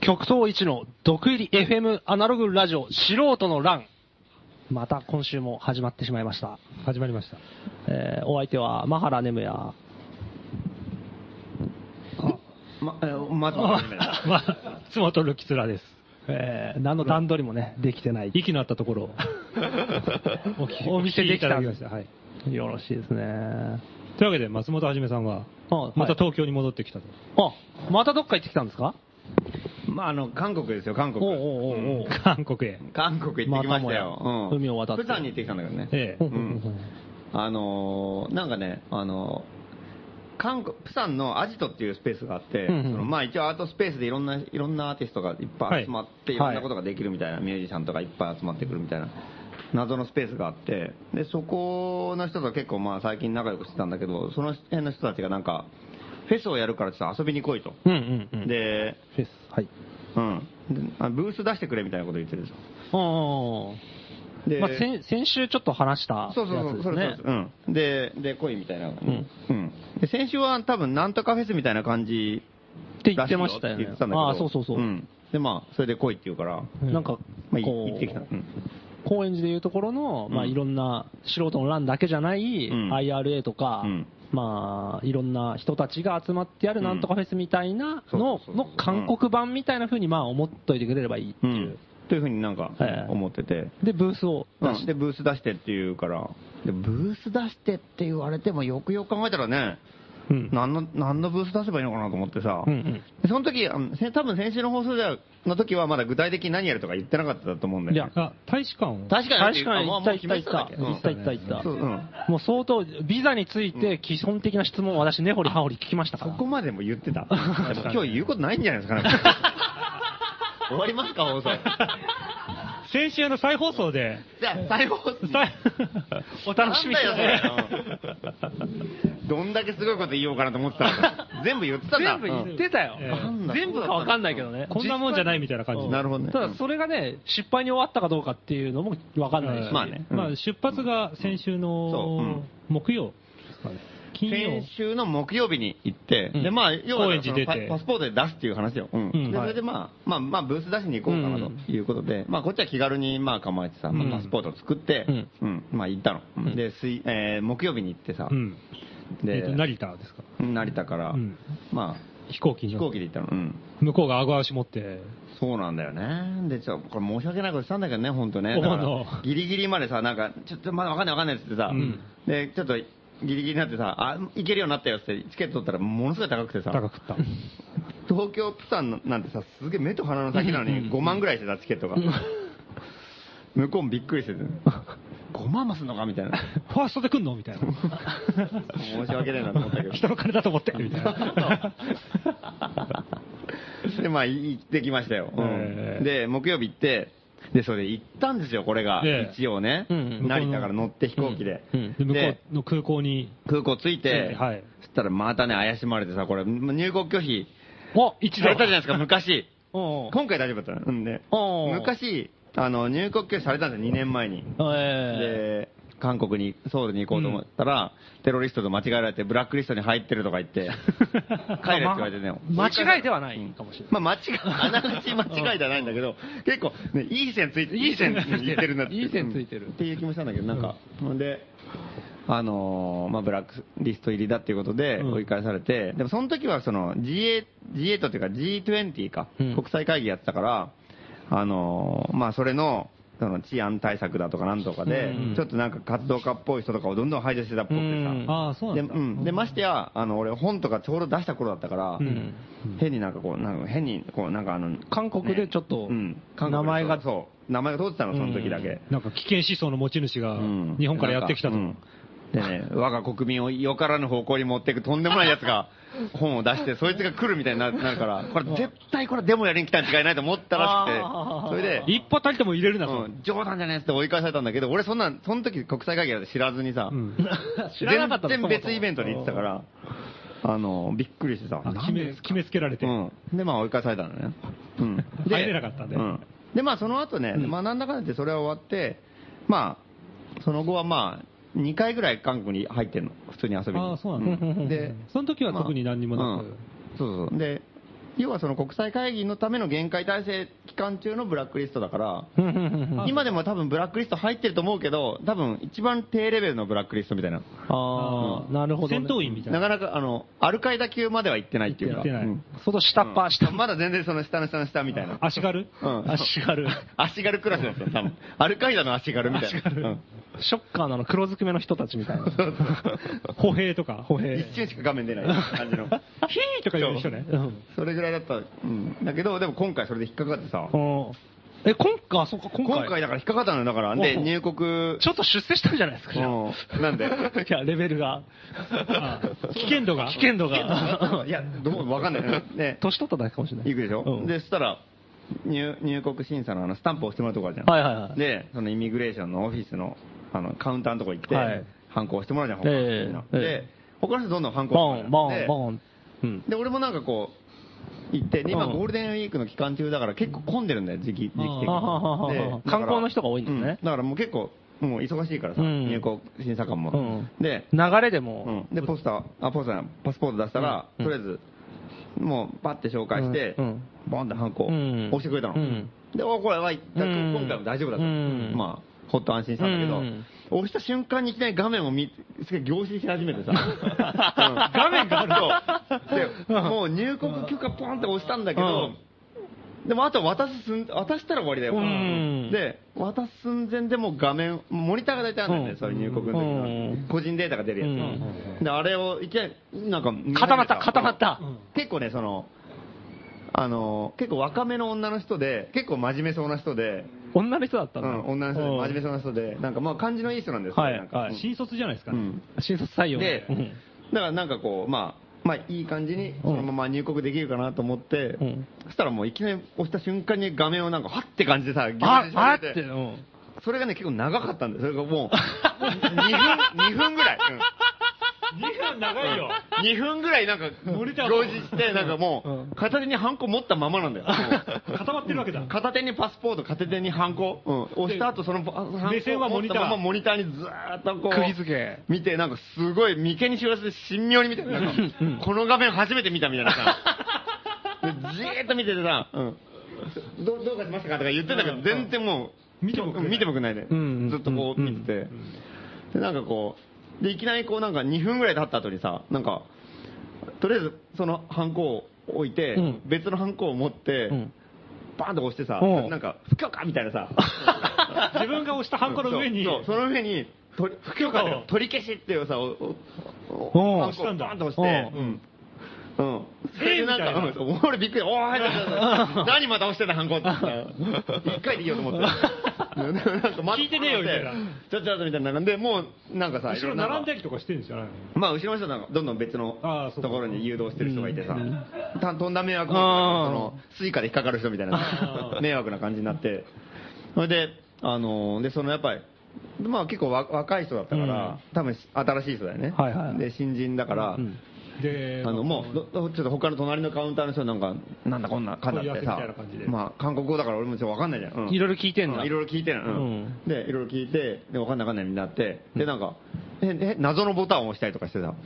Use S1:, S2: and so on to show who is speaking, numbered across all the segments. S1: 極東一の毒入り FM アナログラジオ素人の欄。また今週も始まってしまいました。
S2: 始まりました。
S1: えーお相手は、マハラネムヤ。
S3: ま、えーまずは初め だ。
S2: まあ、妻とるきつらです。
S1: えー何の段取りもね、できてない。
S2: 息の合ったとこ ろをお聞き
S1: お見せできた
S2: お聞きいだきました。はい。
S1: よろしいですね。
S2: というわけで、松本はじめさんは
S1: はい、
S2: また東京に戻ってきたと。
S1: あ、またどっか行ってきたんですか
S3: まあ、あの、韓国ですよ、韓
S1: お
S3: 国。
S1: おうおうおう
S2: 韓国へ。
S3: 韓国行ってきま
S1: ま。
S3: したよ
S1: たもや
S3: うん
S1: 海を渡って
S3: 釜山に行ってきたんだけどね。
S2: ええ
S3: う。んあのーなんかね、あのー韓国、プサンのアジトっていうスペースがあって、
S1: うんうん
S3: そのまあ一応アートスペースでいろんな、いろんなアーティストがいっぱい集まって、
S1: はい
S3: い、ろんなことができるみたいな、ミュージシャンとかいっぱい集まってくるみたいな、謎のスペースがあって、で、そこの人と結構まあ最近仲良くしてたんだけど、その辺の人たちがなんか、フェスをやるからちょっと遊びに来いと。
S1: うんうんうん。、
S3: で、
S1: フェス。はい。
S3: うん。であブース出してくれみたいなこと言ってるでし
S1: おー
S3: ょ。で、
S1: まあ、先先週ちょっと話したやつ
S3: そ
S1: で
S3: う
S1: すね。
S3: そうそう、それそうです。うん。で、で、来いみたいな。うんん。で、先週は多分、なんとかフェスみたいな感じ
S1: って言ってましたよ
S3: らしい
S1: ね。
S3: って言ってたんだけど。
S1: ああ、そうそうそう。
S3: ん。で、まあ、それで来いって言うから、
S2: うん
S1: なんか、
S3: まあ、い
S1: こう、
S3: 行ってきた。うん。
S1: 高円寺でいうところの、まあ、
S3: うん
S1: いろんな素人の欄だけじゃない、
S3: うん
S1: IRA とか、
S3: うん
S1: まあ、いろんな人たちが集まってやるなんとかフェスみたいな
S3: うん
S1: の、
S3: そうそうそうそう
S1: の韓国版みたいな風に、まあ、思っといてくれればいいって
S3: う
S1: いう。
S3: ん。というふうになんか
S1: ええ、
S3: 思ってて。
S1: で、ブースを出して、
S3: で、ブース出してって言うから、で、ブース出してって言われても、よくよく考えたらね、
S1: うん
S3: 何の、何のブース出せばいいのかなと思ってさ、
S1: うんうん
S3: でその時、あのせ多分先週の放送では、の時はまだ具体的に何やるとか言ってなかったと思うんだよ、ね。
S1: いや
S2: あ、大使館を。
S3: 確かに。
S1: 確かに
S3: あ
S1: 行
S3: も
S1: っ
S3: う
S1: た
S3: も
S1: 行
S3: う
S1: っ
S3: 決
S1: た
S3: め
S1: 行っ
S3: て
S1: た、
S3: け
S1: 行った行った行った
S3: そううん
S1: もう相当、ビザについて基本的な質問を私、根掘り葉掘り聞きましたから。
S3: そこまでも言ってた。でも今日言うことないんじゃないですかね。終わりますか、放送。
S2: 先週の再放送で、
S3: じゃあ、最後。
S2: 再お楽しみに
S3: なんだよそれうんどんだけすごいこと言おうかなと思ってたの全部言ってたんだ。
S1: 全部言ってたよ
S2: ええ
S3: うん。
S1: 全部かわかんないけどね。
S2: こんなもんじゃないみたいな感じ。
S3: なるほどね。
S1: ただそれがね、失敗に終わったかどうかっていうのもわかんないし、
S3: まあねうん
S2: まあ、出発が先週
S3: そうう
S2: の
S3: ん
S2: 木曜ですかね。金曜
S3: 先。週の木曜日に行って、
S2: うん
S3: で、まあ、要は
S2: 高円寺出て
S3: そのパパスポートで出すっていう話よ。うん。
S2: うん
S3: で、
S2: は
S3: そ
S2: い
S3: れでまあ、まあ、まあ、ブース出しに行こうかなということで、まあ、こっちは気軽にまあ構えてさ、まあパスポートを作って、
S1: うん
S3: うん。まあ、行ったの。うんで、水、えー木曜日に行ってさ
S2: う、ん。えっ
S3: で
S2: と、、成田ですか。
S3: 成田から
S2: うん、
S3: まあ、
S2: 飛行機に
S3: 飛
S2: 乗っ
S3: 行
S2: て
S3: 機で行ったの。うん。
S2: 向こうが顎足持って、
S3: そうなんだよね。で、ちょ、これ申し訳ないことしたんだけどね、本当ね。
S2: おう
S3: だから
S2: の
S3: ギリギリまでさ、なんか、ちょっとまだわかんないわかんないっつってさ、
S2: うん
S3: で、ちょっとギリギリになってさ、あ、行けるようになったよってチケット取ったらものすごい高くてさ、
S2: 高くった。
S3: 東京、プサンなんてさ、すげえ目と鼻の先なのに5万ぐらいしてたチケットが。向こうもびっくりしてて、5万もすんのかみたいな。
S2: ファーストで来んのみたい な。
S3: 申し訳ないなと思ったけど。
S2: 人の金だと思ってみたいな。
S3: で、まあ、行ってきましたよ。うん
S2: ええ
S3: で、木曜日行って、で、それで行ったんですよ、これが。
S2: ええ
S3: 一応ね、
S1: うんうん
S3: 成田から乗って飛行機で。
S1: うん
S2: で、向こ
S3: で
S2: うの空港に、
S3: 空港着い
S2: え
S3: て、
S2: えはい
S3: そしたらまたね、怪しまれてさ、これ、入国拒否、
S1: お
S3: 一度やったじゃないですか、昔。
S1: おう
S3: 今回大丈夫だったのうんで、
S1: おう
S3: 昔、あの、入国拒否されたんですよ、2年前に。
S1: え
S3: で、韓国に、ソウルに行こうと思ったら、テロリストと間違えられて、ブラックリストに入ってるとか 言って、帰れって言われてね。
S1: まあ 間違いではないかもしれない
S3: まあ、間違い、あながち間違いではないんだけど、結構、ね、いい線ついて、いい線ついてるなって。
S1: いい線ついてる
S3: うんっていう気もしたんだけど、なんか、ほんで、あのーまあ、ブラックリスト入りだっていうことで
S2: うん
S3: 追い返されて、でもその時はその G8, G8 っていうか G20 か、
S1: うん
S3: 国際会議やってたから、あのーまあ、それの、その治安対策だとかなんとかで、
S1: うん
S3: ちょっとなんか活動家っぽい人とかをどんどん排除してたっぽくてさ、
S1: うん
S2: ああ、そう
S3: で
S2: なんだ。
S3: うん、でましてやあの俺本とかちょうど出した頃だったから、
S1: ん
S3: 変になんかこうなんか変にこうなんかあの
S1: ー韓国でちょっと、
S3: うん、韓
S1: 名
S3: 国の
S1: 前が、
S3: そう名前が通ってたのその時だけ、
S2: なんか危険思想の持ち主が
S3: うん、
S2: 日本からやってきたと。
S3: なんかうんでね我が国民をよからぬ方向に持っていくとんでもないやつが本を出してそいつが来るみたいにななるからこれ絶対これデモやりに来たん違いないと思ったらしくてそれで
S2: 一歩たりとも入れるな
S3: う
S2: と。
S3: ん、冗談じゃねえっつって追い返されたんだけど、俺そんな、その時国際会議だって知らずにさ、
S2: うん
S1: 知らなかったの
S3: 全然別イベントで行ってたから、あの、びっくりしてさ、
S2: あ決め、決めつけられて。
S3: うん。で、まあ追い返されたのね。うん。で
S2: 入れなかったんで
S3: うん。で、まあその後ね、
S2: うん
S3: まあなんだかんだでそれは終わって、まあ、その後はまあ、 2回ぐらい韓国に入ってんの、普通に遊びに。
S2: あーそうなんだ
S3: うんで、
S2: その時は特に何にもなく
S3: まあうんそうそう。で、要はその国際会議のための限界体制期間中のブラックリストだから、
S4: うんうんうんうん
S2: あ
S3: 今でも多分ブラックリスト入ってると思うけど、多分一番低レベルのブラックリストみたいな。
S4: ああ、なるほど
S2: 戦
S4: ね。
S2: 闘員みたい
S3: なかなか、あの、アルカイダ級までは行ってないっていうか。
S2: 行ってない
S3: うん
S4: その下っ端、下っ
S3: まだ全然その下の下の下みたいな。
S2: 足軽
S3: うん
S4: 端、足軽。
S3: 足軽クラスなんですよ、多分。アルカイダの足軽みたいな。うん
S4: ショッカーなの黒ずくめの人たちみ たいな。
S2: 歩兵とか。歩
S3: 一瞬しか画面出ない感 じの。
S2: ヒーとか言う人ね。
S4: うん
S3: それぐらいだった。うん。だけど、でも今回それで引っかかってさ。
S4: おーえ、今回、あそうか、今
S3: 今
S4: 回。
S3: 回だから引っかかったのよ、だから。で、
S4: おう
S3: 入国。
S4: ちょっと出世したんじゃないですか、じゃあ
S3: うんなん で
S4: いや、レベルが。
S2: あ危険度が
S4: 危険度が。
S3: いや、どうわかんない。ね、
S4: 年取っただけかもしれない。
S3: 行くでしょ、
S4: うん
S3: で、そしたら、入入国審査のあのスタンプを押してもらうとこあるじゃん。
S4: はいはいはい
S3: で、そのイミグレーションのオフィスのあのカウンターのとこ行って、
S4: はい
S3: 反抗してもらうじゃん、他の人みんな
S4: えええ
S3: で、他の人どんどん反抗
S4: ボ
S3: して
S4: ン、
S3: も
S4: ボ
S3: らうじゃん
S4: ン、ボン。うん。
S3: でで、俺もなんかこう、行って、で今
S4: うん
S3: ゴールデンウィークの期間中だから結構混んでるんだよ、時期時期的
S2: あ
S3: に
S2: ーは
S4: ははは
S3: で
S4: は
S3: だから
S4: 観光の人が多いんですね
S3: うだからもう結構、もう忙しいからさ、
S4: うん
S3: 入国審査官も。
S4: うん
S3: で、
S4: 流れでも、
S3: うんで、ポスター、あ、ポスターじゃない、パスポート出したら、
S4: うん
S3: とりあえず、もう、パッて紹介して、
S4: うんうん
S3: ボンってハンコ
S4: うん
S3: 押してくれたの。
S4: うん
S3: で、おこれはい、だ
S4: うん
S3: 今回も大丈夫だと。
S4: うん
S3: まあ、ほっと安心したんだけど、
S4: うん
S3: 押した瞬間にいきなり画面を見、すげえ凝視し始めてさ、画面があると、で、もう入国許可ポンって押したんだけど、でもあと渡すすん、渡したら終わりだよ。
S4: うん
S3: で、渡す寸前でもう画面、モニターが大体あるんだよね、
S4: うん
S3: そういう入国の時の。
S4: うん
S3: 個人データが出るやつ。
S4: うん
S3: で、あれを、いきなり、なんか、
S4: 固まった、固まっ。た。
S3: 結構ね、その、あの、結構若めの女の人で、結構真面目そうな人で、
S4: 女の人だった
S3: うん
S4: だ。
S3: ん、女の人で、真面目そうな人で、なんかまあ感じのいい人なんですよ、
S4: はい
S3: なんか。
S4: はい
S2: 新卒じゃないですか
S3: う
S2: ね。
S3: ん。
S4: 新卒採用。
S3: で
S4: うん、
S3: だからなんかこう、まあ、まあいい感じに、そのまま入国できるかなと思って、
S4: うん
S3: そしたらもういきなり押した瞬間に画面をなんか、はって感じでさ、ギュ
S4: あ
S3: ッ、
S4: あ
S3: し
S4: ってて、うん。
S3: それがね、結構長かったんです。それが もう、2分、2分ぐらい。うん
S2: 2分長いよ。
S3: 2分ぐらいなんか、
S2: モニター
S3: 表示して、なんかもう、片手にハンコ持ったままなんだ よ。
S2: 固まってるわけだ。
S3: 片手にパスポート、片手にハンコ、うん、押した後そのパハンコ
S2: 目線はモニター
S3: 持ったままモニターにずーっとこう、
S4: 釘付け
S3: 見て、なんかすごい眉間にしわせて神妙に見てるなんかこの画面初めて見たみたいな さ、でじーっと見ててさ、うんどどうかしましたかとか言ってたけど、全然もう、
S2: 見てもくれない
S3: 見てもくれないで、
S4: ん
S3: ずっとこう見てて、で、なんかこう、で、いきなりこうなんか2分ぐらい経った後にさ、なんか、とりあえずそのハンコを置いて、
S4: うん
S3: 別のハンコを持って、
S4: うん
S3: バーンと押してさ、
S4: うん
S3: なんか、不許可みたいなさ、
S2: 自分が押したハンコの上に、
S3: そう、そうその上に、取り不許可
S2: を
S3: で取り消しっていうさ、お
S4: うん
S3: おおハンコ
S2: 押した
S3: を
S2: んだ
S3: バーンと押して、
S2: う
S3: うん。うん。それでなん
S2: えーみ
S3: か、うん俺びっくり、おー、はい、はいはい はい何また押してんだ、ハンコってさ。一回でいいよと思って。なんか待
S2: 聞いてねえよみたいな
S3: ちょっとちょっとみたいな。で、もう、なんかさ、
S2: 後ろ
S3: なんか
S2: 並んだりとかしてるんですよね。
S3: まあ、後ろの人なんか、どんどん別の
S2: あーそ
S3: と
S2: うか
S3: ころに誘導してる人がいてさ、たとんだ迷惑
S4: あー
S3: な、その、スイカで引っかかる人みたいな
S2: あ、ー
S3: 迷惑な感じになって、それで、あのーで、そのやっぱり、まあ結構わ若い人だったから、多分新しい人だよね。
S4: はいはい
S3: で、新人だから、
S4: うん
S2: で、
S3: あのもうどどちょっと他の隣のカウンターの人なんか、なんだこんな、かんだって
S2: 問い合わ
S3: さ
S2: せみたいな感じで、
S3: まあ韓国語だから俺もちょっとわかんないじゃん。うん
S4: いろいろ聞いてんだ
S3: ういろいろ聞いてんの、うんで、いろいろ聞いて、で、わかんないわかんないみたいになって、で、なんか、え、え、謎のボタンを押したりとかしてさ。なんか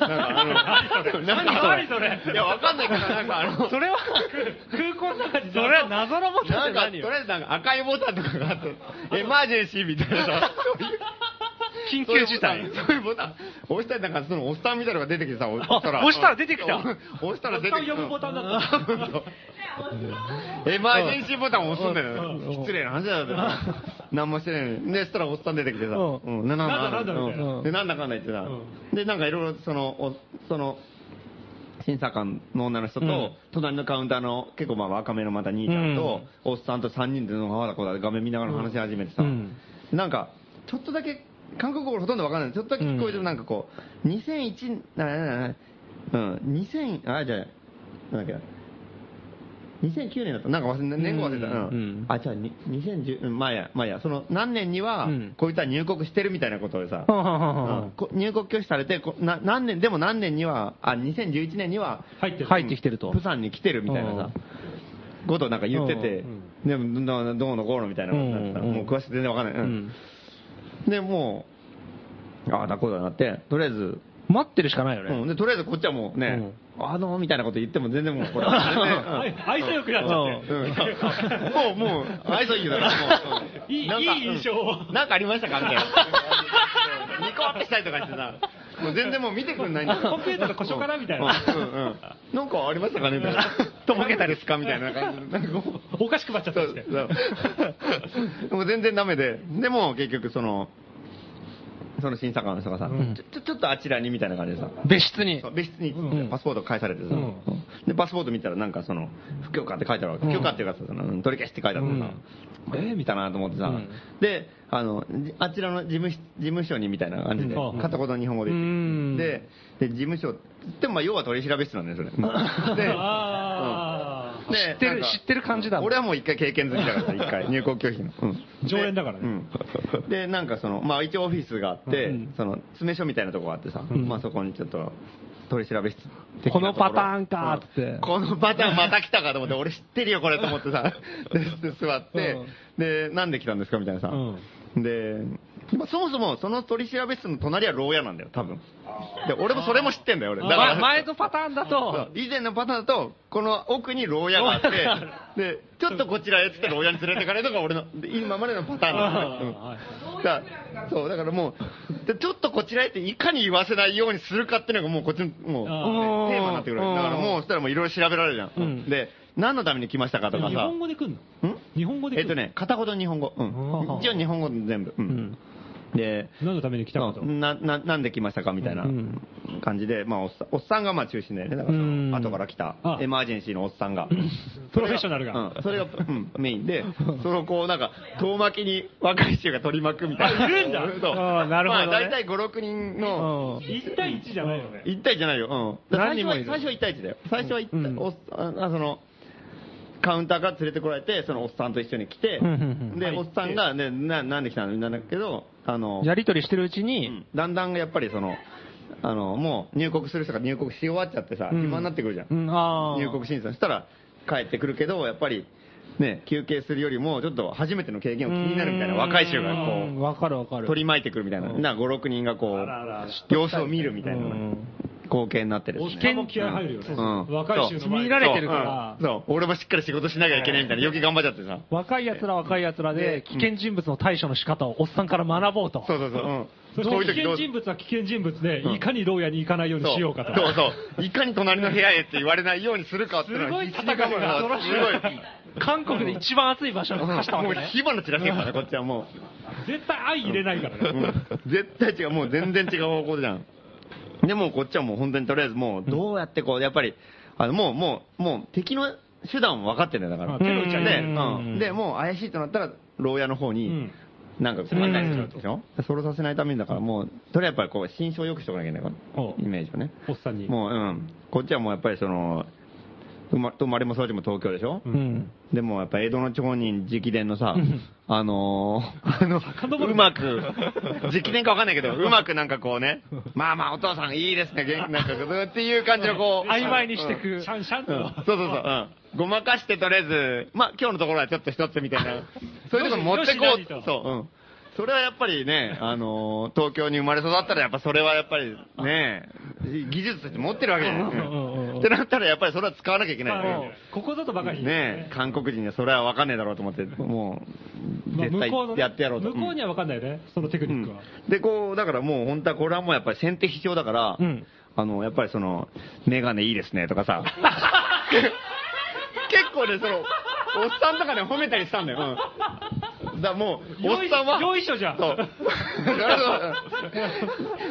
S3: あの、なんか
S2: 何それ
S3: いや、わかんないから、なんかあ の、
S4: それは、空港の中に、それは謎のボタ
S3: な
S4: ン
S3: ん
S4: じ
S3: か、
S4: ゃ
S3: と
S4: 何
S3: り
S4: よ。
S3: あえずなんか赤いボタンとかがあ って、エマージェンシーみたいなさ、
S4: 緊急事態。
S3: そういうボタン、そういうボタン押したりなんかそのおっさんみたいなのが出てきてさ、押したら。
S4: 押したら出てきた
S3: 押したら出て
S2: 下を
S3: きた
S2: 呼ぶボタンだった。
S3: エマージェンシーボタンを押すんだよ。失礼な話だよ。何もしてないのに。で、そしたらおっさん出てきてさ、
S4: う
S3: うんななん
S2: なんだなんだみたいな
S3: うんで、なんだかんだ言ってさ、
S2: う
S3: で、なんかいろいろその、おその、審査官の女の人と、
S4: うん
S3: 隣のカウンターの結構まあ若めのまた兄ちゃんと、おっさんと3人でのああだこうだ画面見ながら話し始めてさ、
S4: うん
S3: なんか、ちょっとだけ、韓国語ほとんどわからない。ちょっとだけ聞こえて
S4: う
S3: る、
S4: ん
S3: なんかこう、2001、ななななうん、2000、あ、じゃあ、なんだっけな。2009年だった。なんか忘れた、年号忘れた。
S4: うん
S3: う
S4: うん
S3: ん。あ、じゃあ、に2010、うんまあいいや、まあいいや、その何年には
S4: うん、
S3: こういった入国してるみたいなことでさ、
S4: はんはんはんはん
S3: うんこ入国拒否されてこな、何年、でも何年には、あ、2011年には、
S2: 入ってる。
S4: 入ってきてると。
S3: プサンに来てるみたいなさ、ことをなんか言ってて、でもどうのどうのこうのみたいなことになってさ、
S4: うんうん
S3: もう詳しく全然わかんない。うんで、もう、ああ、だこうだなって、とりあえず、
S4: 待ってるしかないよ
S3: う
S4: ね。
S3: ん、でとりあえずこっちはもうね、あのーみたいなこと言っても全然 もうこれは
S2: あ
S3: 全然
S2: い愛想よくなっちゃって。
S3: うん、もう、もう、愛想いいだから、もう。
S2: いい
S3: なんか
S2: いい印象を
S3: うんなんかありましたかみた いな。ニコってしたりとかしてさ、もう全然もう見てくんないんだよ
S2: コンピューターの故障かなみたいな
S3: うんうんうんなんかありましたかねみたいな。とぼけたですかみたいな感じで。なんかもう
S2: おかしくなっちゃった
S3: そ
S2: りし
S3: う
S2: て。
S3: そう。もう全然ダメ で。でも結局その、その審査官の人がさ、
S4: ん
S3: ちょちょちょっとあちらにみたいな感じでさ、
S4: 別室に
S3: そ。う別室に行って
S4: うん
S3: パスポート返されてさ、
S2: うん
S3: で、パスポート見たらなんかその、不許可って書いてあるわけ。
S4: うん
S3: 不許可っていうかさ、その取り消しって書いてあってさ、えー、見たなと思ってさ、
S4: うん
S3: で、あの、じあちらの事務室事務所にみたいな感じで、
S2: うん
S3: 片言の日本語で言って
S4: うん
S3: で、で事務所、でもまあ要は取り調べ室なんだよ、それ。で、
S2: あ
S3: で
S4: 知って
S3: なん
S4: る
S3: か
S4: 知ってる感じだ
S3: 俺はもう一回経験済みだからさ、一 回、入校拒否の。うん
S2: 常連だからね
S3: うんで、なんかその、まあ一応オフィスがあって、
S4: うん
S3: その、詰め所みたいなとこがあってさ、
S4: ん
S3: まあそこにちょっと、取り調べ室的なと
S4: こ
S3: ろ
S4: のパターンかーっつって
S3: うんこのパターンまた来たかと思って、俺知ってるよこれと思ってさ、 でで座って、で、なんで来たんですかみたいなさ。で、まあそもそもその取り調べ室の隣は牢屋なんだよ、多分。で、俺もそれも知ってんだよ、俺。だから
S4: ま前のパターンだ
S3: そう
S4: と、
S3: 以前のパターンだと、この奥に牢屋があって、で、ちょっとこちらへっつって牢屋に連れてかれるのが俺の、で今までのパターンなんだよ
S2: あ
S3: うんだからそう、だからもう、でちょっとこちらへっていかに言わせないようにするかっていうのがもうこっちの、もう、
S2: あ
S4: ー
S3: テーマになってくるわけ。だからもう、そしたらもういろいろ調べられるじゃん。
S4: うん
S3: で、何のために来ましたかと
S2: あ。
S3: か
S2: 日
S3: さ
S2: 本、語で来んの
S3: ん
S2: 日本語で
S3: え
S2: 来
S3: っ
S2: ん
S3: と
S2: の
S3: ね、片言日本語。うん
S4: あー
S3: 一応日本語全部。うんで、
S2: 何のために来たかと。
S3: なななんで来ましたかみたいな
S4: うん
S3: 感じで、まあ、おっさんおっさんがまあ中心だよね、だからその
S4: うん
S3: 後から来た
S2: あ
S3: エマージェンシーのおっさん が、
S2: プロフェッショナルが
S3: うんそれが、うんメインで、そのこうなんか、遠巻きに若い衆が取り巻くみたいな、
S2: あいるんだ
S3: そう
S4: あーなるほどね
S3: まあ、大体5、6人の、
S2: 1対1じゃないよね。
S3: 1対じゃないよ、うん、
S4: 何人もいる
S3: 最初は最初は1対1だよ、最初は一対
S4: うん
S3: おっああそのカウンターから連れてこられて、そのおっさんと一緒に来て、
S4: うんうんうん
S3: で、
S2: はい
S3: おっさんが、ね、ななんで来たのなんだけど、あの
S4: やりとりしてるうち
S3: う
S4: に
S3: ん、だんだんやっぱりその、あの、もう入国する人が入国し終わっちゃってさ、
S4: うん
S3: 暇になってくるじゃん。
S4: うんあー
S3: 入国審査したら帰ってくるけど、やっぱり、ね、休憩するよりも、ちょっと初めての経験を気になるみたいな若い衆が
S4: うん
S3: こ
S4: わかるわか
S3: う、
S4: る。
S3: 取り巻いてくるみたいな、な5、6人がこ
S2: あらあらあら
S3: う、様子を見るみたいな
S4: うん
S3: 光景になってる
S2: おっさんも気合入るよね。若い衆の前
S4: 見られてるから
S3: そう、うんそう俺もしっかり仕事しなきゃいけないみたいな、余計頑張っちゃってさ。
S4: 若い奴ら若い奴らで、危険人物の対処の仕方をおっさんから学ぼうと。
S3: そうそうそう、うん。
S2: そ
S3: そういう
S2: して危
S3: 時ど
S2: 険
S3: う
S2: 人物は危険人物で、いかに牢屋に行かないようにしようかと。
S3: そうそう。いかに隣の部屋へって言われないようにするかっていうのは必死に頑張るな
S4: すごい韓国で一番暑い場所に貸したわ
S3: もう
S4: けね。
S3: 火花散らしてるからね、こっちはも
S2: 絶対愛入れないから
S3: う。う
S2: ね。
S3: ん絶対違う、もう全然違う方向じゃん。でもうこっちはもう本当にとりあえずもうどうやってこう、やっぱり、あのもうもう、もう敵の手段分かってんだよ、だから。
S2: あ手の内は
S3: で、
S4: うん
S3: うんで、もう怪しいとなったら、牢屋の方
S2: う
S3: に
S2: ん、
S3: なんかこう、
S4: うん
S3: 案内するでしょそれをさせないためにだからもう、とりあえずやっぱりこう、心象を良くしておかなきゃいけないから
S2: ほ、う
S3: イメージをね。
S2: おっさんに。
S3: もう、うん。こっちはもうやっぱりその、生ま生まれも育ちも東京でしょ、
S2: う
S4: うん。
S3: でもやっぱ江戸の町人直伝のさ
S4: ん、
S3: あのー、あの、
S2: る
S3: うま く、直伝かわかんないけど、うまくなんかこうね、まあまあお父さんいいですね、元気なんかこうっていう感じのこう、
S4: 曖昧にして
S2: シ
S4: く。
S2: ャンシャン
S3: うん。
S2: と。
S3: そうそうそう、うん。ごまかしてとりあえず、まあ今日のところはちょっと一つみたい な、そういうところ持ってこ
S2: よしよし
S3: う
S2: 何と
S3: そう、うん。それはやっぱりね、あのー、東京に生まれ育ったらやっぱそれはやっぱりね、技術として持ってるわけじゃない
S4: うんうんうんうん
S3: ってなったらやっぱりそれは使わなきゃいけないよね。
S2: ここだとばかり
S3: ねえ、韓国人にはそれは分かんねえだろうと思って、もう、
S2: まあ
S3: 絶
S2: 向こうの
S3: 対
S2: ね
S3: やってやろうと。
S2: 向こうには分かんないよね、そのテク
S3: う
S2: ニック
S3: ん
S2: は。
S3: で、こう、だからもう本当はこれはもうやっぱり先手必勝だから、
S4: うん
S3: あの、やっぱりその、メガネいいですねとかさ、 結構ね、その、おっさんとかね、褒めたりしたんだよ。うんだからもう、おっさんは、
S2: よいしょよいしょじゃん
S3: そう。 なるほ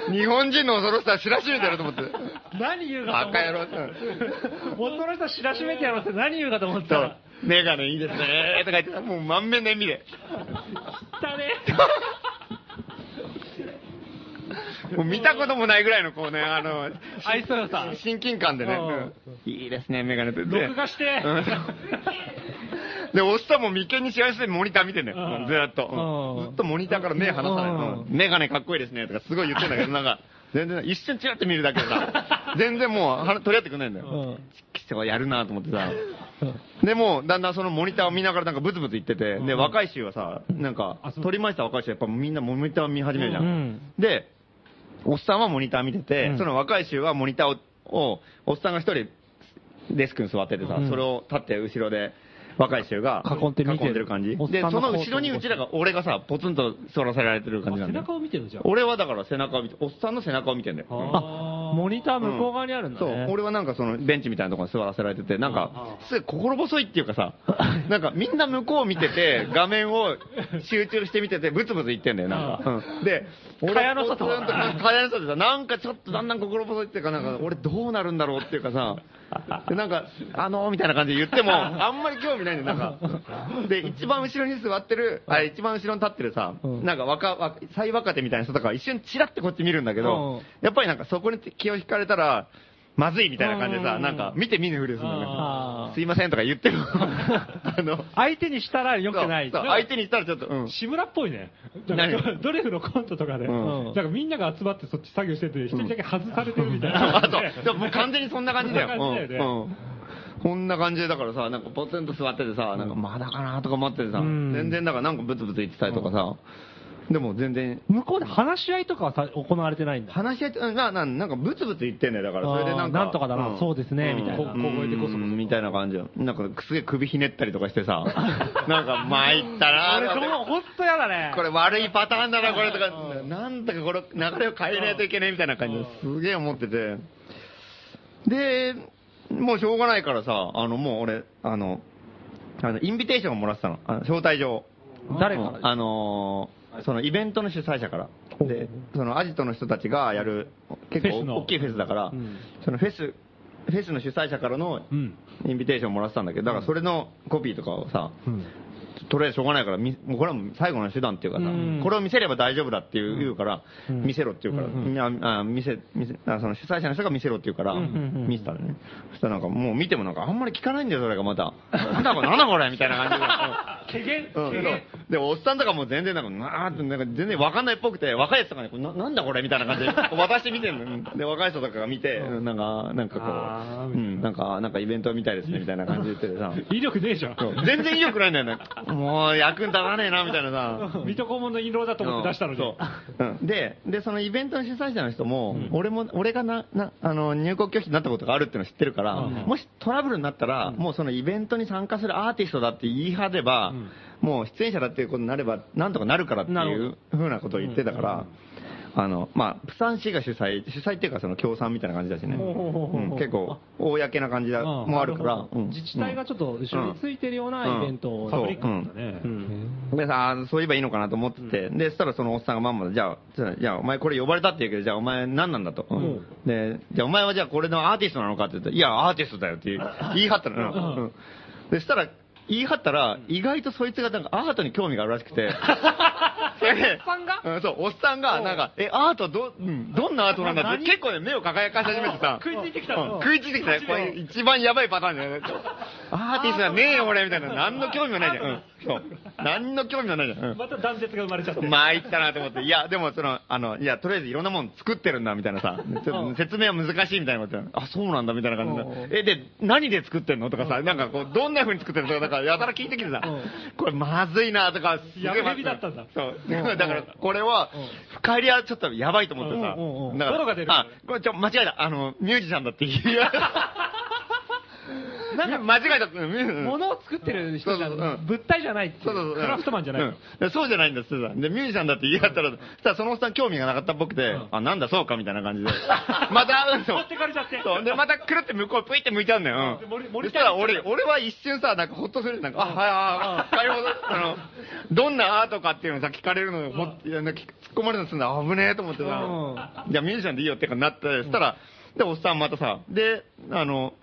S3: ど日本人の恐ろしさは知らしめてやると思 って。
S4: 何言うか
S3: バ
S4: と思
S3: カ野郎。
S4: っ元の人知らしめてやろうって何言うかと思っ
S3: そ
S4: た
S3: う
S4: ら。。
S3: メガネいいですねとか言ってた、もう満面の笑みで。
S4: だね。
S3: もう見たこともないぐらいのこうね、あの、
S4: 愛想よさ。
S3: 親近感でね、
S4: う
S3: うんいいですね、メガネって。で
S4: 録画して。
S3: うんで、おっさんも眉間にしわ寄せてモニター見てんだよ、
S2: うん
S3: ずーっと、
S4: うん
S3: ずっとモニターから目離さない、
S4: うん
S3: うんメガネかっこいいですねとかすごい言ってんだけど、なんか、全然、一瞬チラッて見るだけで さ、全然もうは取り合ってくんないんだよ。
S4: うん
S3: きっとやるなと思ってさ。
S4: うん
S3: でもうだんだんそのモニターを見ながらなんかブツブツ言ってて、で、若い衆はさ、なんか、取りました若い衆はやっぱみんなモニター見始めるじゃん。
S4: うん
S3: で、おっさんはモニター見てて、
S4: うん
S3: その若い衆はモニターを、をおっさんが一人デスクに座っててさ、
S4: うん
S3: それを立って後ろで、若い衆が
S4: 囲んで見てる
S3: る感じ
S4: おっ。
S3: で、
S4: さんの
S3: その後ろにうちらが、俺がさ、ポツンと座らせられてる感じなん
S2: 背
S3: だよ
S2: 中を見てるじゃん。
S3: 俺はだから背中を見て、おっさんの背中を見てんだよ。うん
S4: あ、モニター向こう側にあるんだ
S3: そう
S4: ね。、
S3: 俺はなんかそのベンチみたいなところに座らせられてて、なんか
S2: う、ん
S3: すごい心細いっていうか さ、なんかみんな向こう見てて、画面を集中して見てて、ブツブツ言ってんだよ、なんか。うんで、俺
S4: 蚊帳の外
S3: ポツンと蚊帳の外でさ、なんかちょっとだんだん心細いっていうか、なんか俺どうなるんだろうっていうかさ、でなんか、あのーみたいな感じで言 っても、あんまり興味ないんだよ、なんか。で、一番後ろに座ってる、あ一番後ろに立ってるさ、
S4: うん
S3: なんか若、若最若手みたいな人とかは一瞬チラってこっち見るんだけ
S4: う
S3: ど
S4: ん、
S3: やっぱりなんかそこに気を引かれたら、まずいみたいな感じで
S4: う
S3: さ、
S4: ん
S3: なんか見て見ぬふりするの
S4: あ
S3: ね
S4: ー。
S3: すいませんとか言っても、あの、
S4: 相手にしたら良くない。
S3: そうそう相手にしたらちょっと、 うん。
S2: 志村っぽいね。
S3: 何
S2: ドレフのコントとかで、
S3: うん
S2: なんかみんなが集まってそっち作業してて、一人だけ外されてるみたいな。
S3: あそう、でももう完全にそんな感じだよ。
S2: そんな感じだよね
S3: うんうんこんな感じで、だからさ、なんかポツンと座っててさ、なんかまだかなとか待っててさ、
S4: うん
S3: 全然だからなんかブツブツ言ってたりとかさ、でも全然、
S4: 向こうで話し合いとかはさ行われてないんだ。
S3: 話し合って、うんな、な、なんかブツブツ言ってんねだから、それでなんか。
S4: あーなんとかだなそうですねみたいな
S3: こ小声でこそこそみたいな感じよなんか、すげえ首ひねったりとかしてさ、なんか、参ったな
S4: 俺、
S3: と
S4: そ
S3: か
S4: の、ほんとやだね。
S3: これ悪いパターンだな、これとか、なんだかこれ、流れを変えないといけないみたいな感じですげえ思ってて。で、もうしょうがないからさ、あの、もう俺、あの、あのインビテーションをもらってたの。あの招待状。
S4: 誰から
S3: あのーそのイベントの主催者から。で、そのアジトの人たちがやる、結
S2: フェス
S3: 構
S2: の
S3: 大きいフェスだから、
S4: うん
S3: そのフェス、フェスの主催者からの
S2: うん。
S3: インビテーションをもらってたんだけど、だからそれのコピーとかをさ、
S2: うん。
S3: とりあえずしょうがないから、みもうこれはもう最後の手段っていうかさ、
S4: うん
S3: これを見せれば大丈夫だっていう,、言うから、見せろっていうから、
S4: うん
S3: ああ見せ見せあその主催者の人が見せろって言うから、
S4: うんうんうん
S3: 見せたのね。そしたらなんかもう見てもなんかあんまり聞かないんだよ、それがまた。なんだこれ、なんだこれみたいな感じで。
S4: けげん、
S3: うん、
S4: けげん。
S3: そうで、おっさんとかも全然なんか、なーって、なんか全然わかんないっぽくて、若い人とかに、これななんだこれみたいな感じで、渡して見てんの。で、若い人とかが見て、うんなんか、なんか
S2: あ
S3: こ
S2: ー
S3: う、うん、なんか、なんかイベントみたいですね、みたいな感じで言っててさ。
S2: 威力ねえじゃん。
S3: そう全然威力ないんだよね。もう役に立たねえな、みたいなさ。
S2: 水戸黄門の印籠だと思って出したのに。
S3: そううんで、で、そのイベントの主催者の人も、俺も、俺がな、な、あの、入国拒否になったことがあるっていうのを知ってるから、
S2: うん
S3: もしトラブルになったら、もうそのイベントに参加するアーティストだって言い張れば、
S2: ん
S3: もう出演者だっていうことになれば、なんとかなるからって
S4: なる
S3: いうふうなことを言ってたから、あの、まあ、プサン市が主催、主催っていうかその協賛みたいな感じだしね。
S4: ほうほうほうほう
S3: うん結構、公な感じだ、
S2: うん
S3: もあるから、うん
S4: 自治体がちょっと後ろについてるよう
S3: うん
S4: なイベントを。
S3: うん
S2: パ
S3: そう
S2: ブリックなんだね。
S4: うん
S3: でさ、あーそう言えばいいのかなと思ってて、で、そしたらそのおっさんがまんまで、じゃあ、じゃあじゃあお前これ呼ばれたって言うけど、じゃあお前何なんだと。で、じゃあお前はじゃあこれのアーティストなのかって言ったら、いや、アーティストだよって言う言い張ったのよ。うんで、したら、言い張ったら、意外とそいつがなんかアートに興味があるらしくて。それで
S4: おっさんが
S3: うん、そう、おっさんが、なんか、え、アートど、うんどんなアートなんだって、
S4: 何
S3: 結構ね、目を輝かし始めてさ。
S4: 食いついてきた
S3: うん
S4: の。
S3: 食いついてきたよ。これ一番やばいパターンじゃ ないアーティストはねえよ、俺、みたいな。何の興味もないじゃん。うんそう。何の興味もないじゃん。うん
S2: また断絶が生まれちゃって。
S3: 参ったなと思って、いや、でもその、あの、いや、とりあえずいろんなもん作ってるんだ、みたいなさ、ちょっと説明は難しいみたいなことあ、そうなんだ、みたいな感じで、え、で、何で作ってんのとかさ、なんかこう、どんな風に作ってるのとか、なんかやたら聞いてきてさ、これまずいな、とか、すげえ
S2: やめびだったんだ
S3: そう。 だから、これは、深入りはちょっとやばいと思ってさ
S4: うんうんう、ん
S3: だから
S2: 泥が出る
S3: あ、これちょ、間違えた、あの、ミュージシャンだって言う。なんか間違えたって、うん
S4: 物を作ってる人じゃ
S3: そうそううん
S4: 物体じゃないっていう。
S3: そうそうそう。
S2: クラフトマンじゃないの
S3: うんそうじゃないんだってさ。で、ミュージシャンだって言い合ったら、そしたらそのおっさん興味がなかったっぽくて、あ、なんだそうかみたいな感じで。また、うん、そう
S2: 持ってかれちゃって。
S3: そう。で、またくるって向こう、ぷいって向いちゃうんだよ。うん
S2: で森
S3: そ
S2: 森
S3: し
S2: 田
S3: たら俺、俺は一瞬さ、なんかほっとする。なんか、あ、はい、はい、はい、あの、どんなアートかっていうのさ、聞かれるのをもっいやなんか突っ込まれたりするの危ねえと思ってさ、じゃあミュージシャンでいいよってかなって、そしたら、で、おっさんまたさ、で、あの、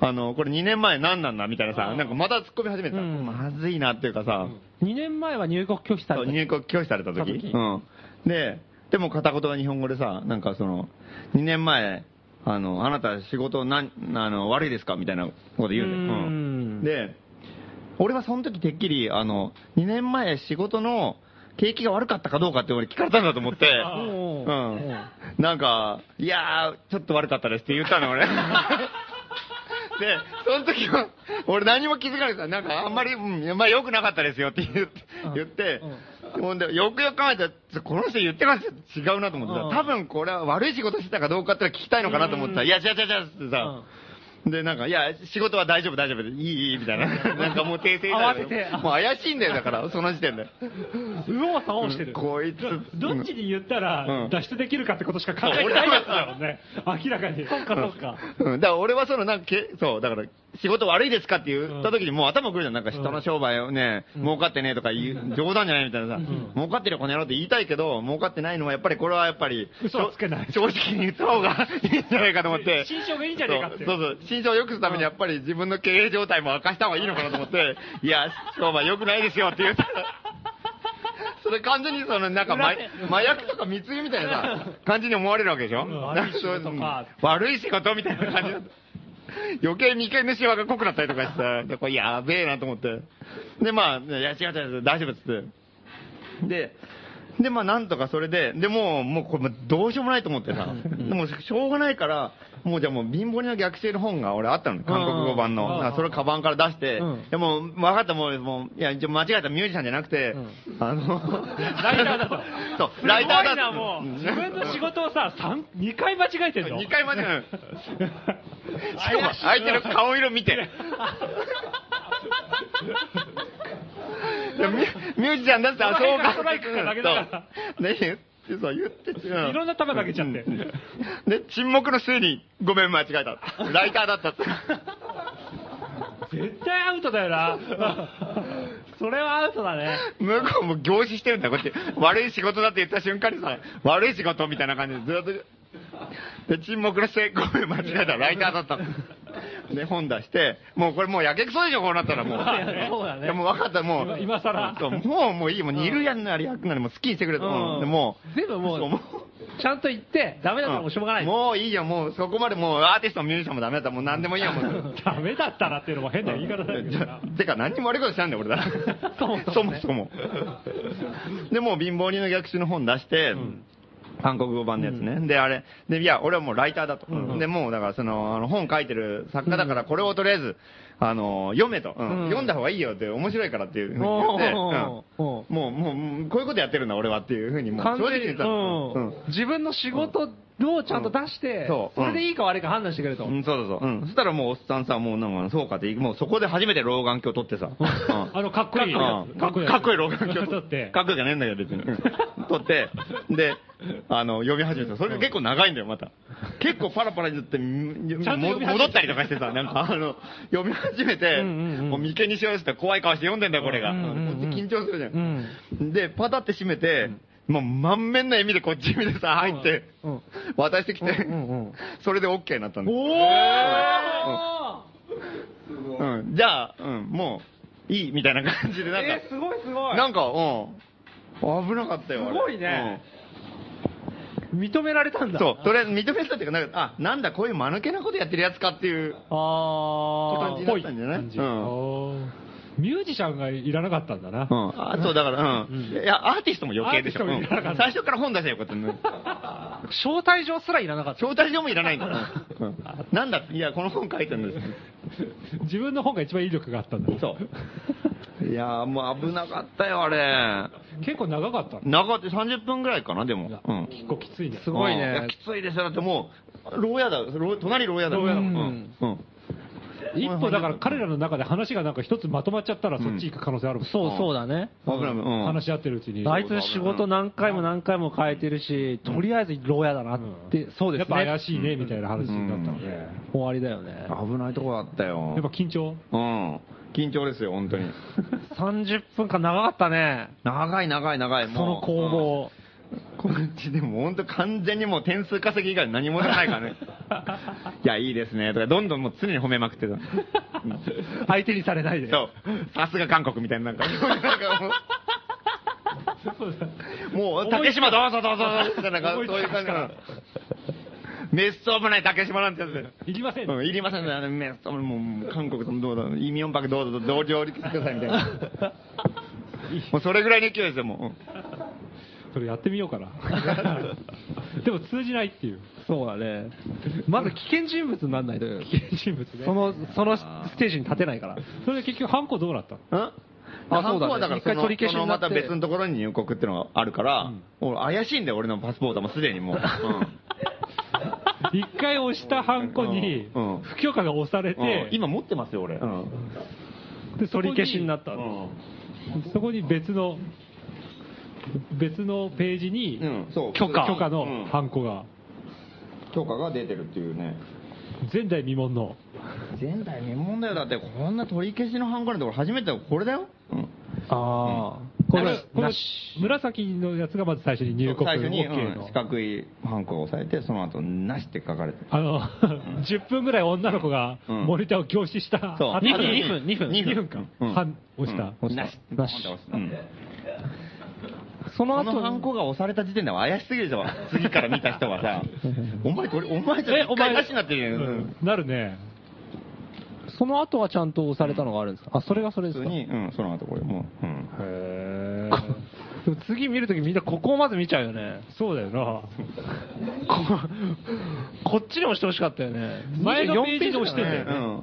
S3: あの、これ2年前何なんだみたいなさ、なんかまた突っ込み始めてた。
S4: うん
S3: まずいなっていうかさ、
S4: 2年前は入国拒否さ
S3: そ
S4: れ
S3: う
S4: た。
S3: 入国拒否された時
S4: た時
S3: うん、ででも片言の日本語でさなんかその2年前あのあなた仕事なんあの悪いですかみたいなこと言うんだよ、
S4: うーん
S3: で俺はその時てっきりあの2年前仕事の景気が悪かったかどうかって俺聞かれたんだと思 って、
S4: う
S3: うんん、なんか、いやー、ちょっと悪かったですって言ったの、 俺。で、その時は、俺何も気づかないさ、なんかあんまり、うん、まあ良くなかったですよって言って、言って、ほんで、よくよく考えたら、この人言ってること違うなと思ってさ、多分これは悪い仕事してたかどうかってのは聞きたいのかなと思ってた。いや、違う違う違うってさ、で、なんか、いや、仕事は大丈夫大丈夫で、いいいいみた いな。なんかもう訂正
S4: 慌てて
S3: もう怪しいんだよ、だから、その時点で。
S2: 右往左往してる。
S3: こいつ
S2: どどっちに言った
S3: うん
S2: ら脱出できるかってことしか考えてないやつだもんね。明らかに。そうかそうか。
S3: うん、だから俺はそのなんかけ、そう、だから、仕事悪いですかって言った時にもう頭くるじゃん。なんか人の商売をね、儲かってねえとか言う、冗談じゃないみたいなさ、儲かってるよこの野郎って言いたいけど、儲かってないのはやっぱりこれはやっぱり、
S2: 嘘はつけない
S3: 正直に言った方 がいいんじゃないかと思って。
S2: 心証がいいんじゃねえかって
S3: そうそうそう、心証を良くするためにやっぱり自分の経営状態も明かした方がいいのかなと思って、いや、商売良くないですよって言ったら。 それ完全にそのなんか麻麻薬とか密輸みたいなさ感じに思われるわけでしょ、
S2: ん悪い仕事か
S3: 悪い仕事みたいな感じだった余計眉間のシワが濃くなったりとかしてさでこれやべえなと思ってでまあ「いや違う違う違う大丈夫」っつってででまあなんとかそれででもうもうこれもうどうしようもないと思ってさでもしょうがないからもうじゃあもう貧乏人の逆襲の本が俺あったの韓国語版の
S2: うん
S3: だからそれをカバンから出して、
S4: うん
S3: でもう分かったもうもういや一応間違えたミュージシャンじゃなくて、あの
S2: ライターだと。
S3: そうライターだ
S2: すごいな、もう。自分の仕事をさ、三二回間違えてんの。
S3: 2回までなのしかも相手の顔色見て。いやミュミュージシャンだってあ
S2: その
S3: そう
S2: 辺が
S3: か
S2: ストライクか投げながら
S3: そうね言ってそう言って
S2: いろんな球投げちゃって。
S3: で沈黙の末にごめん間違えたライターだったって
S2: 絶対アウトだよ な。それはアウトだね。
S3: 向こうも凝視してるんだよこっち悪い仕事だって言った瞬間にさ悪い仕事みたいな感じでずっとで沈黙の末ごめん間違えた ライターだったで本出してもうこれもうやけくそでしょこうなったらもう
S4: そうだ
S3: い
S4: ね
S3: や。もう分かったもう
S2: 今今更
S3: そうもうもういいもう煮るやんなり焼くなりもう好きにしてくれと、うんでもう
S4: 全部も
S3: そう もう
S4: う、ちゃんと言って、ダメだったらもうしょうがない。
S3: もういいよもうそこまでもうアーティストもミュージシャンもダメだったらもう何でもいいよもう
S2: ダメだったらっていうのも変な言い方だけどな。
S3: てか何にも悪いことしたんだよ俺だ
S4: そもそ
S3: そ
S4: も
S3: も
S4: ね
S3: そもでもう貧乏人の逆襲の本出して、韓国語版のやつね、であれでいや俺はもうライターだと、でもうだからそのあの本書いてる作家だからこれをとりあえずあの読めと、うん
S4: うん
S3: 読んだ方がいいよって面白いからっていうふうに言って、うん
S4: おーおー
S3: もう、もうもう、こういうことやってるんだ、俺はっていうふうに、もう、
S4: 完
S3: 正直に言っ
S4: 全に、
S3: たの。
S4: うん自分の仕事をちゃんと出して、
S3: うんそう
S4: それでいいか悪いか判断してくれと。
S3: うん、そうそうそう。うん。そしたらもう、おっさんさ、もう、なんか、そうかって、もうそこで初めて老眼鏡取ってさ。 うん
S2: あの、かっこいい。
S3: うん
S2: かっこいい。
S3: かっこいい老眼鏡
S2: 取って。
S3: かっこいいじゃねえんだけど、別に。取って、で、あの、読み始めた。それが結構長いんだよ、また。結構パラパラにずって、ん
S2: ちゃんと
S3: も
S2: 読み始め
S3: 戻ったりとかしてさ、なんか、あの、読み始めて、もう眉間にしようして怖い顔して読んでんだよ、これが。
S4: うんうんうんう
S3: こ
S4: ん
S3: っち緊張するじゃ
S4: うん
S3: ん。で、パタって閉めて、もう満面の笑みでこっち見てさ、入って
S4: うん、
S3: 渡してきて
S4: うんうん、
S3: それで OK になったんだよ。
S2: おー
S3: うんじゃあ、うん、もう、いい、みたいな感じで、なんか、
S4: えー、すごいすごい。
S3: なんか、うん。危なかったよ、あれ
S4: すごいね。認められた
S3: う
S4: ん
S3: ん
S4: だ。
S3: そう、とりあえず認めたっていうか、なんか、あ、なんだ、こういう間抜けなことやってるやつかっていう
S4: あ
S3: 感じになったんじゃない
S2: 感じ
S3: うん。
S2: おーミュージシャンがいらなかったんだな
S3: う。ん。あ、そう、だから、うん。いや、アーティストも余計でしょ。
S2: アー
S3: う
S2: ティストもいらなか
S3: ん
S2: った
S3: 最初から本出せよ、こうやってね。
S4: ー招待状すらいらなかった。
S3: 招待状もいらないんだ。うんなんだ、いや、この本書いてるんです。
S2: 自分の方が一番威力があったんだ。
S3: そう。いやー、もう危なかったよ、あれ。
S2: 結構長かったんだ。
S3: 長って30分ぐらいかな、でも。うん。
S2: 結構きついね。
S4: すごいね
S3: うんやきついですよ。だってもう、牢屋だ。牢隣牢屋だ。
S2: 牢屋だ
S3: うん。うん
S2: 一歩だから彼らの中で話がなんか一つまとまっちゃったらそっち行く可能性あるもん。
S4: そうそうだね。
S3: 危ない。うん。
S2: 話し合ってるうちに。
S4: あいつ仕事何回も何回も変えてるし、とりあえず牢屋だなって、そうで
S2: やっ
S4: す
S2: ぱ
S4: ね。
S2: 怪しいね、みたいな話になったので。や
S4: 終わりだよね。
S3: 危ないとこだったよ。
S2: っぱ緊張
S3: うん。緊張ですよ、本当 に。
S4: 30分間長かったね。
S3: 長い長い長い、
S4: そ
S3: もう。
S4: の攻防。
S3: こっちでも本当完全にもう点数稼ぎ以外何もじゃないから ね。いや、いいですね。とか、どんどんもう常に褒めまくって た。
S4: 相手にされないで。
S3: そう。さすが韓国みたいな、なん か。なんかもうもう、竹島どうぞどうぞどうぞみたいな、なんかそういう感じなの。メスオブない竹島なんてやつで。
S2: いりません。
S3: うん、いりませんね、あの、メスオブ、もう、韓国とどうぞ、イミョンパクどうぞ、同情してくださいみたい な。もうそれぐらいの勢いですよ、も
S2: それやってみようか な。でも通じないっていう。
S4: そうだね。まず危険人物にならないと。
S2: 危険人物ね。
S4: その、そのステージに立てないから。
S2: それで結局、ハンコどうなったの
S3: う。うん
S4: あそ
S3: ハン
S4: うだね
S3: コはだから
S4: 一
S3: そ
S4: 回
S3: の
S4: 取り消し
S3: その
S4: になっ
S3: ま
S4: て
S3: た別のところに入国っていうのがあるから、俺怪しいんだよ、俺のパスポートもすでにもう。
S2: 一回押したハンコに
S3: うんうん、
S2: 不許可が押されて、
S3: 今持ってますよ、俺。うん。
S2: で取り消しになった
S3: うんん
S2: ですそこに別の、別のページに、
S3: うんそう
S2: 許可
S3: 許
S2: 許
S3: 可
S2: 可
S3: うん
S2: のハンコが、
S3: 許可が出てるっていうね。
S2: 前代未聞の、
S3: 前代未聞だよ。だってこんな取り消しのハンコなんて俺初めてだよこれだよ。うん。
S4: ああ、こ
S2: こ
S4: れ
S2: れ、この
S4: なし。
S2: 紫のやつがまず最初に入国
S3: 最初に、
S2: OK
S3: うん
S2: の
S3: 四。角いハンコを押さえて、その後、なしって書かれてる。
S2: あの、10分ぐらい女の子が
S3: うん
S2: モニターを凝視した
S3: そう
S2: 後
S4: 二
S2: に、
S4: 分、二分、二
S3: 二
S4: 分。
S2: 2分間、
S3: うん
S2: 半押した。
S3: うんなし。なし。うん
S4: その
S3: こ
S4: 後
S3: のハンコが押された時点では怪しすぎるじゃん。次から見た人は さ、お前これ、お前じゃ
S2: え
S3: 一
S2: お
S3: 回な
S2: 前
S3: しになってるよ。
S2: うんなるね。
S4: その後はちゃんと押されたのがあるんですかあ、それがそれで
S3: 普
S4: す
S3: 通
S4: か
S3: に、うん、その後これもう、うん。
S2: へ
S4: でも次見るときみんなここをまず見ちゃうよね。
S2: そうだよな。
S4: ここっちに押してほしかったよね。
S2: 前のページで押してんだよ
S4: ね。
S3: ね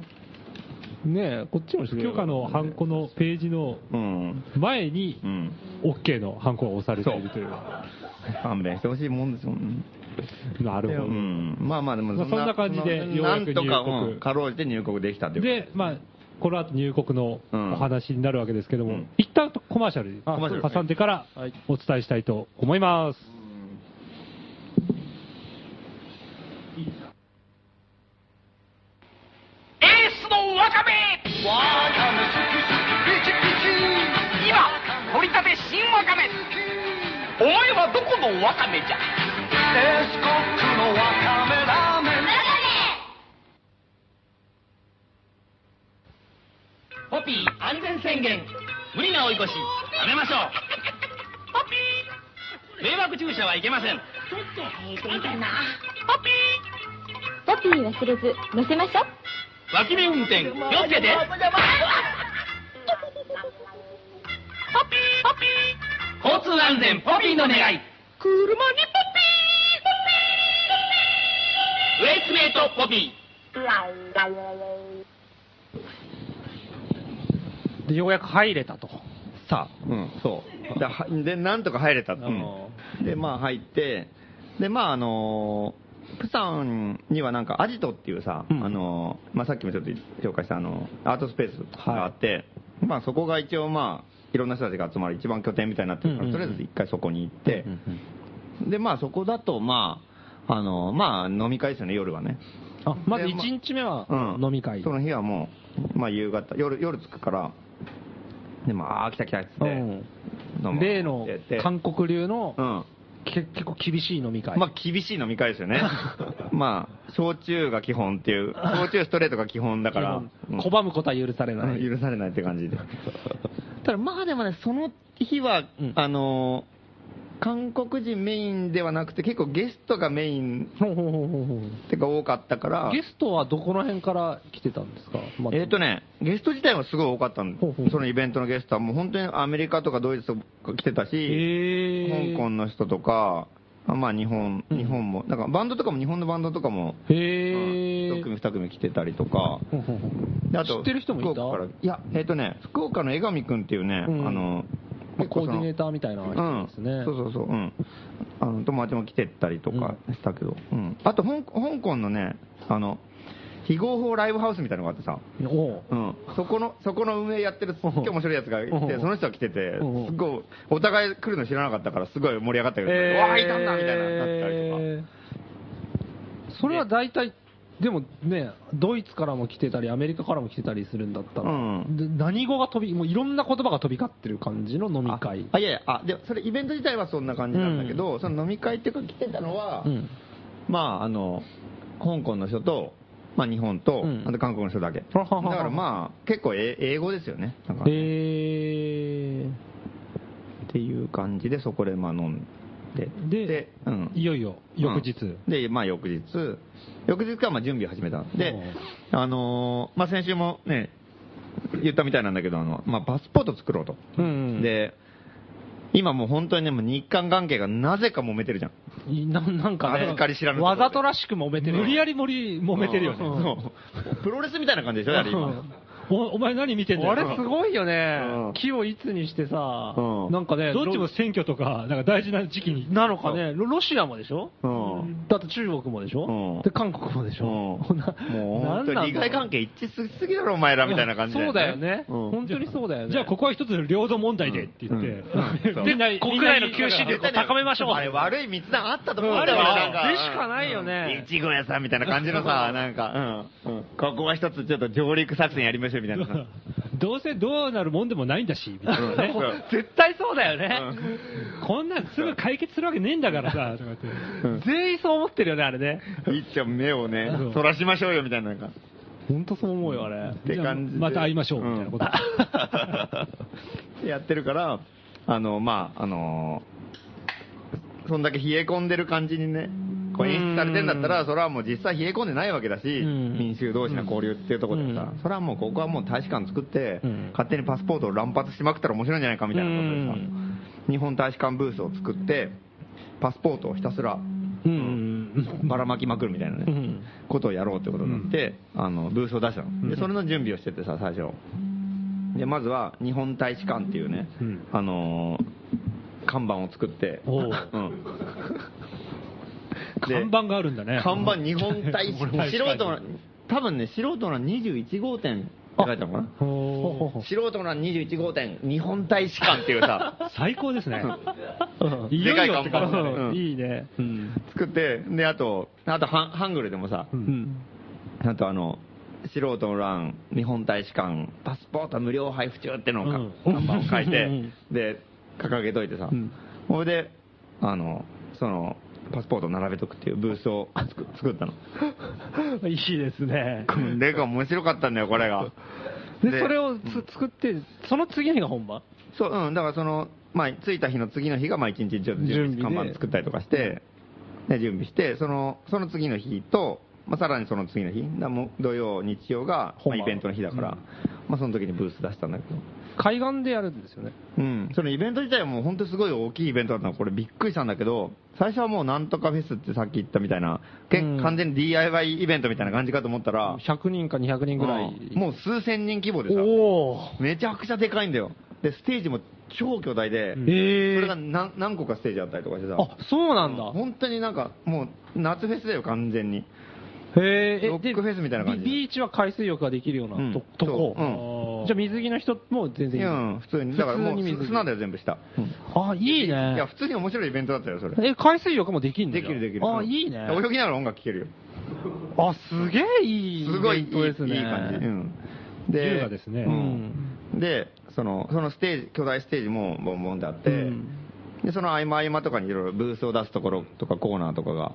S4: ねえ、こっちに押してくれれ
S2: 許
S4: ば
S2: 可のハンコのページの
S3: うん。うん。
S2: 前に
S3: う、ん。
S2: OK のハンコが押されているという。
S3: 勘弁してほしいもんですよ。うん
S2: なるほ
S3: う
S2: ど。
S3: ん。まあまあ、でも
S2: まあそんな感じで
S3: そん
S2: よう
S3: な
S2: や
S3: ん
S2: く
S3: とか、
S2: 入国
S3: うんかろうじて入国できたっていう。
S2: で、まあ、この後入国の
S3: うん
S2: お話になるわけですけども、
S3: うん
S2: 一旦コマーシャル
S3: あコマーシャル
S2: 挟んでから
S4: はい
S2: お伝えしたいと思います。
S5: エースのワカメ今掘りたて新ワカメお前はどこのワカメじゃエースコックのワカメラーメンポピー安全宣言無理な追い越しやめましょうポピー迷惑駐車はいけませんちょっと早いかなポピー
S6: ポピー忘れず乗せましょう
S5: 脇見運転気をつけてポピーポピー交通安全ポピーの願い車にポピーポピーウェイスメイトポピー
S4: でようやく入れたと。
S3: さあ、うん、そう。では、でなんとか入れた。うんで、まあ入って、で、まああのー、プサンにはなんかアジトっていうさ、
S4: うん
S3: あのー、まあさっきもちょっと紹介したあの、アートスペースがあって、まあそこが一応まあ、いろんな人たちが集まる一番拠点みたいになってるから、
S4: うんうんうん
S3: とりあえず一回そこに行って、で、まあそこだとまあ、あのー、まあ飲み会ですよね、夜はね。
S4: あ、まず
S3: でま
S4: 1日目は
S3: うん
S4: 飲み会。
S3: その日はもう、まあ夕方、夜、夜着くから、で、まあ、あー来た来たっつって、
S4: うん
S3: どうも
S4: 例の
S3: って言って
S4: 韓国流の
S3: うん。
S4: け結構厳しい飲み会。
S3: まあ、厳しい飲み会ですよね。まあ、焼酎が基本っていう、焼酎ストレートが基本だから、うん
S4: 拒むことは許されない。
S3: 許されないって感じで。ただ、まあでもね、その日は、
S4: うん
S3: あのー韓国人メインではなくて、結構ゲストがメイン
S4: ほうほうほうほうほう
S3: ってか多かったから、
S4: ゲストはどこの辺から来てたんですか、まず
S3: えっ、とね、ゲスト自体はすごい多かったん
S4: ほうほう
S3: そのイベントのゲストは、もう本当にアメリカとかドイツとか来てたし、
S4: へー
S3: 香港の人とか、あまあ日本、
S4: うん
S3: 日本も、なんかバンドとかも日本のバンドとかも、
S4: へ
S3: うん
S4: ー
S3: 一組二組来てたりとか、
S4: ほうほうほう
S3: であ
S4: 知ってる人もいた
S3: 福岡からいや、えっ、とね、福岡の江上くんっていうね、
S4: うん
S3: あの、
S4: まあコーディネー
S3: タ
S4: ターみたいな人ですね、
S3: うん、そうそうそう、うん。あの友達も来てったりとかしたけど、うんあと香港、香港のね、あの、非合法ライブハウスみたいなのがあってさ、
S4: おう
S3: うん、そこの、そこの運営やってるすっげえ面白いやつがいて、
S4: うん
S3: その人が来てて、
S4: うん
S3: すっごい、お互い来るの知らなかったから、すごい盛り上がったけど、
S4: えー
S3: わあ、いたんだみたいな、なったりとか。
S4: それは大体でもねドイツからも来てたりアメリカからも来てたりするんだったら、
S3: うん
S4: で何語が飛びもういろんな言葉が飛び交ってる感じの飲み会
S3: あいやいやあでそれイベント自体はそんな感じなんだけど、その飲み会っていうか来てたのは、
S4: うん
S3: まああの香港の人と、まあ、日本と、
S4: うん
S3: あと韓国の人だけだ
S4: はははは
S3: からまあ結構え英語ですよねなんか
S4: え
S3: っていう感じでそこでまあ飲んで
S2: で
S3: うん、
S2: いよいよ、翌日。
S3: うんで、まあ、翌日、翌日からまあ準備を始めたんで、あのーまあ、先週もね、言ったみたいなんだけど、あのまあ、パスポート作ろうと、
S4: うんうん
S3: で、今もう本当にね、もう日韓関係がなぜか揉めてるじゃん。
S4: ー、ななんかね
S3: 預かり知らぬところ
S4: わ
S3: で
S4: ざとらしく揉めてる
S2: 無理やり盛り、揉めてるよね。
S3: そう。プロレスみたいな感じでしょ、あれ今。
S2: おお前何見てんだよ。
S1: あれすごいよね
S3: うん。
S1: 木をいつにしてさ
S3: う、ん
S1: なんかね、
S2: どっちも
S1: ロ
S2: 選挙とか、なんか大事な時期に。
S1: なのかね、ロロシアもでしょ
S3: うん。
S1: だって中国もでしょ
S3: うん
S1: で、韓国もでしょ
S3: もう
S1: な
S3: 本
S1: なんなん
S3: 当
S1: だろう
S3: に利害関係一致しすぎだろ、お前らみたいな感じ
S1: そうだよね。
S3: うん
S1: 本当にそうだよね。
S2: じゃあここは一つ領土問題でって言って
S3: うんうん。
S2: みんなみんな
S1: 国内の求心力
S3: 絶対
S1: を
S3: だよ
S1: 高めましょう。
S3: あれ悪い密談あったと思う
S1: うんん
S3: だよ、
S1: あれ
S3: なんか。
S1: でしかないよね
S3: うんいちご屋さんみたいな感じのさ、なんか、うんうんここは一つちょっと上陸作戦やりましょうみたいなさ。
S2: どうせどうなるもんでもないんだし、みたいなね。
S1: こ絶対そうだよね。
S2: こんなんすぐ解決するわけねえんだからさ、とかって。
S3: うん
S1: 全員そう思ってるよね、あれね。
S3: いっちゃん目をね
S2: う、ん
S3: そらしましょうよみたいな、なんか。っ
S1: 本当そう思うよ、あれ。
S3: て感じで
S2: じゃあまた会いましょうみたいなこと
S3: うんやってるから、あの、まあ、あのーそんだけ冷え込んでる感じにね、こう演出されてんだった
S1: う
S3: ら、
S1: ん
S3: それはもう実際冷え込んでないわけだし、
S1: ん
S3: 民衆同士の交流っていうところでさ
S1: う、ん
S3: それはもうここはもう大使館作って
S1: うん、
S3: 勝手にパスポートを乱発しまくったら面白いんじゃないかみたいなことで
S1: う
S3: さ、日本大使館ブースを作って、パスポートをひたすら
S1: うん。
S3: ばらまきまくるみたいなね、
S1: うん
S3: ことをやろうってことになって、あのブースを出したのでそれの準備をしててさ最初でまずは日本大使館っていうね、
S2: うん
S3: あのー看板を作って、
S2: おう
S3: うんで
S2: 看板があるんだね。
S3: 看板日本大使
S2: 俺も
S3: 館素人の多分ね素人の21号店って書いてあるのかな
S2: ほう
S3: 素人の21号店日本大使館っていうさ
S2: 最高ですね。
S3: いよいよって感じだねうん
S1: いいね。
S3: 作ってであとあとハンハングルでもさ、
S1: うん。
S3: あとあの、素人の欄、日本大使館、パスポート無料配布中ってのをか、
S1: うん
S3: 看板を書いて
S1: うん、
S3: で、掲げといてさ、
S1: うん
S3: それで、あの、その、パスポートを並べとくっていうブースを作作ったの。
S1: いいですね。
S3: これが面白かったんだよ、これが。
S1: で、それをつ作って、その次の日が本番。
S3: そう、うん、だからその、まあ、着いた日の次の日が、まあ、一日ちょっと準備して
S1: 準備で
S3: 看板作ったりとかして、で、準備して、その、その次の日と、まあ、さらにその次の日、だからもう土曜、日曜が、まあ、
S1: 本番
S3: イベントの日だから、まあ、その時にブース出したんだけど。
S1: 海岸でやるんですよね。
S3: うん、そのイベント自体はもう本当にすごい大きいイベントだったの、これびっくりしたんだけど、最初はもうなんとかフェスってさっき言ったみたいな、け
S1: うん
S3: 完全に DIY イベントみたいな感じかと思ったら、
S1: 100人か200人ぐらい。
S3: うんもう数千人規模でさ、
S1: おお。
S3: めちゃくちゃでかいんだよ。で、ステージも超巨大で、
S2: ん
S3: そ
S1: え
S3: れが
S1: え。
S3: 何何個かステージあったりとかしてさ、
S1: あ、そうなんだ。
S3: 本当になんかもう夏フェスだよ、完全に。
S1: へえ。
S3: ロックフェスみたいな感じ
S1: ビビーチは海水浴ができるような
S3: うん
S1: ととこ。
S3: う
S1: じゃあ水着の人も全
S3: い
S1: 然いい
S3: や、うん普通に。だからも
S1: 普通に
S3: う
S1: 水着
S3: 砂だよ、全部した。
S1: あ、いい
S3: いや、
S1: ね。
S3: 普通に面白いイベントだったよ、それ。
S1: え、海水浴もできんの
S3: できるできる。
S1: あ、いいね。
S3: 泳ぎながら音楽聴けるよ。
S1: あ、すげえいいイベ
S3: すごいいい
S1: ントですね。
S3: いい感じ。うん。
S2: 優雅ですね
S3: うんで、その、そのステージ、巨大ステージもボンボンであって、
S1: うん
S3: で、その合間合間とかにいろいろブースを出すところとかコーナーとかが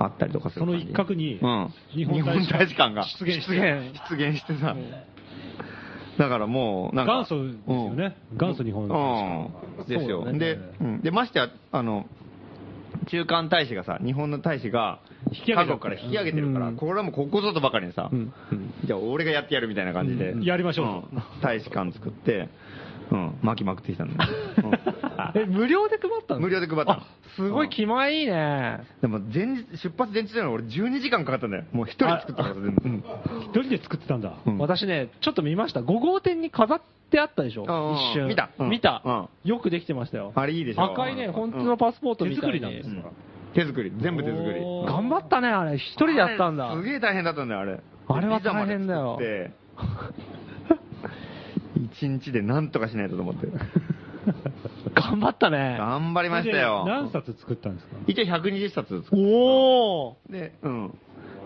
S3: あったりとかする
S2: その
S3: 感じ。
S2: 一角に
S3: うん、日
S2: 日本
S3: 本
S2: 大
S3: 大
S2: 使
S3: 使館
S2: 館
S3: が
S2: 出現して
S3: 出現してさ、だからもう、なんか。
S2: 元祖ですよね
S3: うん
S2: 元祖日本大
S3: うんですよ。
S1: そうだね
S3: で、うんで、ましてや、あの、中間大使がさ、日本の大使が、
S2: き上げた
S3: 韓国から引き上げてるから、
S1: うん
S3: これはもうここぞとばかりにさ、
S1: うん
S3: じゃあ俺がやってやるみたいな感じで、
S2: うんやりましょうと
S3: ん大使館作って、うん、巻きまくってきたんだよ、
S1: え、無料で配ったの
S3: うん無料で配ったの
S1: あ、すごい気前いいね。
S3: でも前日、出発前日なのに俺12時間かかったんだよ。もう一人で作ったからさ、全部。うん
S2: 一人で作ってたんだ。
S3: うん
S1: 私ね、ちょっと見ました。5号店に飾ってあったでしょ
S3: うん
S1: 一瞬。
S3: 見たうん
S1: 見た、
S3: う
S1: よくできてましたよ。
S3: あれいいでしょ
S1: 赤いね、本当のパスポートみたいに
S2: 手作りなんですよ
S3: 手作り、全部手作り。
S2: おー
S1: 頑張ったね、あれ。一人でやったんだ
S3: あれ。すげえ大変だったんだよ、あれ。
S1: あれは
S3: ピザまで
S1: 大変だよ
S3: 作って。 一日でなんとかしないとと思って。
S1: 頑張ったね。
S3: 頑張りました
S2: で何
S3: よ。
S2: 冊作ったんですか
S3: 一応120冊作っ
S1: おー。
S3: て、うん。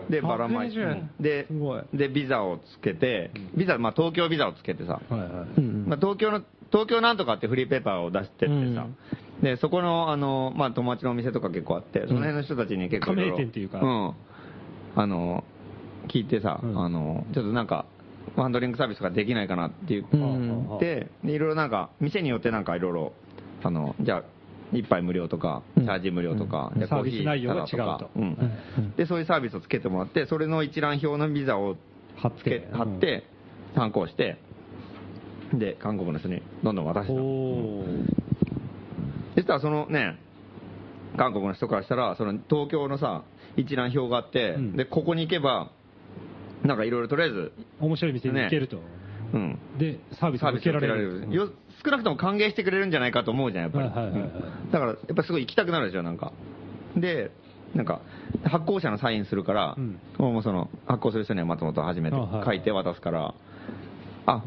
S3: で、ばらまいて
S1: 120、
S3: です
S1: ごい、
S3: で、ビザをつけて、ビザ、まあ東京ビザをつけてさ、
S2: はいはい。
S3: まあ、東京の、東京なんとかってフリーペーパーを出してってさ、
S1: うん
S3: で、そこの、あの、まあ、友達のお店とか結構あって、その辺の人たちに結構いろいろ、
S2: 加盟店っていうか
S3: うん。あの、聞いてさ、
S2: うん
S3: あの、ちょっとなんか、ワンドリンクサービスができないかなっていう、
S1: うん
S3: で、でいろいろなんか、店によってなんかいろいろ、あの、じゃあ、一杯無料とか、チ
S1: うん
S3: ャージ無料とか、
S2: うん
S3: じゃあ
S2: サービス内容が違う
S3: コーヒ
S2: と
S3: ータダうん
S1: うん
S3: で、そういうサービスをつけてもらって、それの一覧表のビザを
S2: 貼っ
S3: つけ
S2: て。
S3: 貼って、参考して、で、韓国の人にどんどん渡した。そ
S2: おー
S3: したらそのね、韓国の人からしたら、その東京のさ、一覧表があって、
S2: うん
S3: で、ここに行けば、なんかいろいろとりあえず、
S2: 面白い店に行けると。
S3: うん。
S2: で、サービス
S3: サ
S2: が
S3: ービス
S2: 受け
S3: を
S2: ら
S3: 受け
S2: れ
S3: られ
S2: る。
S3: る。よ少なくとも歓迎してくれるんじゃないかと思うじゃん、やっぱり。
S2: はいはいはいはい
S3: うんだから、やっぱすごい行きたくなるでしょ、なんか。で、なんか、発行者のサインするから、
S2: うん
S3: もうその、発行する人には松本はじめて
S2: あはい
S3: 書いて渡すから、あ、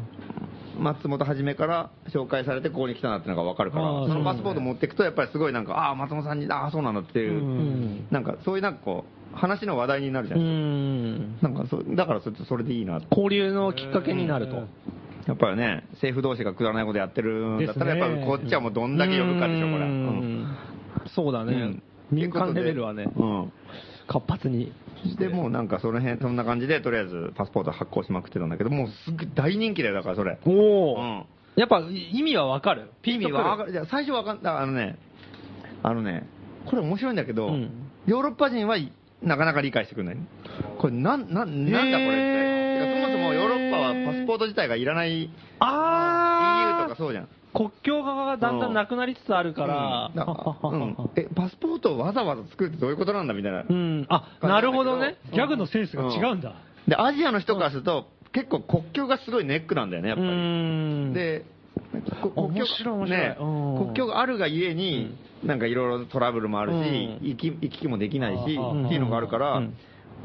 S3: 松本はじめから紹介されてここに来たなってのが分かるから
S2: あ
S3: そ
S2: ー、そ
S3: の
S2: うなんだ
S3: パスポート持っていくと、やっぱりすごいなんか、ああ、松本さんに、ああ、そうなんだっていう、
S1: うん
S3: なんか、そういうなんかこう、話の話題になるじゃ
S1: う
S3: ないですか。
S1: ん。
S3: なんかそ、だからそれそれでいいなって。
S1: 交流のきっかけになると。
S3: やっぱりね、政府同士がくだらないことやってるんだったら、
S2: です
S3: や
S2: ね
S3: っぱこっちはもうどんだけ呼ぶかでしょ、これ。
S1: う
S3: うん
S1: んそうだ
S3: う
S1: ね
S3: ん。
S1: 民間レベルはね
S3: という、こ
S1: 活発に。
S3: とでうん。で、もうなんかその辺、そんな感じで、とりあえずパスポート発行しまくってたんだけど、もうすぐ大人気だよ、だからそれ。
S1: おお、
S3: うん
S1: やっぱ意味はわかる。
S3: 意味はわか
S1: る。
S3: る。じゃあ最初わかんだからあのね、あのね、これ面白いんだけど、
S1: うん
S3: ヨーロッパ人はいなかなか理解してくれない。これなん、なん、なんだこれって。てかそもそもヨーロッパはパスポート自体がいらない、EU
S1: ああ
S3: とかそうじゃん。
S1: 国境側がだんだんなくなりつつあるから、
S3: うんだからうん え、パスポートをわざわざ作るってどういうことなんだみたいな。
S1: うん、あ、なるほどね。
S2: ギャグのセンスが違うんだ。
S3: で、アジアの人からすると、結構国境がすごいネックなんだよね、やっ
S1: う
S3: ぱり。
S1: ん。、
S3: で、こ国
S1: 面
S3: 境
S1: 白い面白い
S3: ね
S1: うん
S3: 国境があるがゆえに、なんかいろいろトラブルもあるし、
S1: うん
S3: 行き行き来もできないし、っていう
S2: あー
S3: のがあるから、
S1: うん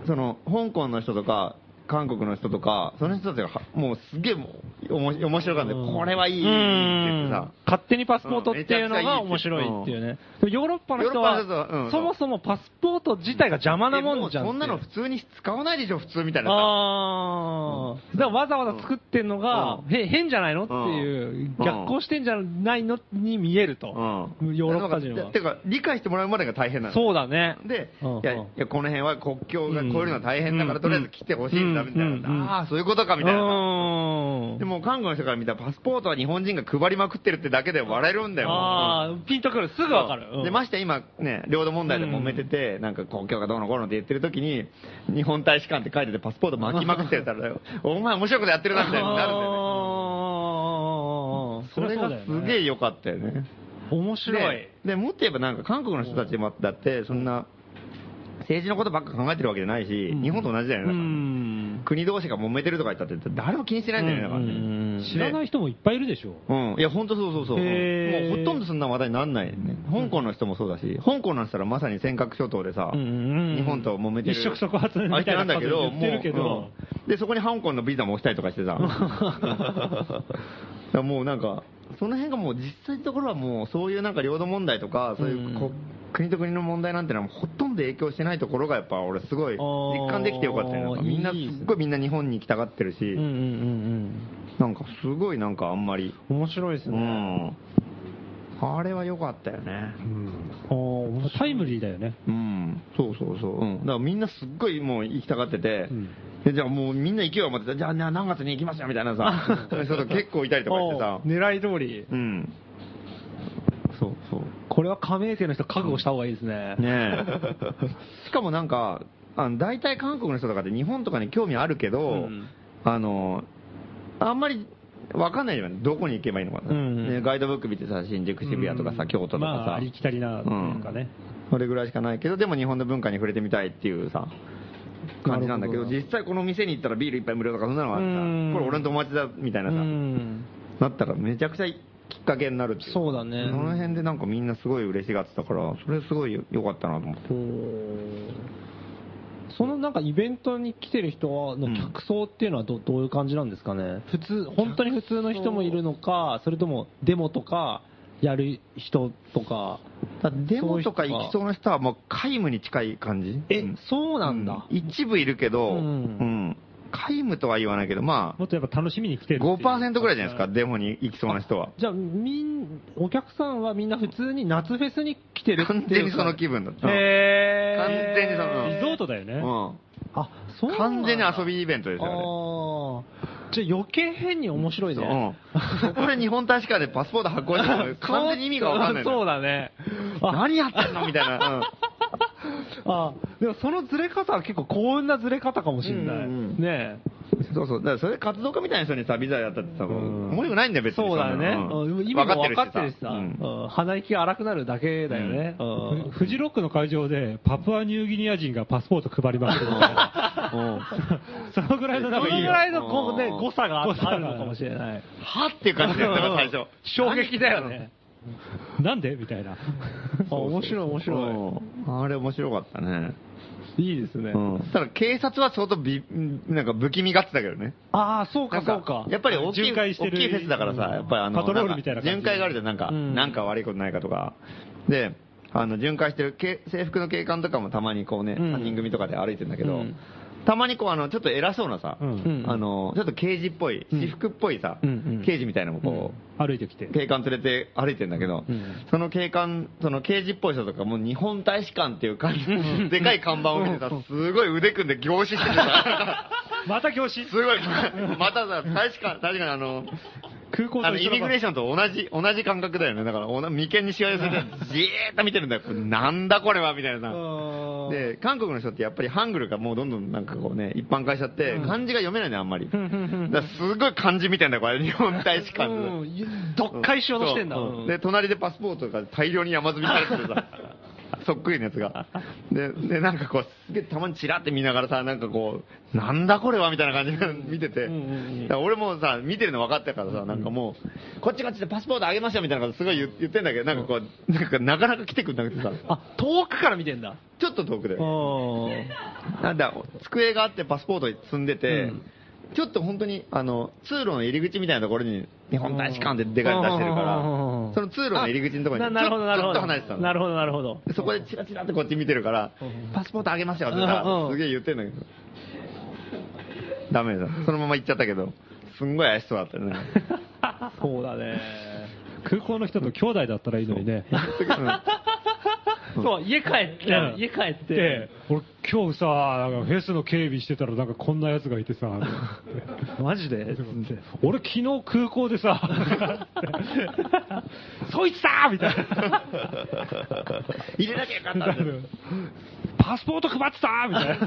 S3: その、香港の人とか、韓国の人とか、その人たちがは、もうすげえもうおも面白かった、これはいいって
S1: う
S3: 言って
S1: ん
S3: さ。。
S1: 勝手にパスポートっていうのが
S3: うん
S1: 面
S3: めちゃくちゃ
S1: 白
S3: いいって
S1: いっていうね。でもヨーロッパの人
S3: ヨーロッパの人はう
S1: は
S3: ん、
S1: そもそもパスポート自体が邪魔なもんじゃん。
S3: えもうそんなの普通に使わないでしょ、普通みたいなさ。
S1: ああ、だからわざわざ作ってんのが、
S3: うん
S1: へ変じゃないのって
S3: う
S1: い
S3: ん
S1: う、逆行してんじゃないのに見えると、
S3: うん
S1: ヨーロッパ人は
S3: て。か、理解してもらうまでが大変なの。
S1: そうだね。
S3: で、
S1: うん
S3: いや、
S1: うん
S3: いやこの辺は国境が越えるのは大変だから、
S1: うん
S3: とりあえず来てほしいんだ、
S1: うん
S3: みたい
S1: う
S3: な。
S1: ん
S3: ああ、そういうことか、みたいな。
S1: うん
S3: でも、韓国の人から見たら、パスポートは日本人が配りまくってるってだけで笑えるんだよ。
S1: ああ、ピンとくる。すぐわかる。うん
S3: で、ましてや今、ね、領土問題で揉めてて、なんか国境がどうのこうのって言ってる時に、日本大使館って書いててパスポート巻きまくってたら、お前面白いことやってるな、みたいになるんだよね。
S1: あー
S3: それがすげえ良かったよね。
S1: 面白い
S3: で。でもっと言えばなんか韓国の人たちもだってそんな政治のことばっか考えてるわけじゃないし、日本と同じだ
S1: う
S3: よね、だから
S1: ん。
S3: 国同士が揉めてるとか言ったって誰も気にしてないんだよね、だからね、
S1: うん
S2: 知らない人もいっぱいいるでしょ。
S3: うん、いや、本当そうそうそう。も
S1: へー
S3: うほとんどそんな話題にならないよね。香港の人もそうだし、香港の人はまさに尖閣諸島でさ、
S1: うんうんうん
S3: 日本と揉めてる。
S2: 一触即発みたいな
S3: 相手なんだけど、
S2: こと言ってるけど
S3: もううんで、そこに香港のビザも押したりとかして さ。だからもうなんか、その辺がもう実際のところはもうそういうなんか領土問題とか、そういうこ
S1: うん
S3: 国と国の問題なんてのはほとんど影響してないところがやっぱ俺すごい実感できてよかったよね。なんかみんな
S1: あ
S3: す
S1: ーいいですね
S3: っごいみんな日本に行きたがってるし、
S1: うんうんうん
S3: なんかすごいなんかあんまり。
S1: うん。面白いです
S3: う
S1: ね。
S3: ん。あれは良かったよね。
S1: うん
S2: タイムリーだよね。
S3: うん。そうそうそう。うん。だからみんなすっごいもう行きたがってて、
S2: うん
S3: でじゃあもうみんな行けよ、待ってた。じゃあな何月に行きますよ、みたいな さ。そういう人結構いたりとかしてさ
S1: お。狙い通り。
S3: うん。そうそう。
S1: これは加盟店の人覚悟した方がいいですね。
S3: ね え。しかもなんか、あの大体韓国の人とかって日本とかに興味あるけど、
S1: うん
S3: あの、あんまり、わかんないよね。どこに行けばいいのかな。
S1: うん
S3: ねガイドブック見てさ、新宿、渋谷とかさ、京都とかさ。
S2: まあ、ありきたりな、なんかね。
S3: それぐらいしかないけど、でも日本の文化に触れてみたいっていうさ、感じなんだけど、
S1: なるほど
S3: 実際この店に行ったらビール一杯無料とかそんなのがあって
S1: うん
S3: さ、これ俺の友達だみたいうなさ、
S1: ん。
S3: なったらめちゃくちゃきっかけになるっていう。
S1: そうだね
S3: その辺でなんかみんなすごい嬉しがってたから、それすごい良かったなと思って。
S1: そのなんかイベントに来てる人は
S3: うん
S1: の客層っていうのはど,、うどういう感じなんですかね普通本当に普通の人もいるのかそれともデモとかやる人とか
S3: だからデモとか行きそうな人はもう皆無に近い感じ
S1: え、
S3: うん
S1: そうなんだ、
S3: 一部いるけど、
S1: う
S3: うんん。皆無とは言わないけど、まあ
S2: もっ、とやっぱ楽しみに来てるっていう。
S3: 5%ぐらいじゃないですか、デモに行きそうな人は。
S1: じゃあみんお客さんはみんな普通に夏フェスに来てるっていう
S3: 完全にその気分だった。
S1: へ
S3: 完全にその
S2: リゾートだよね。
S3: うん。
S1: あそうなんだ
S3: 完全に遊びイベントですよ、
S1: ああーじゃあ余計変に面白
S3: あれ。
S1: いね、
S3: うん。これ日本大使館でパスポート発行し ても完全に意味がわかんないの
S1: そうだね。あ
S3: 何やってんのみたいな。
S1: あ、でもそのずれ方は結構幸運なずれ方かもしれない。
S3: うんうん
S1: ねえ。
S3: そうそう。だからそれ活動家みたいな人にさ、ビザやったってさ、もう
S1: うん
S3: 面白くないんだよ、別に。
S1: そうだよね。
S3: ん
S1: うん今も分かってるしさ、
S3: う
S1: うんん鼻息が荒くなるだけだよね。うん
S2: フジロックの会場で、パプアニューギニア人がパスポート配りますけどそのぐらい
S1: そ
S2: の
S1: の
S2: 中
S1: ぐ
S2: に
S1: らいのこう、ね、
S3: うん
S1: 誤差があ
S2: 誤差が
S1: あるのかもしれない。
S3: はっていう感じだったから、最 初。
S1: 衝撃だよね。
S2: なんでみた いな。
S1: あ面白い面白
S3: うんあれ面白かったね。
S1: い。いいですね。
S3: うん。ただ警察は相当び、なんか不気味がってたけどね。
S1: ああ、そう
S3: な
S1: か
S3: ん
S1: そうか。
S3: やっぱり大きい、
S2: 巡回して
S3: 大
S2: る
S3: きいフェスだからさ、やっぱりあの、
S2: パトロールみたいな感じで
S3: んか巡回があるじゃん、なんか、
S1: うん
S3: なんか悪いことないかとか。で、あの、巡回してるけ制服の警官とかもたまにこうね、
S1: うん
S3: 3人組とかで歩いてんだけど、
S1: うん
S3: たまにこうあの、ちょっと偉そうなさ、
S2: うん
S3: あの、ちょっと刑事っぽい、私服っぽいさ、
S1: うんうん
S3: 刑事みたいなのもこ
S2: 歩いてきて
S3: う、。警官連れて歩いてんだけど、
S1: うん
S3: その警官、その刑事っぽい人とかもう日本大使館っていう感じの、でかい看板を見てさ、すごい腕組んで凝視しててさ、
S2: また教師
S3: すごい、またさ、大使館、大使館あの、
S2: 空港
S3: あ
S2: と
S3: の、
S2: 一
S3: イ
S2: 緒
S3: ミグレー
S2: だ
S3: ションと同じ、同じ感覚だよね。だから、おな眉間にしわ寄せて、じーっと見てるんだよ。これなんだこれはみたいな。
S1: うん
S3: で、韓国の人ってやっぱりハングルがもうどんどんなんかこうね、一般化しちゃって、漢字が読めないね、あんまり。だからすごい漢字見てんだよ、これ。日本大使館で。
S1: うんどっかいしようとしてんだ。
S3: そう
S1: うん
S3: で、隣でパスポートが大量に山積みされてて さ、そっくりのやつが。で、で、なんかこう、すげえたまにチラって見ながらさ、なんかこう、なんだこれはみたいな感じで見てて、だから俺もさ、見てるの分かったからさ、なんかもう、こっちこっちでパスポートあげますよみたいなことすごい言言ってんだけど、なんかこう、なんかなかなか来てくんなくてさ、
S1: あ、遠くから見てんだ。
S3: ちょっと遠くで。
S1: うん
S3: なんだ、机があってパスポート積んでて、ちょっと本当に、あの、通路の入り口みたいなところに、日本大使館ってでかいの出してるから
S1: う、ん
S3: その通路の入り口のところ
S1: な
S3: に
S1: な
S3: ちょ
S1: るほど、なる
S3: ちょ
S1: ほ
S3: っと離れてた
S1: ど。
S3: の。
S1: なるほど、なるほ ど。
S3: でそこでチラチラってこっち見てるから、パスポートあげますよってさ
S1: うんうん
S3: すげえ言ってんだけど。ダメだ。そのまま行っちゃったけど、すんごい怪しそうだった よね。
S1: そうだね。
S2: 空港の人と兄弟だったらいいのにね。
S1: そう、家帰って、家帰って
S2: で、、俺今日さ、なんかフェスの警備してたらなんかこんな奴がい てさ、
S1: マジで
S2: 俺昨日空港 でさ、そいつだみたい な。
S3: 入れなきゃよかったんだよ
S2: パスポート配ってたみたいな。
S3: い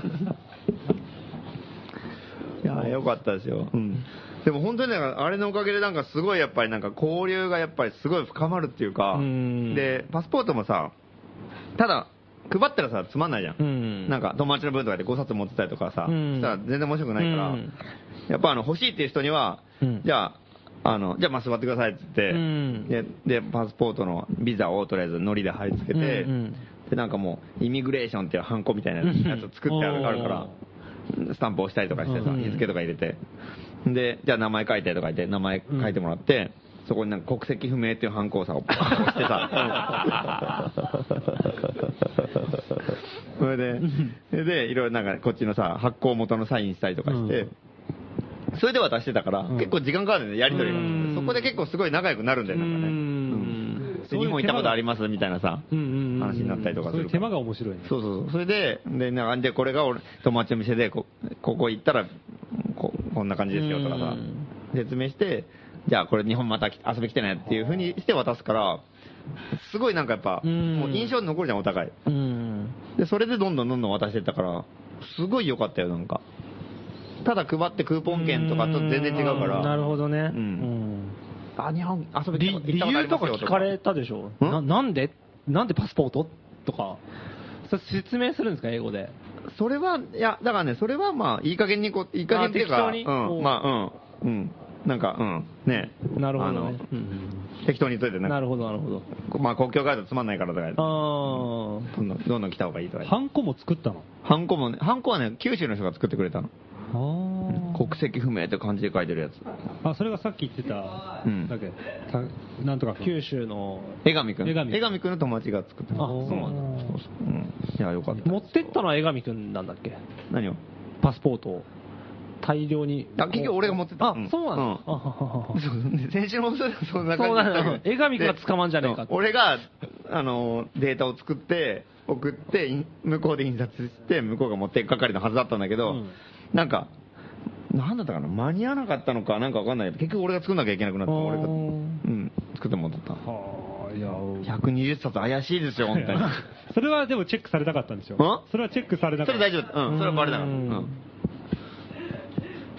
S3: やー、よかったですよ。でも本当になんかあれのおかげでなんかすごいやっぱりなんか交流がやっぱりすごい深まるっていうか、
S1: ん
S3: で、パスポートもさ、ただ、配ったらさ、つまんないじゃん。
S1: うん
S3: なんか友達の分とかで5冊持ってたりとかさ、
S1: うん
S3: したら全然面白くないから、
S1: うん
S3: やっぱあの欲しいっていう人には、
S1: うん
S3: じゃあ、あの、じゃあまあ座ってくださいって言って、
S1: うん
S3: でで、パスポートのビザをとりあえずノリで貼り付けて、
S1: うんうん
S3: で、なんかもう、イミグレーションっていうハンコみたいなやつを作ってあるあるから、スタンプ押したりとかしてさ、
S1: うん
S3: 日付とか入れて。で、じゃあ名前書いてとか言って、名前書いてもらって、そこになんか国籍不明っていうハンコをさ、押して さ。それで、それで、いろいろなんかこっちのさ、発行元のサインしたりとかして、それで渡してたから、結構時間かかるんだよね、やりとり
S1: うん
S3: が。そこで結構すごい仲良くなるんだよ、なんかね。うんで
S2: そういう
S3: 日本行ったことありますみたいなさ、
S1: んうんうんうん
S3: 話になったりとか
S2: そ
S3: す
S2: うい
S3: る
S2: う
S3: か
S2: 手
S3: ら
S2: 間が面白いね。
S3: そうそうそう。それで、で、なんでこれが俺、友達の店でこ、ここ行ったら、ここんな感じですよとかさ
S1: うん、
S3: 説明して、じゃあこれ日本また来遊び来てねっていうふうにして渡すから、すごいなんかやっぱ、
S1: うん
S3: もう印象に残るじゃん、お互い。
S1: うん。
S3: で、それでどんどんどんどん渡してったから、すごい良かったよ、なんか。ただ配ってクーポン券とかと全然違うから、
S1: なるほどね。
S3: うあ、日本遊
S1: うん
S3: び
S1: 理
S3: 行っ
S1: 理
S3: たことあ
S1: 由
S3: り
S1: と
S3: ます
S1: か
S3: よ
S1: 聞かれたでしょななんでなんでパスポートとか。それ説明するんですか、英語で。
S3: それは、いや、だからね、それはまあ、いい加減にこう、いい加減っていうか、
S1: あ適当に
S3: う
S1: お
S3: ん、
S1: う
S3: まあ、うん、うん。なんか、うん、ね。
S1: なるほど
S3: あ
S1: ね
S3: の。
S1: うん
S3: 適当に言っといて
S1: な
S3: ね。
S1: るほど、なるほど。
S3: まあ、国境ガイドつまんないからとか、
S1: あ
S3: どんどん、どんどん来た方がいいと
S2: ハ
S3: か。
S2: ンコも作ったの。
S3: ハンコもね、ハンコはね、九州の人が作ってくれたの。
S2: あ
S3: 国籍不明って漢字で書いてるやつ。
S2: あ。それがさっき言ってた、
S3: うん
S2: だっけ、たなんとか
S1: あ。。九州の。
S3: 江上くん。
S2: 江上
S3: 江上くんの友達が作って
S1: あ、
S3: た。
S1: そうなんだ。
S3: そうそううん。いや、よかった。
S1: 持ってったのは江上くんなんだっけ
S3: 何を
S1: パスポートを大量に。
S3: あ結局俺が持ってった
S1: あ、そうなんだ。
S3: うん
S1: あはははは
S3: そうね先週もそうそんな
S1: そ
S3: 感
S1: う
S3: じ
S1: なの
S3: だったけど
S1: 江上君が捕まんじゃねえか
S3: で
S1: って
S3: 俺が、あの、データを作って、送って、イン向こうで印刷して、向こうが持っていく係のはずだったんだけど、
S2: うん
S3: なんか、なんだったかな間に合わなかったのか、なんかわかんないけど、結局俺が作んなきゃいけなくなって、
S1: あー
S3: 俺が、うん、作ってもらった。
S2: はあ、いや、
S3: 120冊怪しいですよ、本当に。
S2: それはでもチェックされなかったんでしょ
S3: ん
S2: それはチェックされ な
S3: そ
S2: かっ
S3: れ
S2: た。
S3: 大丈夫。うん、それはバレなかった。うん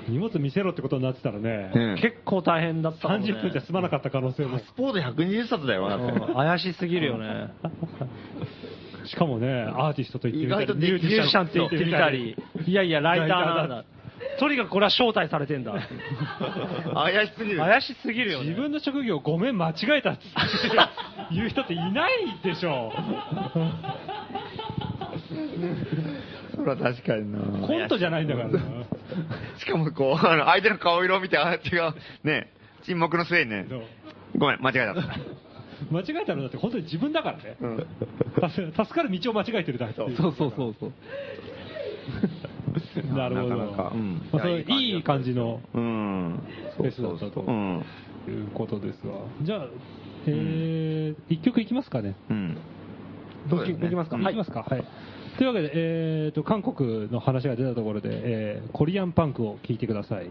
S2: 荷物見せろってことになってたらね、
S3: ね
S1: 結構大変だったもんね
S2: 30分じゃ済まなかった可能性も
S3: パ。スポート120冊だよ、だ
S1: うん
S3: っ
S1: 怪しすぎるよね。
S2: しかもね、アーティストと言ってみた
S3: 意外と
S2: り、
S3: できる
S1: ミュージシャンって言ってみたり、いやいや、ライターなん
S2: ライ
S1: だ。とにかくこれは招待されてんだ。
S3: て。 怪しすぎる。
S1: 怪しすぎるよね。
S2: 自分の職業ごめん間違えたって言う 人っていないでしょ
S3: それは確かにな
S2: コントじゃないんだからな
S3: しかもこう、あの相手の顔色を見て、あ違う、ね、沈黙の末にね
S2: そう、
S3: ごめん、間違えた。
S2: 間違えたのだって本当に自分だからね、
S3: ん
S2: 助助かる道を間違えてるだけっていう
S1: そうそうそうそう。
S2: なるほど
S3: なかなかうん
S2: まあ、それいい感じの
S3: うん。
S2: フェスだったと
S3: うん。
S2: いうことですわじゃあ、えー一曲いきますかね
S3: うん。
S2: どうきますか、はい、きますか、はい。というわけで、えー、と韓国の話が出たところで、えーコリアンパンクを聞いてください。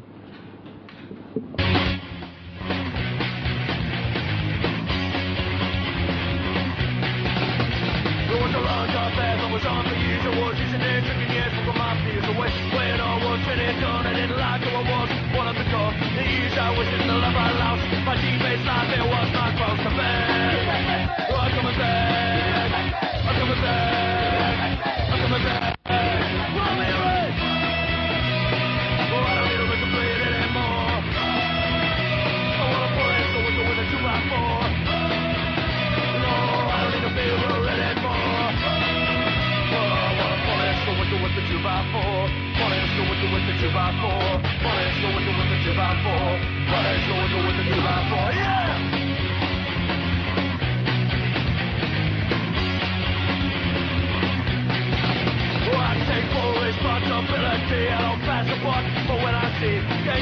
S4: Oh,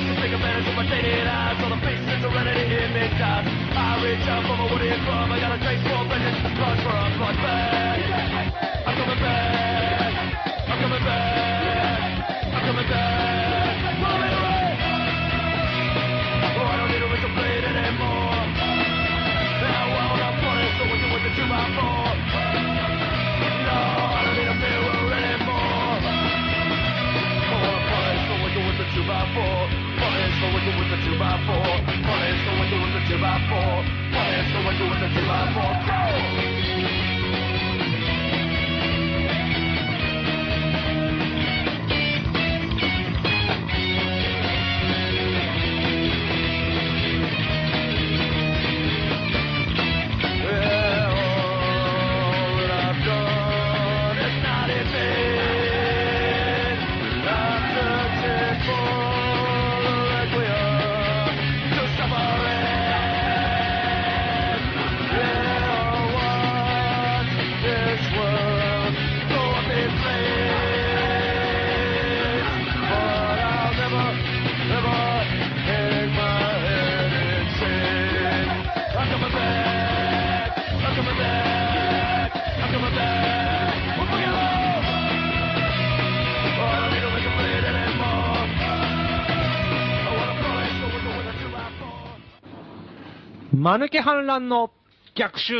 S4: 間抜け反乱の逆襲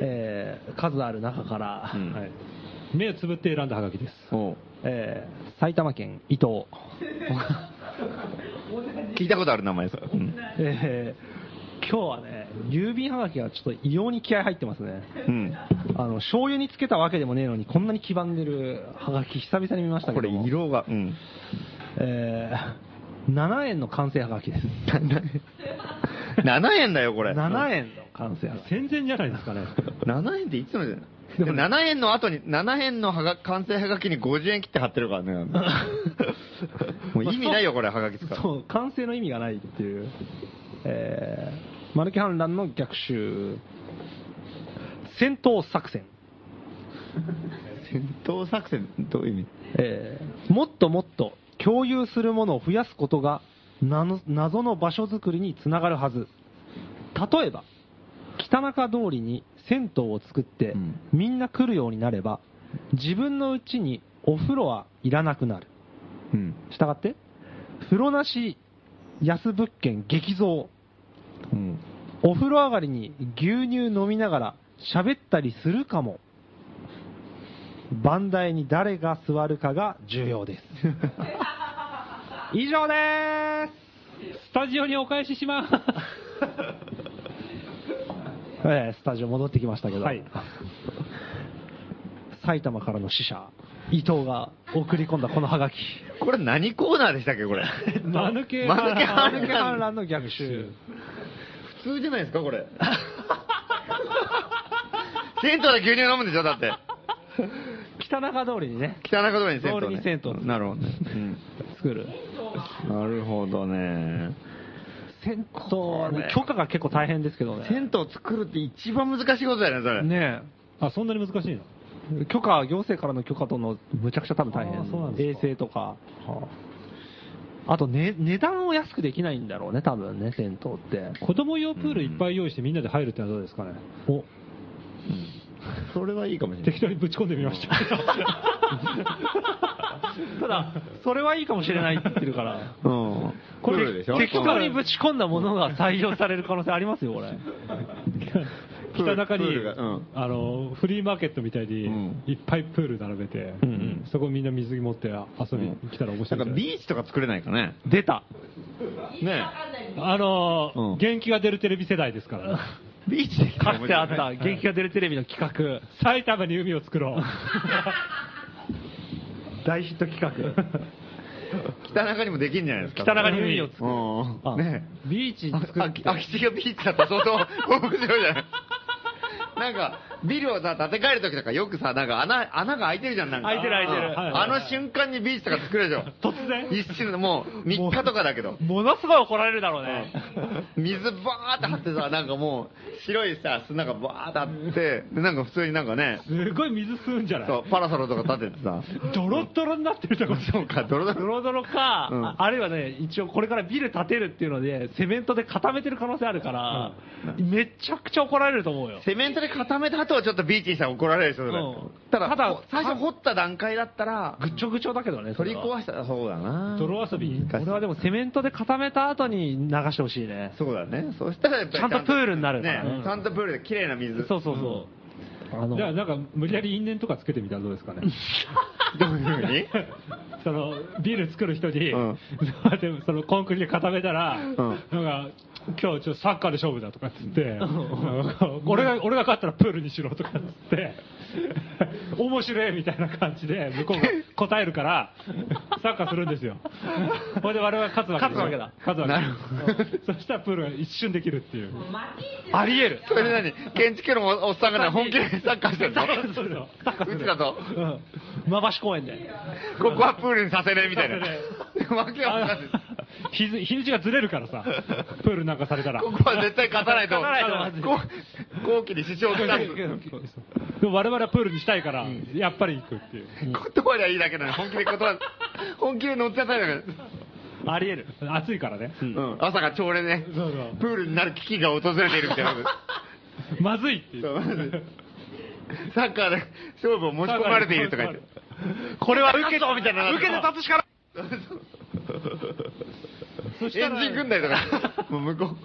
S1: えー数ある中から、
S3: うん
S1: はい
S2: 目をつぶって選んだハガキです。
S3: おう
S1: えー埼玉県伊 東、
S3: 聞いたことある名前です。うん
S1: えー今日はね、郵便はがきがちょっと異様に気合入ってますね。
S3: うん。
S1: あの醤油につけたわけでもねえのに、こんなに黄ばんでるはがき、久々に見ました
S3: こ
S1: け
S3: れ
S1: ども、
S3: 色が、うん。
S1: えー7円の完成はがきです。
S3: 7円だよ、 これ。
S1: 7円の完成はがき。
S2: 戦前じゃないです かね。
S3: 7円っていつのじゃない7円の後に、7円のはが完成はがきに50円切って貼ってるからね。 もう意味ないよ、これ、はがき使う。
S1: そう、完成の意味がないっていう、えー、マルキ反乱の逆襲、戦闘作戦、
S3: 戦闘作戦、どういう意味
S1: えー、もっともっと共有するものを増やすことがなの謎の場所づくりにつながるはず。例えば、北中通りに銭湯を作って、
S3: うん
S1: みんな来るようになれば、自分のうちにお風呂はいらなくなる。
S3: うん。
S1: したがって風呂なし安物件激増。
S7: うん。
S1: お風呂上がりに牛乳飲みながら喋ったりするかも。番台に誰が座るかが重要 です。以上でーす。
S2: スタジオにお返しします。
S1: えースタジオ戻ってきましたけど、
S2: はい
S1: 埼玉からの死者、伊藤が送り込んだこのハガキ。
S3: これ何コーナーでしたっけ、これ。
S2: 間抜け。
S3: 間抜け
S1: ハガキ反乱の逆襲。
S3: 普通じゃないですか、これ。銭湯で牛乳飲むんでしょ、だって。
S1: 北中通りにね、
S3: 北中通りに銭湯、ね。
S1: 通りに銭湯
S3: なるほどね。
S1: 作る。
S3: うんなるほどね。
S1: 銭湯ね、許可が結構大変ですけどね。
S3: 銭湯作るって一番難しいことだよね、それ。
S1: ね
S2: あ、そんなに難しいの
S1: え許可、行政からの許可との、むちゃくちゃ多分大
S2: あーそうなんで
S1: 変。
S2: す
S1: 衛生
S2: か
S1: とか。あと、ね、値段を安くできないんだろうね、多分ね、銭湯って。
S2: 子供用プールいっぱい用意してみんなで入るってのはどうですかね。
S1: お
S3: それはいいかもしれない。
S2: 適当にぶち込んでみました。
S1: ただ、それはいいかもしれないって言ってるから。
S3: うん。
S1: こ
S3: プー
S1: れ
S3: ルでしょ
S1: 適当にぶち込んだものが採用される可能性ありますよ、こ れ。
S2: 北中に
S3: プールがうん、
S2: あの、フリーマーケットみたいに
S3: うん、
S2: いっぱいプール並べて
S1: うんうん、
S2: そこみんな水着持って遊びに来たら面白いんじゃ
S3: な
S2: なんい
S3: かビーチとか作れないかね。
S1: 出た。
S3: ね
S2: あのー
S3: うん
S2: 元気が出るテレビ世代ですか ら、ね、
S3: ビーチでき
S1: かつてあ った、
S3: 元
S1: 元気が出るテレビの企
S2: 埼玉に海を 作ろう。
S1: 画。 大ヒット企画。
S3: 北中にもできんじゃないですか。
S1: 北中に海を作る。
S3: うん。ねえ
S1: ビーチ作
S3: あ
S1: って。
S3: 空き地がビーチだったら相当面白いじゃ ない。なんか、ビルをさ、建て替えるときとかよくさ、なんか穴、穴が開いてるじゃん、なんか。
S1: 開いてる開いてる
S3: うん
S1: はい
S3: あの瞬間にビーチとか作るでしょ。
S1: 突然
S3: 一瞬でもう、3日とかだけど。
S1: ものすごい怒られるだろうね。
S3: 水バーって張ってさ、なんかもう、白いさ、砂がバーって張って、で、なんか普通になんかね、
S2: すごい水吸うんじゃない
S3: そう、パラソルとか立ててさ、
S2: ドロッドロになってるとこ
S3: そうか、ドロド
S1: ド
S3: ロ。
S1: ロドロか、
S3: うん
S1: ああるいはね、一応これからビル建てるっていうので、セメントで固めてる可能性あるから、めちゃくちゃ怒られると思うよ。
S3: セメントで固めた後はちょっとビーチにしたら怒られるでしょ、それ
S1: うん
S3: ただ、
S1: ただ
S3: こ最初掘った段階だったら、
S1: ぐちょぐちょだけどね、そ
S3: 取
S1: れ
S3: り
S1: は
S3: 壊したらそうだな。
S2: 泥遊び
S3: 難しい
S1: 俺はでもセメントで固めた後に流してほしいね。
S3: そうだね。そしたらやっぱり
S1: ちゃんとプールになるから
S3: ね
S1: ね。
S3: ちゃんとプールで綺麗な水。
S1: そうそうそう。あの
S2: じゃあなんか無理やり因縁とかつけてみたらどうで すかね
S3: どういうふうに
S2: そのビール作る人に、
S3: うん
S2: そうやってそのコンク リで固めたら、なんか今日ちょっとサッカーで勝負だとかっつって、なんか俺が俺が勝ったらプールにしろとかっつって 面白いみたいな感じで向こうが答えるからサッカーする んですよほいで我々が勝つわけですよ
S1: 勝つわけだ
S2: 勝つわけ
S3: なる
S2: うんそしたらプールが一瞬できるっていう
S1: あり得る。
S3: それで何現地家のおおっさ んがね本気でサッカーしてるの
S2: そうそう
S3: うちだと。
S1: うん。馬橋公園で。
S3: ここはプールにさせねえみたいな。わけわかんない。
S2: 日付日にちがずれるからさプールなんかされたら
S3: ここは絶対勝たないと。
S1: 勝たないと
S3: こう後期に支障をきたす。
S2: でも我々はプールにしたいから、やっぱり行くっていう。
S3: 断りゃいいだけなのに、本気で断る。本気で乗っちゃったいだけ
S2: あり得る。暑いからね。
S3: うん。朝が朝礼ね
S2: そうそう、
S3: プールになる危機が訪れているみたいなこと。
S2: まずいっていう。
S3: そうまずサッカーで勝負を持ち込まれているとか言って。
S1: これは受け
S3: そうみたいな
S1: 受けて立つしかない。
S2: そし
S3: エ
S2: た
S3: ン
S2: ら
S3: ジン組んだりとか、もう向こ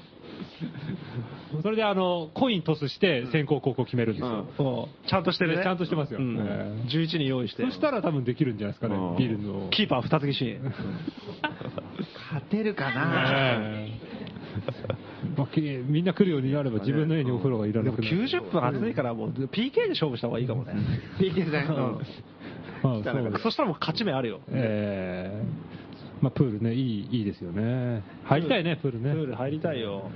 S2: それであの、コイントスして先行後攻決めるんですよ。
S1: そうちゃんとしてるね。
S2: ちゃんとしてますよ。
S1: うん
S2: え
S1: 11人用意して
S2: え。そしたら多分できるんじゃないですかね
S3: うん、
S2: ビールの。
S1: キーパー二つ消し。
S3: う。勝てるかな
S2: ええまあきみんな来るようになれば自分の家にお風呂がいら
S1: で
S2: な
S1: も
S2: くなる。
S1: 90分暑いからもう PK で勝負した方がいいかもね。
S3: PK 戦。うん
S2: まあそうです
S1: そしたらもう勝ち目あるよ。
S2: ええまあプールね、いい、いいですよね。入りたいね、プールね。
S1: プール入りたいよ。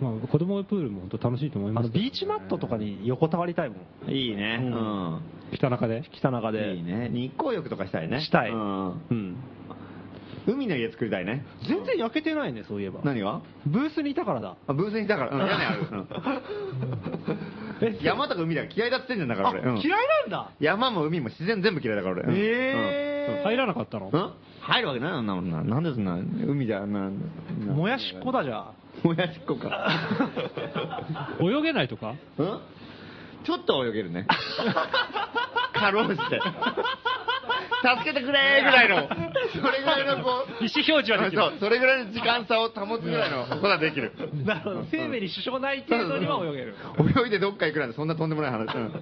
S2: まあ子供のプールも本当楽しいと思い
S1: あ
S2: ま
S1: の、
S2: すけどね。
S1: ビーチマットとかに横たわりたいもん。
S3: いいね。
S1: う
S3: うん。
S2: 北中で。
S1: 北中で。
S3: いいね。日光浴とかしたいね。
S1: したい
S3: うん
S1: うん。
S3: 海の家作りたいね。
S1: 全然焼けてないね、そういえば。
S3: 何が
S1: ブースにいたからだ。
S3: あブースにいたから。うん、屋根あ るうん。山とか海だから嫌いだって言ってんじゃんだから
S1: あ、
S3: 俺。
S1: 嫌
S3: うん
S1: いなんだ。
S3: 山も海も自然全部嫌いだから俺。うん
S1: え
S2: 入らなかったの
S3: うんうん入るわけないよ、そんなもんな。なんでそんな、海じゃ、な、
S1: ー。もやしっこだじゃあ。
S3: もやしっこか。
S2: 泳げないとか
S3: うんちょっと泳げるね。かろうじて。助けてくれーぐらいの、それぐらいのこう、
S1: 意思表示はできる
S3: そう、それぐらいの時間差を保つぐらいのことはできる。
S1: なるほど。生命に支障ない程度には泳げる。
S3: 泳いでどっか行くなんてそんなとんでもない話。うん、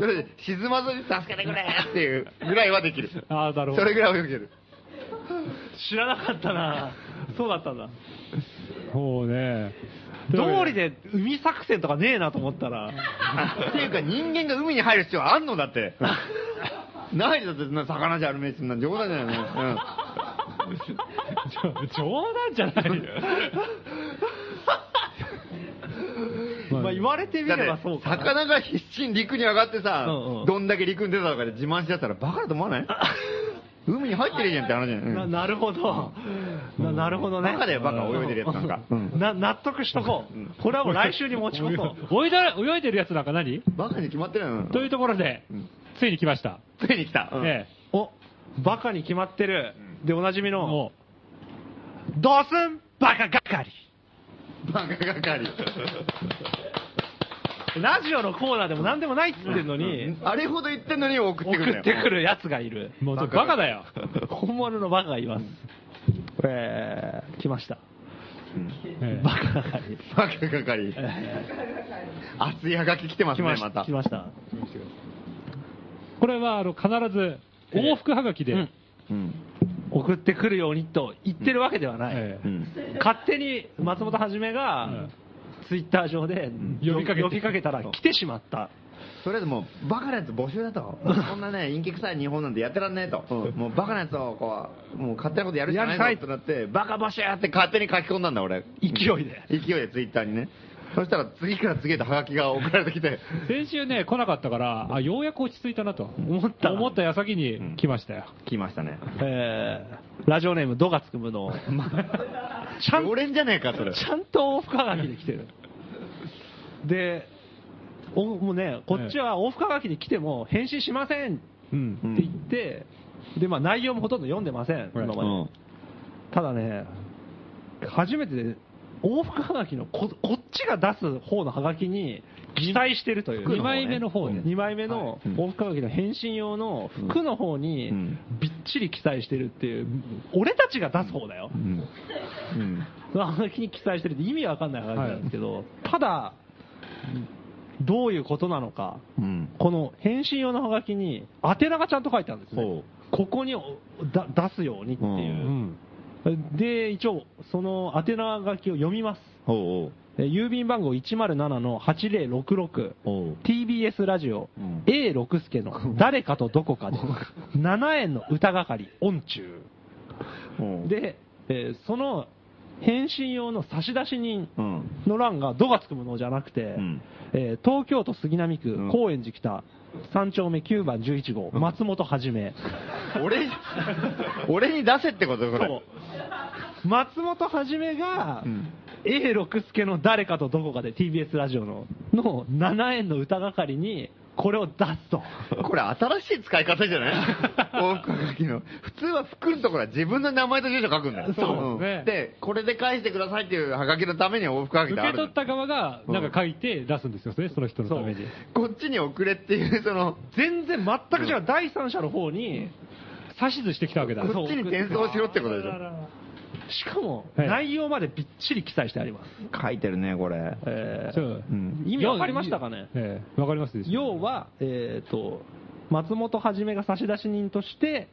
S3: それで沈まずに助けてくれーっていうぐらいはできる。
S2: ああ、なるほ
S3: そ
S2: ど。
S3: れぐらい泳げる。
S1: 知らなかったなそうだったんだ。
S2: そうね。
S1: 道理で海作戦とかねえなと思ったら。
S3: っていうか人間が海に入る必要あんのだ って。ないだって、そんな魚じゃあるめえってそんな冗談じゃないの。うん
S2: ち ょ冗談じゃないよ。
S1: まあ言われてみ
S3: だ
S1: れ
S3: って
S1: ばそうかな。
S3: 魚が必死に陸に上がってさ、
S1: うんうん
S3: どんだけ陸に出たとかで自慢しちゃったらバカだと 思わない海に入ってるじゃんって話じゃない、
S1: ななるほど。ななるほどね。
S3: バカだよバカ泳いでるやつなんかうん
S1: な納得しとこう。これはもう来週に持ち越そう。
S2: 泳いだ泳いでるやつなんか何
S3: バカに決まってるの
S2: というところで
S3: ん、
S2: ついに来ました。
S3: ついに来た、うん
S2: え
S1: お、バカに決まってる。で、おなじみ
S2: え。
S1: の、
S2: も
S1: ドスンバカ係。
S3: バカ 係
S1: ラジオのコーナーでも何でもないっつってんのに、
S3: あれほど言ってんのに送って
S1: 送
S3: くる
S1: ってくるやつがいる。
S2: う、もうちょっとバカだよ。
S1: 本物のバカがいます。えー、来ました。
S2: ええ
S1: バカ係。
S3: バカ係熱いはがき来てます
S1: 来
S3: ね
S1: まし
S3: ま
S1: た。
S3: た
S1: 来ました。
S2: これは、あの、必ず、往復はがきで、
S1: うん
S3: うん
S1: 送ってくるようにと言ってるわけではない。
S2: え
S3: う
S2: え
S3: ん
S1: 勝手に松本はじめが
S2: ん、
S1: ツイッター上で
S2: 呼びかけて
S1: たら来てしまった。
S3: とりあえずもうバカなやつ募集だとそんなね陰気臭い日本なんてやってらんねえと、もうバカなやつをこうもう勝手なことやるしかないぞってなってバカ募集って勝手に書き込んだんだ俺
S1: 勢いで。
S3: 勢いでツイッターにねそしたら次から次へとハガキが送られてきて
S2: 先週ね、来なかったから、あ、ようやく落ち着いたなと。
S1: 思った
S2: 思った矢先に来ましたよ。
S3: 来ましたね
S1: えー、ラジオネーム、ドがつくむ の。ちゃん
S3: 俺んじゃねえかそれ
S1: ちゃんと往復はがきで来てる。で、おもうね、こっちは往復はがきで来ても返信しませんって
S2: うん。
S1: 言って、で、まあ内容もほとんど読んでません、
S2: うん
S1: 今まで。ただね、初めてで、往復はがきのこ、こっちが出す方のはがきに記載してるという。
S2: 2枚目の方に。
S1: 2枚目の
S3: うん
S1: 往復はがきの返信用の服の方に
S3: うん
S1: びっちり記載してるっていう、俺たちが出す方だよ
S3: う、ん、うん、
S1: そのはがきに記載してるって意味わかんないはがきなんですけど、ただ、どういうことなのか、
S3: うん
S1: この返信用のはがきに宛名がちゃんと書いてあるんですね、ここにおだ出すようにっていう、
S2: ん。
S1: で一応、その宛名書きを読みます。
S3: ほ
S1: えー郵便番号107-8066
S3: うおう
S1: TBS ラジオ、
S3: うん
S1: A 六輔 の誰かとどこかで7円の歌係音中
S3: おう
S1: で、えーその返信用の差出人
S3: うん
S1: の欄が「ど」がつくものじゃなくて、
S3: ん
S1: えー東京都杉並区、
S3: うん
S1: 高円寺北3丁目9番11号松本は じめ
S3: 俺俺に出せってことこれ
S1: そう松本はじめが、
S3: うん
S1: A 六輔の誰かとどこかで TBS ラジオのの7円の歌係にこれを出すと。
S3: これ新しい使い方じゃない 往復はがきの。普通は服のところは自分の名前と住所書くんだよ。
S2: そうですね
S3: んで、これで返してくださいっていうはがきのために往復はがき
S2: 受
S3: があ
S2: け
S3: るの
S2: 取った側が、なんか書いて出すんですよね、その人のために。
S3: こっちに送れっていう、そ の、
S1: 全然全く違う、第三者の方に、
S2: 指図してきたわけだ。
S3: こっちに転送しろってことでしょ。
S1: しかも
S2: はい
S1: 内容までびっちり記載してあります。
S3: 書いてるね、これ。
S1: えー
S2: そう
S3: うん
S1: 意味わかりましたかね
S2: ええ、わかりますでしょ
S1: 要は、えー、と松本はじめが差出人として、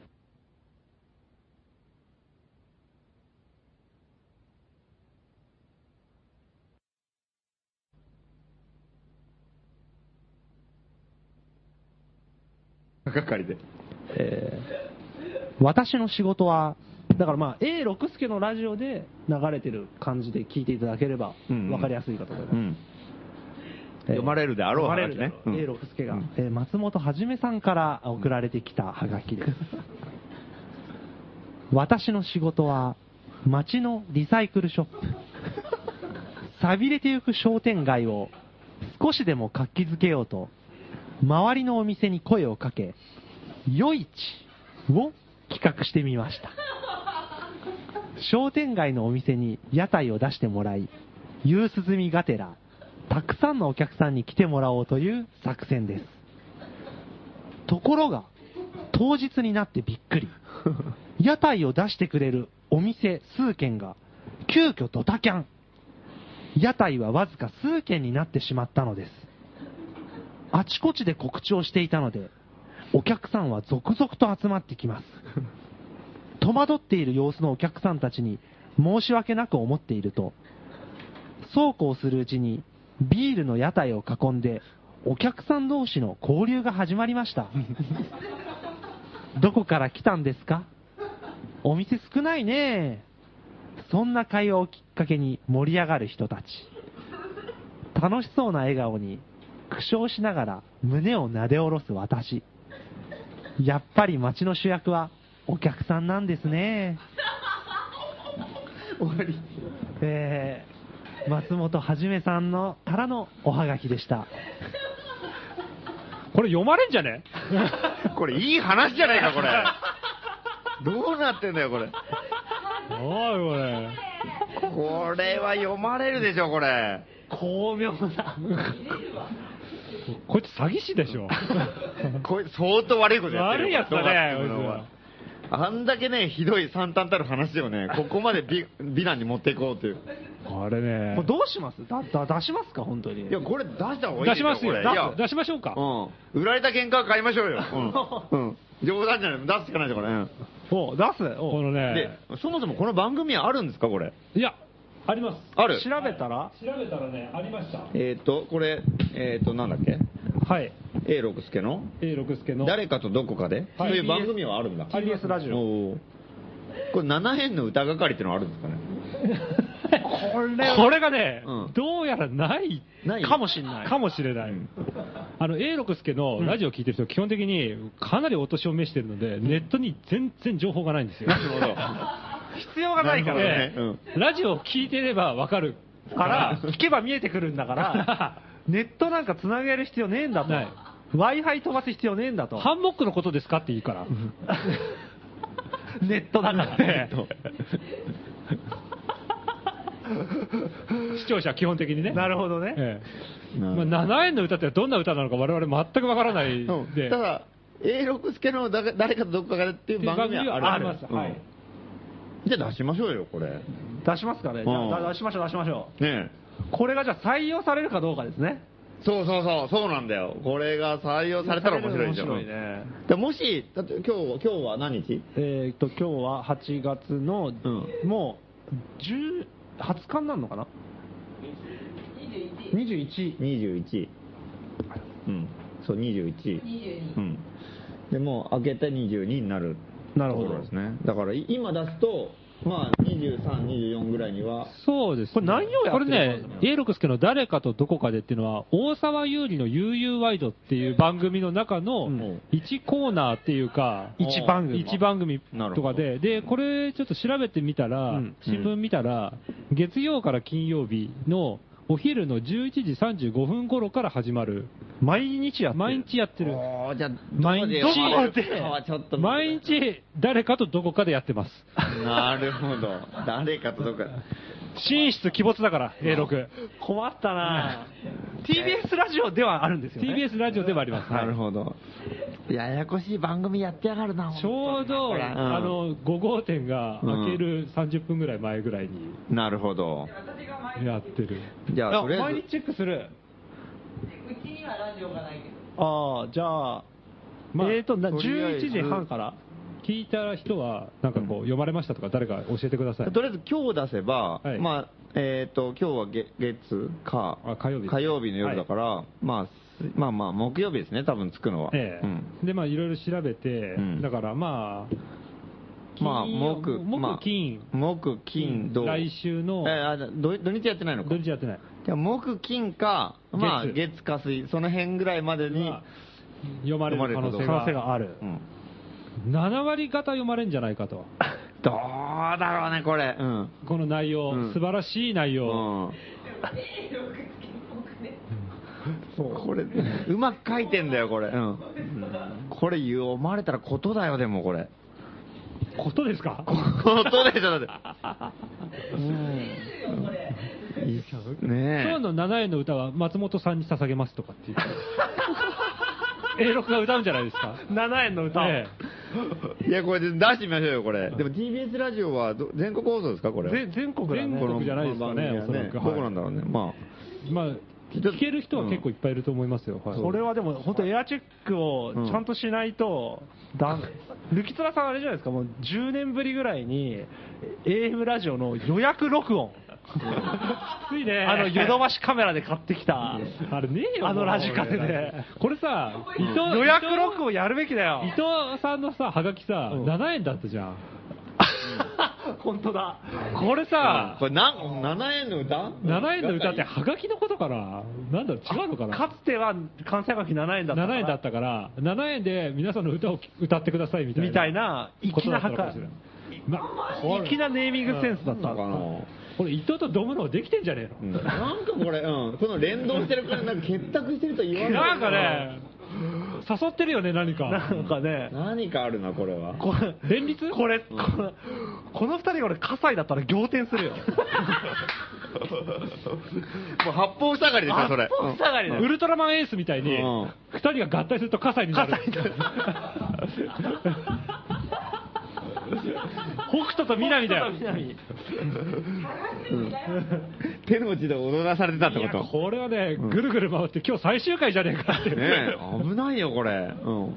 S3: 係で。
S1: えー私の仕事は、だからまあ、A 六輔のラジオで流れてる感じで聞いていただければ
S3: うんうん
S1: わかりやすいかと思います。
S3: うん。読まれるであろ
S1: 読
S3: う
S1: まれ
S3: は
S1: る
S3: がき
S1: で
S3: ね。
S1: あろう A 六輔が、えー松本はじめさんから送られてきたハガ キです。私の仕事は街のリサイクルショップ。錆びれてゆく商店街を少しでも活気づけようと、周りのお店に声をかけ、夜市を企画してみました。商店街のお店に屋台を出してもらい、夕涼みがてら、たくさんのお客さんに来てもらおうという作戦です。ところが、当日になってびっくり。屋台を出してくれるお店数軒が、急遽ドタキャン。屋台はわずか数軒になってしまったのです。あちこちで告知をしていたので、お客さんは続々と集まってきます。戸惑っている様子のお客さんたちに申し訳なく思っていると、そうこうするうちにビールの屋台を囲んでお客さん同士の交流が始まりましたどこから来たんですかお店少ないねそんな会話をきっかけに盛り上がる人たち楽しそうな笑顔に苦笑しながら胸をなで下ろす私やっぱり街の主役はお客さんなんですね
S3: 終わり。
S1: えー松本はじめさんのからのおはがきでした
S2: これ読まれんじゃね
S3: これいい話じゃないか、これ。どうなってんだよ、これ。
S2: おいこれ。
S3: これは読まれるでしょ、これ。
S1: 巧妙な
S2: こいつ詐欺師でしょ。
S3: これ相当悪いことやってる
S2: 悪い
S3: よ。
S2: やつだね、こいつは。
S3: あんだけね、ひどい惨憺たる話をね、ここまで美 美談に持っていこうという。
S2: あれね
S1: もう。どうしますだだ出しますか本当に
S3: いや、これ出した方がいい
S2: 出しますよ。
S3: これ
S2: 出
S3: いや、
S2: 出しましょうか。
S3: うん。売られた喧嘩は買いましょうよ。うん。うん冗談じゃない。出すしかないでしょ、これ。うん
S2: お出す。この
S3: で
S2: ね。、
S3: そもそもこの番組はあるんですか、これ。
S2: いや、あります。
S3: ある。
S1: 調べたら
S2: 調べたらね、ありました。
S3: えっ、と、これ、えっ、と、なんだっけ
S2: はい。
S3: ?A 六輔の
S2: A 六助の。
S3: 誰かとどこかで、
S2: はい
S3: そういう番組はあるんだ。
S2: ?TBS ラジオ。
S3: おーこれ7編の歌係ってのはあるんですかね
S2: これこれがね、
S3: うん
S2: どうやらない
S3: ない
S2: かもしれない。かもしれない。あの、A 六助のラジオを聞いてる人、基本的にかなりお年を召してるので、ネットに全然情報がないんですよ。
S1: 必要がないからね
S3: なるほどね
S2: ラジオを聞いてればわかるか
S1: からら、聞けば見えてくるんだから、ネットなんかつなげる必要ねえんだと。
S2: ない
S1: Wi-Fi 飛ばす必要ねえんだと。
S2: ハンモックのことですかっていいから。
S1: ネットだからね。
S2: 視聴者は基本的にね。
S1: なるほどね。
S2: ええまあ、7円の歌ってどんな歌なのか我々全くわからない
S3: うん
S2: で。
S3: ただ A 六輔のだ誰かとどこかでっていう番組はある
S2: あります。
S3: うん
S2: はい。
S3: じゃあ出しましょうよこれね
S1: 出しますかね。じゃあ
S3: うん
S1: 出しましょう、出しましょ
S3: え
S1: う。これがじゃあ採用されるかどうかですね。
S3: そうそうそうそうなんだよこれが採用されたら面白いでしょ
S1: 面白いね。
S3: でもしだって今日今日は何日
S1: えーっと、今日は8月の
S3: う、
S1: もう、10、20日になるのかな ?21。
S3: 21うんそう21うんでもう明けて22になる
S1: なるほど
S3: ところですねだからい今出すとまあ2324ぐらいには
S2: そうです、
S1: これ何をやってる
S2: これね
S1: 番、組
S2: 永六輔の誰かとどこかでっていうのは、大沢優里の悠々ワイドっていう番組の中の
S3: ん
S2: 1コーナーっていうか、
S1: 一番組
S2: 一番組
S3: なる
S2: と
S3: ほ
S2: か
S3: ど
S2: で、で、これちょっと調べてみたら、
S1: うん
S2: 新聞見たら、月曜から金曜日のお昼の11時35分頃から始まる。
S1: 毎日やってる
S2: 毎日やってる。
S3: おーじゃあ
S2: 毎日
S3: どこでやるかはちょっと
S2: 毎日誰かとどこかでやって ます。
S3: なるほど誰かとどこか
S2: 寝室鬼没だから、A6。
S1: 困ったな TBS ラジオではあるんですよね。
S2: TBS ラジオでもあります。
S3: なるほどややこしい番組やってやがるな
S2: ちょうど、あの、5号店が開ける30分ぐらい前ぐらいに
S3: なるほど
S2: やってる。
S3: じゃあとりあえ
S1: 毎日チェックするうちにはラジオがないけどああじゃあ、
S2: まあ
S1: えーとな
S3: とりあえ
S1: 11
S3: ず
S1: 時半から
S2: 聞いた人は、なんかこう、読まれましたとか誰か教えてください
S3: ず。とりあえず今日出せば、
S2: はい
S3: まあえっ、と今日は月月か
S2: あ火曜日です
S3: 火曜日の夜だから、まあすまあまあ木曜日ですね多分つくのは、
S2: ええ
S3: うん
S2: で、まあ、いろいろ調べて
S3: ん、
S2: だからまあ、
S3: まあ
S2: 金
S3: 木まあ
S2: 木、金、
S3: 木金土
S2: 来週の
S3: えあ土土日やってないのか
S2: 土日やってない。
S3: じゃあ木金か、まあ、
S2: 月
S3: 月火水その辺ぐらいまでに、
S2: まあ読まれる可能性
S1: 可能性
S2: が、
S1: がある
S3: うん、
S2: 7割方読まれるんじゃないかと。
S3: どうだろうねこれうん
S2: この内容、
S3: うん
S2: 素晴らしい内容。
S3: そうこれうまく書いてんだよこれ、うん、これ読まれたらことだよでもこれ
S2: ことですか
S3: ことでしょだっていいっすね
S2: 今日の7円の歌は松本さんに捧げますとかっていう。A6 が歌うんじゃないですか。
S1: 7円の歌を、
S2: え
S3: いや、これで出してみましょうよ、これ。でも TBS ラジオはど全国放送ですか、これ。
S2: ぜ全国だね
S3: この
S2: 全国じゃないですかね
S3: この番組は
S2: おそらく
S3: ど
S2: はい
S3: こなんだろうね。ま
S2: まあ、聞ける人は結構いっぱいいると思いますよ。はい
S1: これはでも、本当エアチェックをちゃんとしないと、だルキツラさん、あれじゃないですか、もう10年ぶりぐらいに、AM ラジオの予約録音、
S2: きついね。
S1: あのヨドバシカメラで買ってきた、
S2: あれねえよ。
S1: あのラジカセで
S2: もう俺これさ、伊藤、
S1: 予約録音やるべきだよ
S2: 伊、藤さんのさ、はがきさ、7円だったじゃん。
S1: 本当だ、
S2: これ
S3: あ。
S2: さ、
S3: これなん、7円の歌
S2: 7円の歌ってはがきのことかななんだろう、違うのかな
S1: かつては関西楽器7円だったから
S2: 7円だったから、7円で皆さんの歌を歌ってくださいみたいな。
S1: みたいな、粋な
S2: は
S1: 墓、
S2: ま、これ
S1: 粋なネーミングセンスだった
S3: な。のか
S2: これ伊藤とドムのできてんじゃねえ
S3: ななんかこれ、うん。この連動してるから、なんか結託してると言わ
S2: の、なんか。ね、誘ってるよね、何
S1: な
S2: か。
S1: んかね、
S3: 何かあるな、これ は。
S1: これ、
S2: 連立
S1: これ、このこの二人が俺、葛西だったら仰天するよ。
S3: もう八方下がりですよ、それ。
S1: 八方下がりだよ
S2: ウルトラマンエースみたい
S3: う
S2: に、2
S3: ん
S2: 人が合体すると葛西になる。北斗と南だよ。
S1: 南
S3: 手の内で踊らされてたって
S2: い
S3: こと。
S2: やこれはね、ぐるぐる回って、今日最終回じゃねえかっていう
S3: ねえ、危ないよ、これ。うん。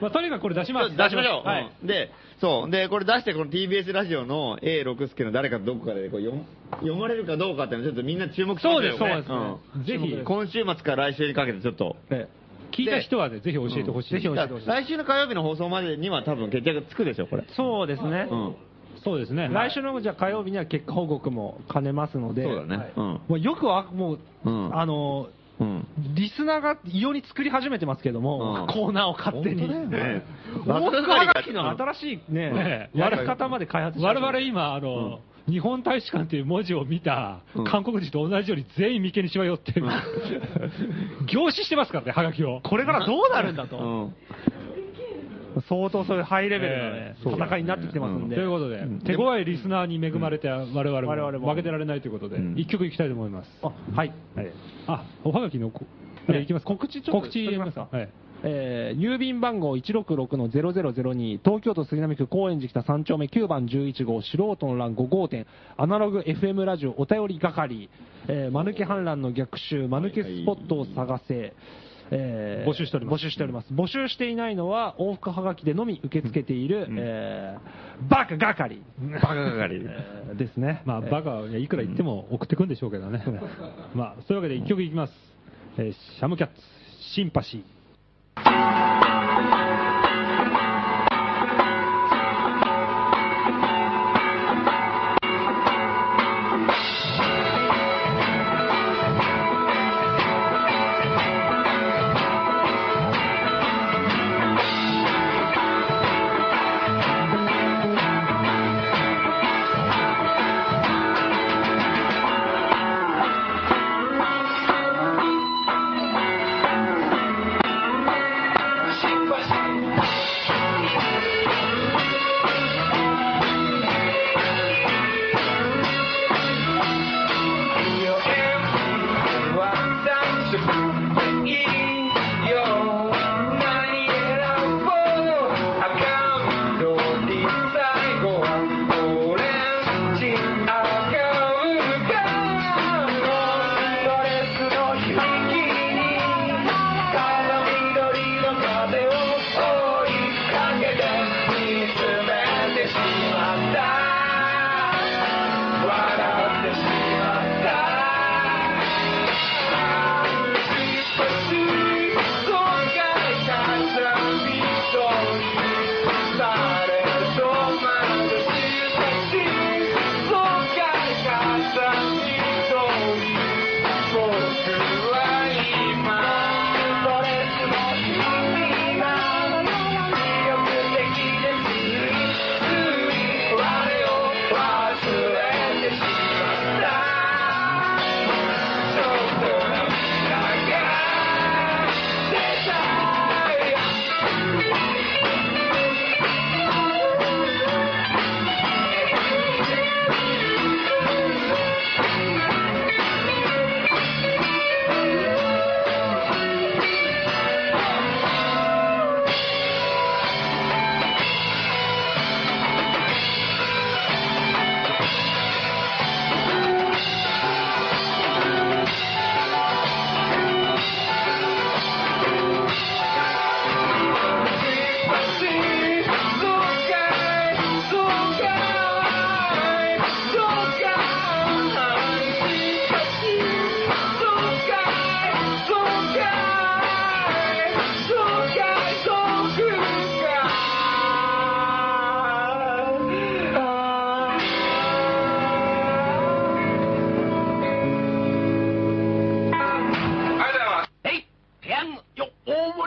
S2: まあ、とにかくこれ出し
S3: ま
S2: ま
S3: あ
S2: す。
S3: 出しましょう、
S2: はい。
S3: うんで、そう。で、これ出して、この TBS ラジオの A 六助の誰かどこかでこう読む読まれるかどうかっていうのをちょっとみんな注目して
S2: そうです、そうです
S3: ね。
S2: ね。ぜ
S3: うん
S2: ひ、
S3: 今週末から来週にかけてちょっと。
S2: 聞いた人はね、ぜひ教えてほしい。
S3: だから来週の火曜日の放送までには多分決着つくでしょ、これ。
S1: そうですね、
S3: うん。
S2: そうですね。
S1: 来週のじゃあ火曜日には結果報告も兼ねますので、
S3: そうだね
S1: はい
S3: うん
S1: もうよくわもう、
S3: うん
S1: あの
S3: うん。
S1: リスナーが異様に作り始めてますけども、
S3: うん
S1: コーナーを勝手に、
S3: 本当だよね
S1: 往復はがきの新しい、ね
S2: ね
S1: やり方まで開発して
S2: 我々今、あの、日本大使館という文字を見た
S3: うん
S2: 韓国人と同じように全員眉間にしわ寄って、 凝視してますからね、ハガキを。
S1: これからどうなるんだと、
S3: うん。
S1: 相当そういうハイレベルな、ね
S2: ええそうだね
S1: 戦いになってきてますん
S2: と
S1: で。
S2: いうことで、手強いリスナーに恵まれて、我
S1: 我々
S2: 々
S1: も
S2: も負けてられないということで、
S3: ん
S2: 一曲いきたいと思います。
S1: あはい、
S2: あ、おはがきのこ、あれいきます
S1: 告知ちょっと
S2: 告知
S1: しとき
S2: 言い
S1: ま
S2: ますす
S1: か
S2: か。はい。
S1: えー郵便番号166-0002東京都杉並区高円寺北3丁目9番11号素人の欄5号店アナログ FM ラジオお便り係、えー、間抜け反乱の逆襲間抜けスポットを探せ、えー
S2: 募集しておりま
S1: 募
S2: す
S1: 集しております募集していないのは往復はがきでのみ受け付けている、えーバカ係
S3: バカ係。
S1: えーですね
S2: まあ、バカいやいくら言っても送ってくんでしょうけどね。まあ、そういうわけで一曲いきます。えーシャムキャッツ、シンパシー。
S8: 「シンパシー」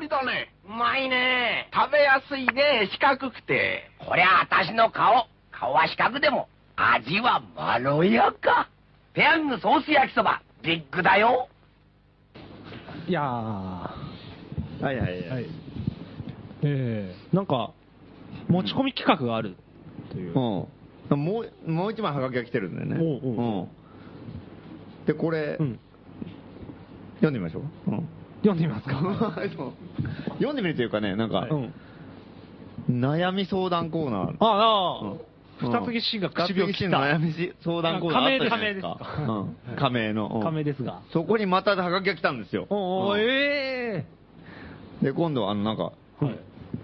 S9: ろね。
S5: うまいね
S9: 食べやすいね。四角くて。
S5: こりゃあたしの顔顔は四角でも味はまろやかペヤングソース焼きそばビッグだよ
S1: いやー
S3: はいはいはい。
S2: え
S1: なんか、持ち込み企画があるという。
S3: うん。もう、もう一枚ハガキが来てるんだよね。
S1: おうお
S3: うん。で、これ、
S1: うん。
S3: 読んでみましょう。うん。
S1: 読んでみますか。
S3: そう読んでみるというかね、なんか
S1: う、ん。
S3: 悩み相談コーナー。
S1: ああ、なあ。
S3: うん
S1: 二つぎしが唇を切
S3: 二つ
S1: っ
S3: の悩
S1: た
S3: み相談コーナーあったじゃないですか。
S1: 仮名ですか
S3: うん仮名の。うん
S1: 仮名ですが。
S3: そこにまたハガキが来たんですよ。
S1: おうおう、
S3: うん
S1: ええ
S3: で、今度は、あの、なんか、
S1: はい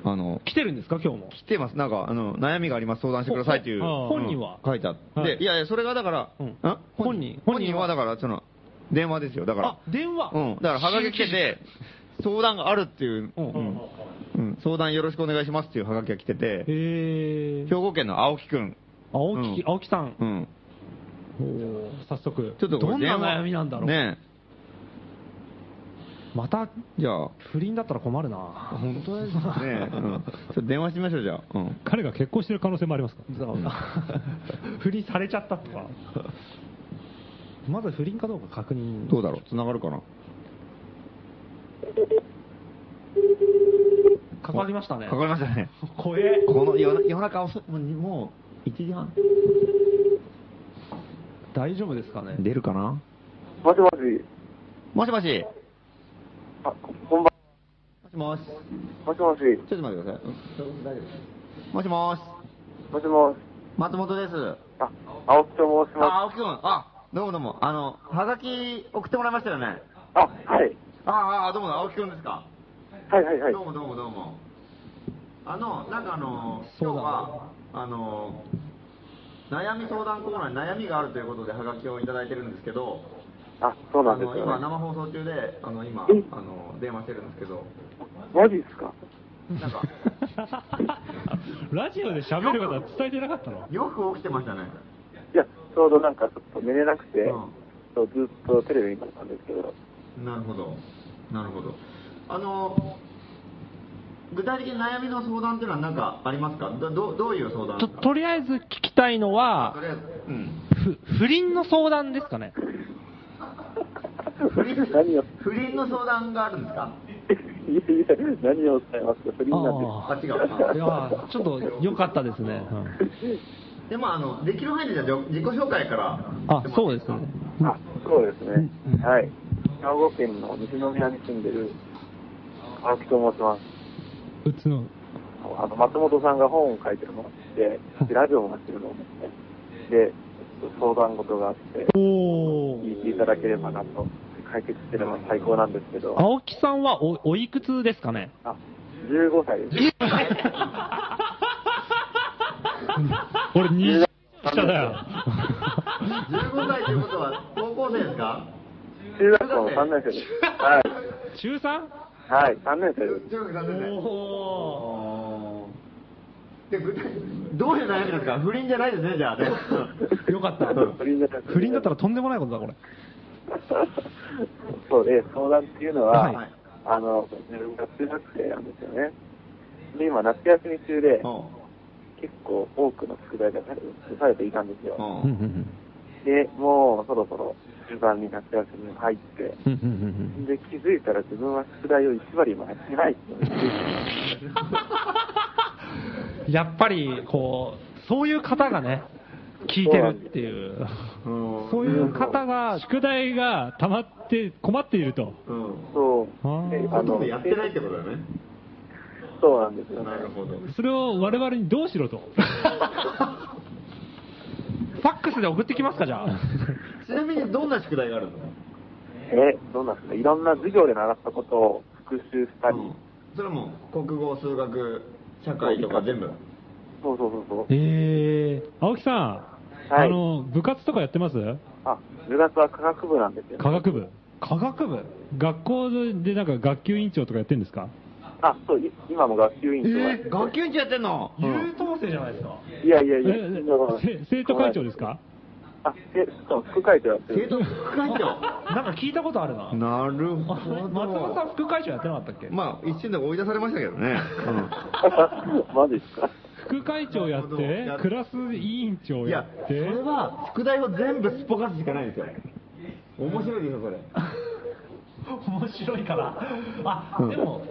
S3: あの、
S1: 来てるんですか、今日も。
S3: 来てます。なんか、あの、悩みがあります、相談してくださいっていう。
S2: ほ
S1: 本人は
S3: うん書いてあって。
S2: はい
S3: でいやいや、それがだから、
S1: うん
S3: ん
S1: 本人
S3: 本人はだから、その、電話ですよ。だから
S1: あ、、電話。
S3: うん。だから、ハガキ来てて、相談があるっていう、
S1: うん
S3: うんうん相談よろしくお願いしますっていうハガキが来てて、
S1: へえ
S3: 兵。庫県の青木くん。
S1: 青木、
S3: うん
S1: 青木さん。
S3: うん。
S2: 早速。
S3: ちょっとこれ
S1: どんな
S3: 電話
S1: 悩みなんだろう
S3: ね
S1: また、
S3: え。じゃあ、
S1: 不倫だったら困るな。
S3: 本当です ね。うんちょっと電話してみましょう、じゃあ。うん。
S2: 彼が結婚してる可能性もありますか
S1: 不倫されちゃったと か。まず不倫かどうか確認。
S3: どうだろう繋がるかな
S1: かかりましたね。
S3: かかりましたね。
S1: 怖え。
S3: この夜夜中遅い、もうもう1時半。
S1: 大丈夫ですかね。
S3: 出るかな
S10: もしもし、
S3: もしもし。
S10: あ、こんばん
S3: もしもし。
S10: は。もしもし、
S3: ちょっと待ってください。大丈夫もしもし。
S10: もしもし、
S3: 松本です。
S10: あ、青木と申し
S3: あ、
S10: ま
S3: 青木くん。あ、どうもどうも。あの、はがき送ってもらいましたよね。
S10: す。あ、はい。
S3: ああ、どうも、青木くんですか。
S10: はいはいはい
S3: ど。うもどうもどうも。あの、なんかあの、
S1: そうだ
S3: 今日は、あの、悩み相談コーナーに悩みがあるということで、はがきをいただいてるんですけど、
S10: あ、そうな
S3: あ
S10: んです
S3: の今、
S10: よ、ね。
S3: 生放送中で、あの、今、
S10: え
S3: あの、電話してるんですけど、
S10: マジですか
S3: なんか、
S2: ラジオで喋る方伝えてなかったの
S3: よく起きてましたね。
S10: いや、ちょうどなんかちょっと寝れなくて、
S3: うん
S10: そうずっとテレビ見てたんですけど、
S3: なるほど、なるほど。あの、具体的に悩みの相談っていうのは何かありますかどどうどういう相談です
S1: と
S3: か
S1: とりあえず聞きたいのは
S3: と、りあえず、うん。
S1: ふ不倫の相談ですかね。
S3: 不倫
S10: 何を
S3: 不倫の相談があるんですか
S10: いやいや、何をおっしゃいますか不倫なんです
S3: あ、違う
S1: あ。いや、ちょっと良かったですね。うん
S3: でも、あの、できる範囲でじゃあ自己紹介から。
S1: あ、そうですね。
S10: あ、そうですね。はい。兵庫県の西宮に住んでる青木と申します。
S2: うちの。
S10: あの松本さんが本を書いてるのをで、でラジオもやってるのをねで、相談事があって、
S1: おー
S10: 聞いていただければなと、解決してれば最高なんですけど、
S1: 青木さんはおおいくつですかね
S10: あ、15歳 です。
S2: 俺20下だよ。
S3: 15歳ということは、高校生ですか
S10: 中学校の3年生です。はい。
S2: 中 3?
S10: はい、3年生です。
S3: 中学3年生。で、具体どういう悩みですか不倫じゃないですね、じゃ あね。
S1: よかった。
S10: 不倫だった
S1: 不倫だったらとんでもないことだ、これ。
S10: そうで、相談っていうのは、
S3: はい
S10: あの、自分が中学生なんですよね。で、今、夏休み中で、結構多くの宿題が出されていたんですよ。
S3: うん
S1: うんうん
S10: で、もうそろそろ中盤に夏休みに入って、
S1: うんうんうん
S10: で、気づいたら自分は宿題を1割もやってないっていう
S1: うんやっぱり、こう、そういう方がね、聞いてるっていう。そういう方が、
S2: 宿題が溜まって困っていると。
S3: うん。
S10: そう。で
S3: ほとんどやってないってことだね。
S10: そうなんですよね
S3: な。るほど。
S2: それを我々にどうし ろと。
S1: ファックスで送ってきますか、じゃあ。
S3: ちなみにどんな宿題があるの
S10: え、どうなんですかいろんな授業で習ったことを復習したり、
S3: それはもう国語、数学、社会とか全部。
S10: そうそうそうそう。
S2: えー、青木さん。
S10: は
S2: あ
S10: い。
S2: の、部活とかやってます
S10: あ、10月は科学部なんですよ、
S2: 科
S10: ね。
S2: 学部。
S1: 科学部
S2: 学校でなんか学級委員長とかやってるんですか
S10: あ、そう、い今も学級委員長やってて
S3: 学級委員長やってんの
S1: 優等生じゃないですか。
S10: いやいやいや、
S2: え
S10: そんなことない
S2: せ生徒会長ですか
S10: ああ、え、しかも副会長やって
S3: 生
S10: る。
S3: 徒副会
S1: な
S3: 長
S1: んか聞いたことあるな。
S3: なるほ
S1: 松本さん
S3: ど。
S1: 副会長やってなかったっけ
S3: まあ、一瞬で追い出されましたけどね。
S10: マジっすか
S2: 副会長やっ
S3: なる
S2: て
S3: ほど、
S2: クラス委員
S3: う
S2: 長
S3: んい
S2: や
S3: や、そ
S2: って
S3: れ、は、宿題を全部すっぽかすしかないんですよ。面白いですよ、それ。
S1: 面白いから。あ、でも、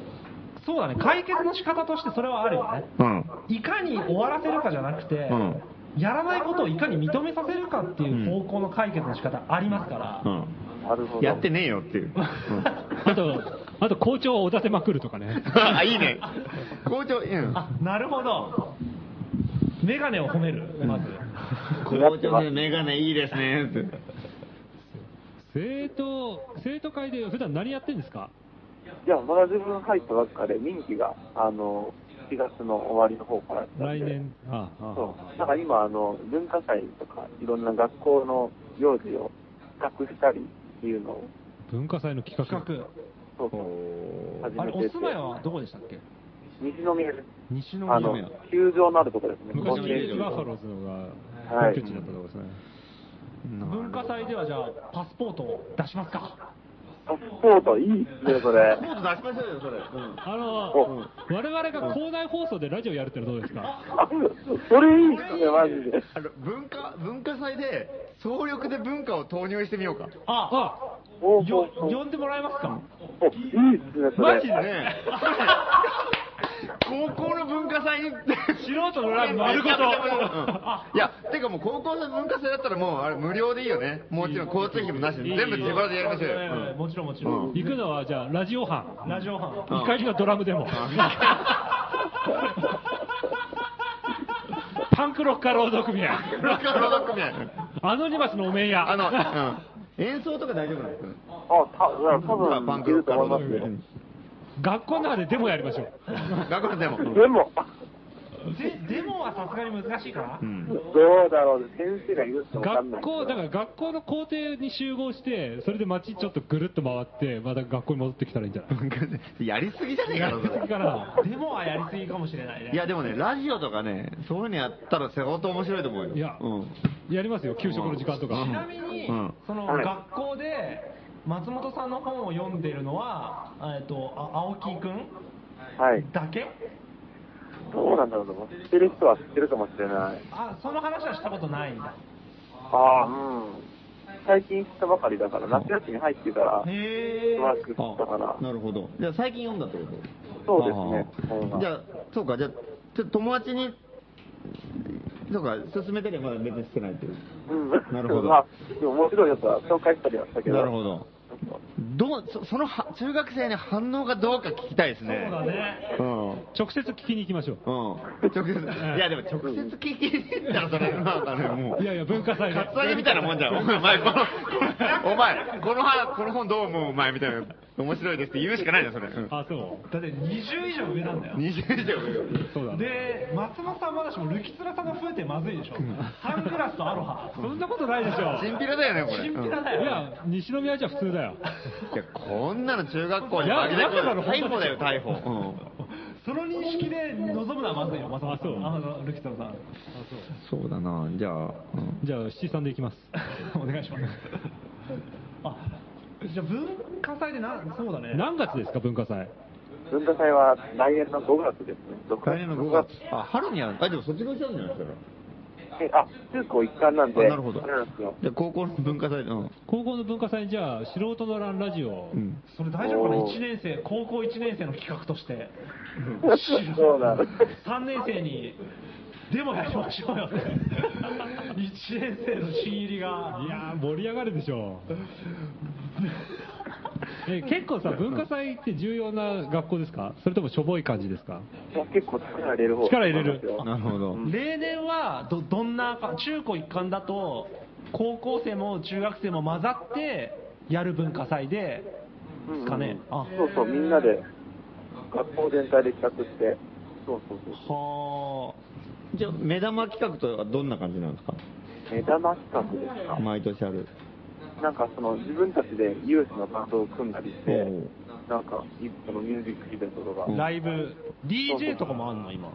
S1: そうだね、解決の仕方としてそれはあるよね。
S3: うん。
S1: いかに終わらせるかじゃなくて、
S3: ん
S1: やらないことをいかに認めさせるかっていう方向の解決の仕方ありますから、
S3: う
S10: なるほ
S3: ん。
S10: ど。
S3: やってねえよっていう。
S2: あと、あと校長をおだてまくるとかね。
S3: あ、いいね。校長、うん。
S1: あなるほど、メガネを褒める、まず、
S3: 校長ね、メガネいいですね。って
S2: 生徒、生徒会で普段何やってんですか
S10: いや、まだ自分入ったばっかで、任期が、あの、7月の終わりの方からやったん
S2: 来
S10: で。
S2: 年。あああ
S10: そう。なんか今、あの、文化祭とか、いろんな学校の行事を企画したりっていうのを、
S2: 文化祭の企画。
S1: 企
S10: そうそう、始
S1: 画、あれ、
S10: めて
S1: お
S10: て。
S1: 住まいはどこでしたっけ、
S10: 西宮です。
S1: 西
S10: あの、球場のあるところですね。
S2: 昔
S10: 甲
S2: の
S10: 子園球場
S2: バファローズのが
S10: は
S2: 本
S10: い
S2: 拠地だったとこですね。
S1: 文化祭ではじゃあ、パスポートを出しますか、
S10: パスポート、いいっすね、それ。
S3: 出しましょうよ、それ。うん。
S2: あの、
S10: お
S2: 我々が校内放送でラジオやるってのはどうですか
S10: あそれいいっすね、マジで。
S3: あの文化、文化祭で、総力で文化を投入してみようか。
S1: あ
S10: おう
S1: よ
S10: おうおう
S1: 呼んでもらえますか、
S10: おいいっすね、それ。
S3: マジでね。高校の文化祭に、
S1: 素人のライブ丸ごと、あ
S3: いや、てかもう高校の文化祭だったらもう、あれ無料でいいよね。もちろん交通費もなしで、全部自腹でやりましょうよ。うん
S1: もちろん、もちろん、
S2: 行くのはじゃあラジオ班。
S1: ラジオ班、
S3: うん
S2: 怒りのドラムで も。パンクロッカー労働組合。
S3: 文化労働組合
S2: アノニマスのお面や。
S3: あの、うん演奏とか大丈夫なんですよね。
S10: あ、た、多分、いけると思いますよ。
S2: 学校の中でデモやりましょう。
S3: 学校でも。
S10: でも、
S1: でデモはさすがに難しいから、
S3: うん。
S10: どうだろうね、先生がいるってわかんな
S2: 学
S10: い。
S2: 校、だから学校の校庭に集合して、それで街ちょっとぐるっと回って、また学校に戻ってきたらいいんじゃない
S3: 文化祭やりすぎじゃねえかな、それ
S2: だから、
S1: デモはやりすぎかもしれないね。
S3: いやでもね、ラジオとかね、そういうのやったら相当面白いと思うよ。
S2: いや
S3: うん。
S2: やりますよ、給食の時間とか。
S1: ちなみに、
S3: うん
S1: その
S10: はい
S1: 学校で松本さんの本を読んでるのは、えっとあ青木くん
S10: はい。
S1: だけ
S10: どうなんだろうな、知ってる人は知ってるかもしれない。
S1: あその話はしたことないんだ
S10: ああ、うん。最近知ったばかりだから、夏休み入ってから、
S1: へえ
S10: 詳しく知ったから
S3: あ。なるほど。じゃあ最近読んだってこ
S10: そうですね。
S3: と
S10: 本
S3: じ
S10: が
S3: ゃあ、そうか、じゃあ、ちょっと友達に、そうか、勧めたりはまだ別にしてないっていう。
S10: うん。
S3: なるほど
S10: まあ、でも面白いやつは紹介したりはしたけど。
S3: なるほど。どう、そそのは、中学生の反応がどうか聞きたいですね。
S1: そうだね
S3: うん。うん。
S2: 直接聞きに行きましょう。
S3: 直接、いやでも直接聞きに行ったらそれ、なんかね、もう。
S2: いやいや、文化 祭で。
S3: カツアゲみたいなもんじゃん。お前、この、お前、この話、この本どう思うお前みたいな。面白いですって言うしかないじゃん、それ。うん
S2: あ、そう。
S1: だって20以上上なんだよ
S3: 20以上
S2: そうだね。
S1: で松本さん話もルキツラさんが増えてまずいでしょサングラスとアロハ
S2: そんなことないでしょ。
S3: チンピラだよね、これ。
S1: チンピラだよ
S2: いや、西宮じゃ普通だ
S3: う
S2: よ。
S3: んいや、こんなの中学校
S2: い
S3: に
S2: や
S3: 負けて
S2: まさかの
S3: 逮捕だよ、逮捕。うん
S1: その認識で臨むのはまずいよ松本さんあのルキツラさん
S3: そうだな、じゃあ。うん
S2: じゃあ、七三で行 きます。
S1: お願いします。あ、じゃあ文化祭でな、そうだね。
S2: 何月ですか、文化祭。
S10: 文化祭は来年の5月ですね。6
S3: 来年の5月。あ、春にある。あ、でも卒業したんじゃないですか。
S10: えあ、中高一貫なん
S3: あ
S10: で、
S3: なるほど
S10: あれなんですよ。
S3: じゃあ高校の文化祭で、うん。
S2: 高校の文化祭にじゃあ、素人のランラジオを
S3: うん。
S1: それ大丈夫かな
S10: おー
S1: 1年生、高校1年生の企画として、
S10: そうなの。
S1: 3年生に、でもやりましょうよって、1年生の新入りが、
S2: いやー、盛り上がるでしょう。 え結構さ、文化祭って重要な学校ですかそれともしょぼい感じですか
S10: いや結構力入れる方
S2: 力入れる
S10: そうなんですよ
S3: なるほど。
S1: 例年はどどんなか、中高一貫だと、高校生も中学生も混ざってやる文化祭で、
S10: うんうん
S1: かねあ
S10: そうそう、みんなで、学校全体で企画して、そうそうそう。
S1: はあ。
S3: じゃあ、目玉企画とはどんな感じなんですか
S10: 目玉企画ですか。
S3: 毎年ある。
S10: なんかその自分たちでユースのバンドを組んだりして
S3: おう、
S10: なんか、そのミュージックイベントとか、
S1: ライブ、DJ とかもあるの、今。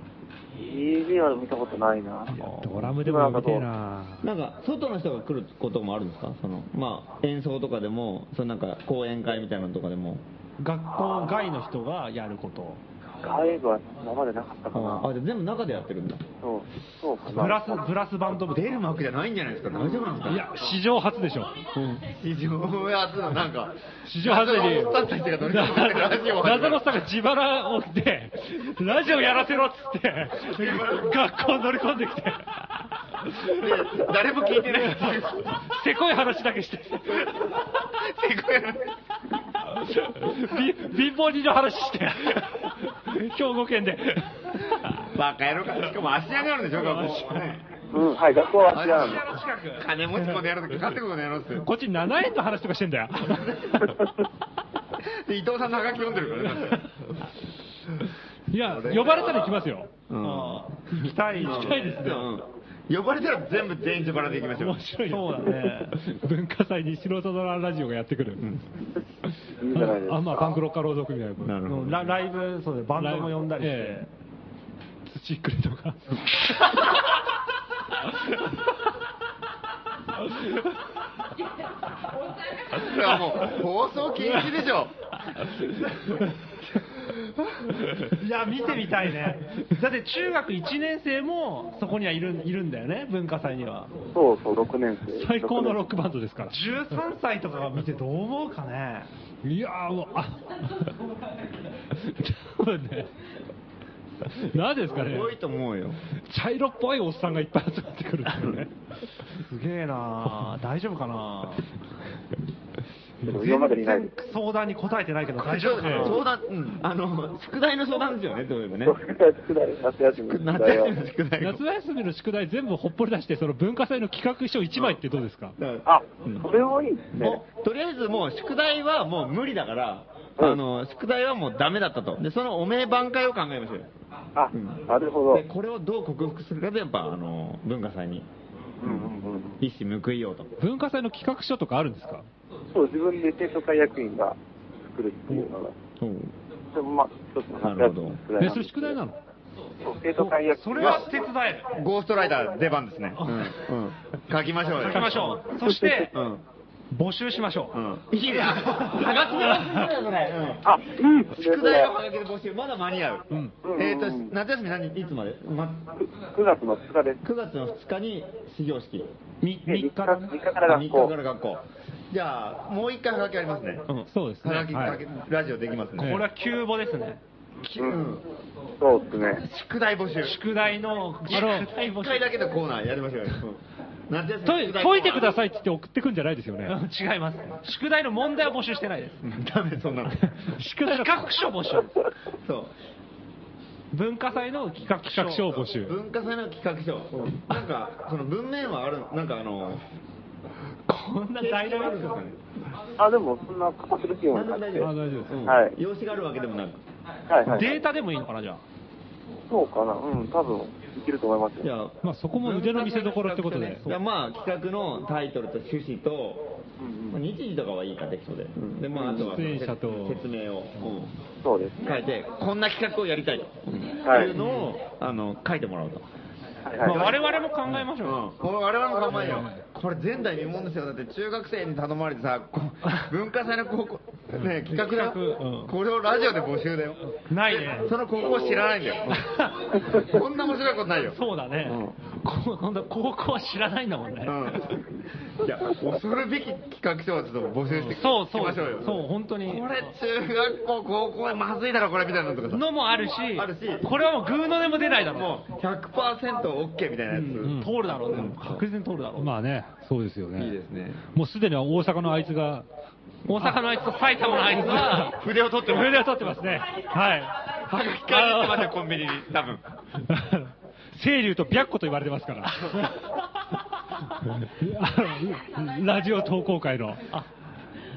S10: EV は見たことないな。
S2: ドラムでもやめてえな
S11: なんか、外の人が来ることもあるんですかその、まあ、演奏とかでも、そのなんか、講演会みたいなのとかでも。
S1: 学校外の人がやること。
S10: 外部は今までなかったか
S11: あ
S10: な。
S11: あ、じゃあ全部中でやってるんだ。
S10: そう、そうかな。
S1: ブラス、ブラスバンド部
S3: 出る幕じゃないんじゃないですか大丈夫なんですか
S2: いや、史上初でしょ。
S3: 非常初のなんか、
S2: 史上初に。
S3: 謎のおっさんたちが乗り込んでラジオを始め
S2: 謎
S3: る
S2: のおっさんが自腹をって、ラジオやらせろっつって、学校乗り込んできて。
S3: で誰も聞いてないっていう。
S2: せこい話だけ して。
S3: せこい話
S2: び貧乏人の話 して。兵庫県で。
S3: バカやろか。しかも芦屋にあるんでしょ、学校。ね
S10: うん、はい、学校は違うんだ。
S3: 金持ちこでやるとか、勝手こでやろうっつっ
S2: こっち7円の話とかしてんだよ。
S3: て。で、伊藤さんのハガキ読んでるからねだって。
S2: いや、呼ばれたら行きますよ。
S1: 行きたい。
S2: 行きたいですね。
S3: うん呼ばれたら全部全員自腹で行きましょう
S2: 面。白い
S1: そうだね。
S2: 文化祭に素人のラジオがやってくる。
S10: いいじゃないです
S2: あ
S10: か。
S2: まあ、バンクロッカー朗読みたいなこと。
S3: なるほど。
S1: ラライブ、そうだねバンドも呼んだりして。
S2: ええ土くれとか。
S3: それはもう、放送禁止でしょ。
S1: いや、見てみたいね。だって中学1年生もそこにはいるいるんだよね、文化祭には。
S10: そうそう、6年生。
S2: 最高のロックバンドですから。
S1: 13歳とかが見てどう思うかね。
S2: いやーもう、あ、多分ね、何ですかね、
S3: 多いと思うよ。
S2: 茶色っぽいおっさんがいっぱい集まってくるんだよね。
S1: すげえな大丈夫かな
S10: 今までにないです。
S1: 相談に答えてないけど大丈夫かな
S3: 相談、うんあの、宿題の相談ですよね、というね。
S10: 宿題、宿題、夏休みの宿
S3: 夏
S10: 題は
S3: 休み。の宿題を
S2: 夏休みの宿題全部ほっぽり出して、その文化祭の企画書1枚ってどうですか
S3: だから
S10: あ、それはいいですね
S3: も。うとりあえずもう宿題はもう無理だから、あの、宿題はもうダメだったと。で、そのおめえ挽回を考えましょうよ。
S10: あ、なるほど。
S3: で、これをどう克服するかで、やっぱ、あの、文化祭に
S10: うんうんうん。
S3: 一矢報いようと。
S2: 文化祭の企画書とかあるんですか
S10: そう、自分で生徒会役員が作るっていうのが。
S3: うん
S10: でもまあ、ちょっと夏休みの宿題
S2: ね
S10: なん
S2: それ
S10: ですけ
S2: 宿
S10: ど
S2: 題なの
S10: そう生徒会役員
S1: それは手伝える。
S3: ゴーストライター出番ですね。うんうん書きましょうよ。
S1: 書きましょ う。そして
S3: う。、ん。
S1: 募集しましょう。
S3: うん。いいね。はがきもらってくれよ、それ。
S10: あ、うん、
S3: 宿題をはがきで募集、まだ間に合う。うん
S10: うん
S3: えっと、夏休み何、いつまでま
S10: 9月の2日です。
S3: ?9 月の2日に始業式。
S1: み
S10: で
S1: 3
S10: 3
S1: 日
S10: 日
S1: だね。
S10: 3日から学
S3: 3
S10: 校
S3: 日か。ら学校。じゃあ、もう一回はがきありますね。
S2: うん、そうです
S3: は
S2: ね。
S3: がき、
S2: は
S3: はが
S2: い
S3: きラジオできます
S2: え
S3: ね。
S2: え
S1: これは急募ですね。
S10: うん。そうですね。
S3: 宿題募集。
S1: 宿題の、あの、
S3: 一回だけのコーナーやりましょうよ。うん夏休
S2: 解
S3: み
S2: い解いてくださいって言って送ってくんじゃないですよね。
S1: 違います。宿題の問題は募集してないです。
S3: い。 ダメ、そんなの。
S1: 宿題の企画書募集。
S3: そう。
S1: 文化祭の企画書。
S2: 企画書を募集。
S3: 文化祭の企画書、なんか、その文面はある、なんかあの、
S1: こんなダイナミックな。
S10: あ、でもそんな形できるようにな
S3: 何
S10: っ
S3: でも大丈夫
S10: て。は
S2: あ、大丈夫です。
S3: うん
S10: はい
S3: 用紙があるわけでもなく、
S10: いはい。
S1: データでもいいのかな、じゃあ。
S10: そうかな。うん、多分、いけると思います
S3: い
S10: よ。
S3: や、
S2: まあそこも腕の見せ所ってことで。
S3: いやまあ、企画のタイトルと趣旨と、
S10: うんう
S3: まあ、
S10: ん。
S3: 日時とかはいいか、適当で、でまあ、あとは
S2: 出演者と
S3: 説明を、うん
S10: そうですね。
S3: 書いて、こんな企画をやりたいと、
S10: はい
S3: い、うのをあの書いてもらうと。
S10: はい
S1: まあ
S10: はい。
S1: 我々も考えましょうよ。
S3: これ我々も構えよ。これ前代未聞ですよ。だって中学生に頼まれてさ、こ う文化祭の高校、ね、企画だよ、
S2: うん
S3: これをラジオで募集だよ。
S1: ないね。
S3: その高校知らない んだよ。こんな面白いことないよ。
S1: そうだね。こ今度高校は知らないんだもんね。
S3: うん。いや、恐るべき企画書をちょっと募集してき
S1: そうそ
S3: きま
S1: う。
S3: しょうよ。
S1: そう、本当に
S3: こ。れ中学校、高校はまずいだろ、これみたいなのとかさ。
S1: のもあるし
S3: あるし、
S1: これはもうグーの音も出ないだろ
S3: もう 100%OK みたいなやつ。
S1: う。通るだろうね。確実に通るだろう。
S2: まあね、そうですよね。
S3: いいですね。
S2: もうすでに大阪のあいつが、
S1: 大阪のあいつと埼玉のあいつ は、
S3: 筆を取っても
S2: 上では撮ってますね。はい。
S3: はがき返してました、コンビニに。多分。
S2: 清流と白子と言われてますから。 あのラジオ投稿会の。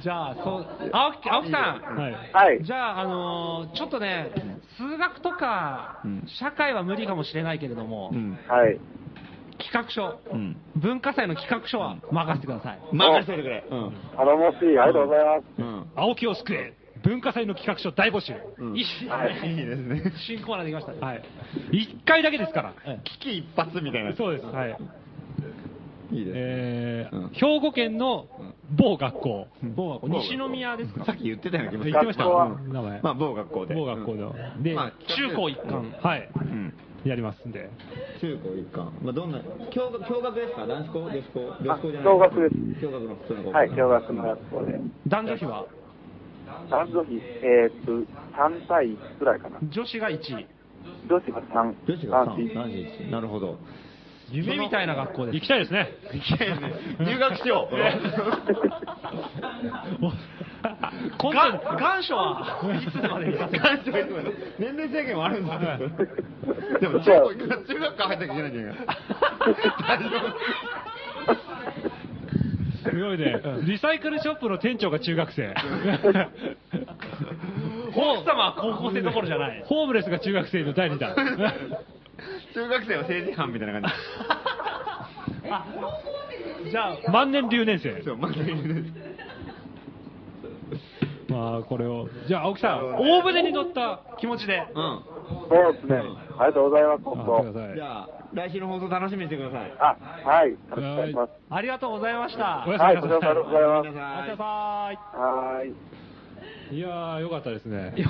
S1: じゃあ、そう、青木、青木さん。
S2: はい。
S10: はい。
S1: じゃあ、あのーちょっとね、数学とか、社会は無理かもしれないけれども、
S10: はい。
S1: 企画書、
S3: ん
S1: 文化祭の企画書は任せてください。
S3: 任せてくれ。うん。
S10: 頼もしい。ありがとうございます。
S3: うん。
S2: 青木を救え。文化祭の企画書大募集。一瞬
S3: いいですね。
S1: 新コーナーできましたね。
S2: はい。一回だけですから。
S3: 危機一髪みたいな。
S2: そうです。はい。
S3: いいですね。
S2: えー
S3: うん
S2: 兵庫県の某学校。
S1: 某学校西宮ですか
S3: さっき言ってたような気も
S2: 言ってました
S10: 学校は
S2: うん名前。
S3: まあ、某学校で。
S2: 某学校の。
S3: うん
S2: で、
S3: まあ
S2: 中高一貫。はい。
S3: うん。
S2: やりますんで。
S3: 中高一貫。まあ、どんな、共学、共学ですか男子校女子校女
S10: あ
S3: 子校じゃない
S10: 共学です
S3: 共学の普通の高校。
S10: はい、小学の学校で。
S1: 男女比は
S10: 男女比、えーっと、3対1くらいかな。
S1: 女子が1位。
S10: 女子が3。
S3: 女子が3、
S10: 男
S3: 男子1。なるほど。
S1: 夢みたいな学校です。
S2: 行きたいですね。
S3: 入学 しよう。
S1: 今度、願書はいつまで行かせる
S3: 年齢制限はあるんですよ。でも、中
S10: そう
S3: 高一貫、中学校入ったきゃいけないんじゃないか。
S2: すごいね。リサイクルショップの店長が中学生。
S1: 奥様は高校生どころじゃない。
S2: ホームレスが中学生の第2弾。
S3: 中学生は政治犯みたいな感
S2: じゃあ、万年留年
S3: じ。
S2: 生
S3: そ。う、まずいです。
S2: まあ、これを。じゃあ、青木さん、大船に乗った気持ちで。
S3: うん。
S10: そうですね。ありがとうございます、本
S2: あってく
S10: 当。
S2: ださい
S3: じ。ゃあ、来週の放送楽しみにしてください。
S10: あ、はい。よろしくお願いします。
S1: ありがとうございました。
S2: おやす
S10: は
S2: み
S10: い、
S2: な
S10: こち
S2: さ
S10: ら
S2: い
S10: こそありがとうございま
S1: おや
S10: す。
S1: すみなさい。
S10: はーい。
S2: いやー、よかったですね。
S3: いや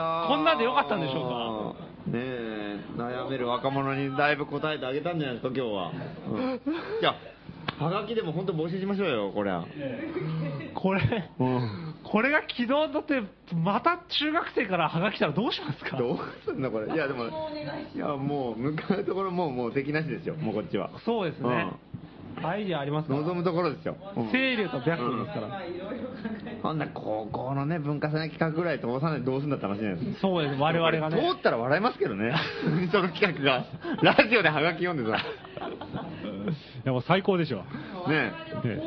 S3: ー
S1: こんなんでよかったんでしょ
S3: ねえ悩める若者にだいぶ答えてあげたんじゃないですか今日は、うんいやはがきでも本当募集しましょうよこれは、
S1: これ、これが昨日だって、また中学生からハガ来たらどうしますか
S3: どうすんのこれいやでもいやもう向かうところもうもう敵なしですよもうこっちは
S1: そうですね。アイディアありますか
S3: 望むところですよ、うん
S1: 清流と白虎ですから。
S3: あんな高校のね文化祭の企画ぐらい通さないどうすんだって話じゃないですか
S1: そうです、我々がね
S3: 通。ったら笑いますけどね その企画がラジオではがき読んでさ
S2: いや、もう最高でしょ。
S3: ね
S2: ね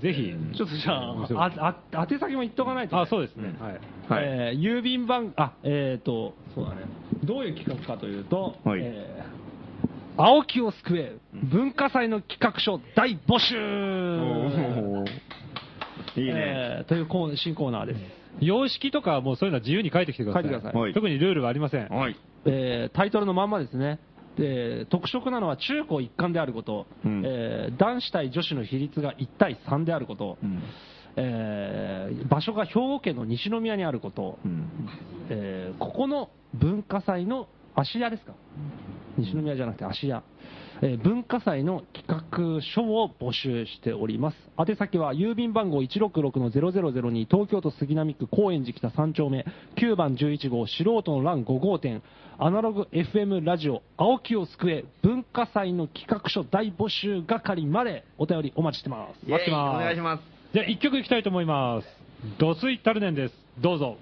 S2: ぜひ、
S1: ちょっとじゃあ、あ、あ、宛先も言っとかないと。
S2: あ、そうですね。はい。
S3: えはい、
S1: えー郵便番、あ、えっ、と、そうだね。どういう企画かというと、
S3: はい
S1: えー青木を救え、文化祭の企画書大募集
S3: おーいいね、
S1: えーというコーナー新コーナーです。
S2: 様式とか、もうそういうのは自由に書いてきてください。
S1: 書いてくださ
S3: いはい
S2: 特にルールはありません。
S3: はい。
S1: えータイトルのまんまですね。で特色なのは中高一貫であること、
S3: うん
S1: えー男子対女子の比率が1対3であること、
S3: うん
S1: えー場所が兵庫県の西宮にあること、えーここの文化祭の芦屋ですか、西宮じゃなくて芦屋、えー文化祭の企画書を募集しております宛先は郵便番号166-0002東京都杉並区高円寺北3丁目9番11号素人の欄5号店アナログ FM ラジオ青木を救え文化祭の企画書大募集係までお便りお待ちしてます
S3: 待ってます。お願いします。
S2: じゃあ、一曲いきたいと思います。ドスイタルネンです。どうぞ。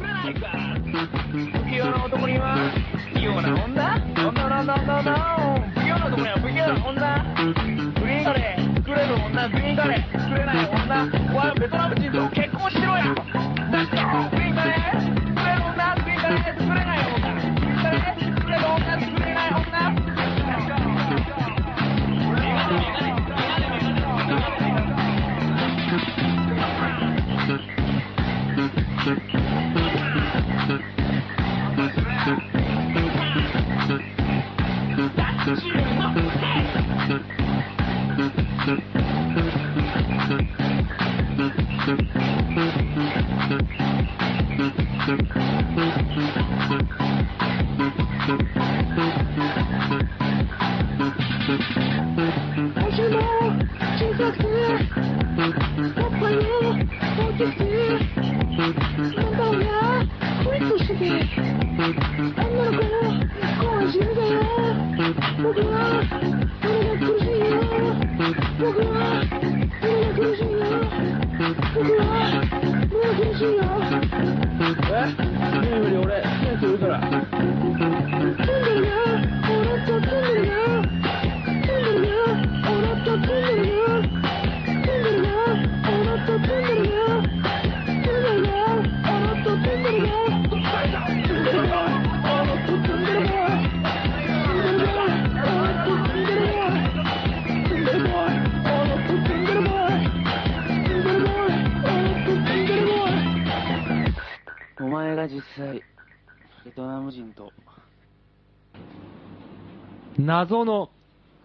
S4: 不器用な男には器用な女女の女女女不器用な男には不器用な女グリーンカレー作れる女グリーンカレー作れない女お前はベトナム人と結婚しろやグリーンカレー作れる女グリーンカレー作れない女グリーンカレー作れる女作れない女
S6: 大丈夫中学生パパよ大きくなんだよ恋として女の子の恋してるだよ僕は俺が苦しいよ僕は俺が苦しいよ僕は俺が苦しいよえっ俺るから飛んでるよ俺と飛んでるよ飛んでるよ俺と飛んでるよ
S5: 実際、ベトナム人と、
S2: 謎の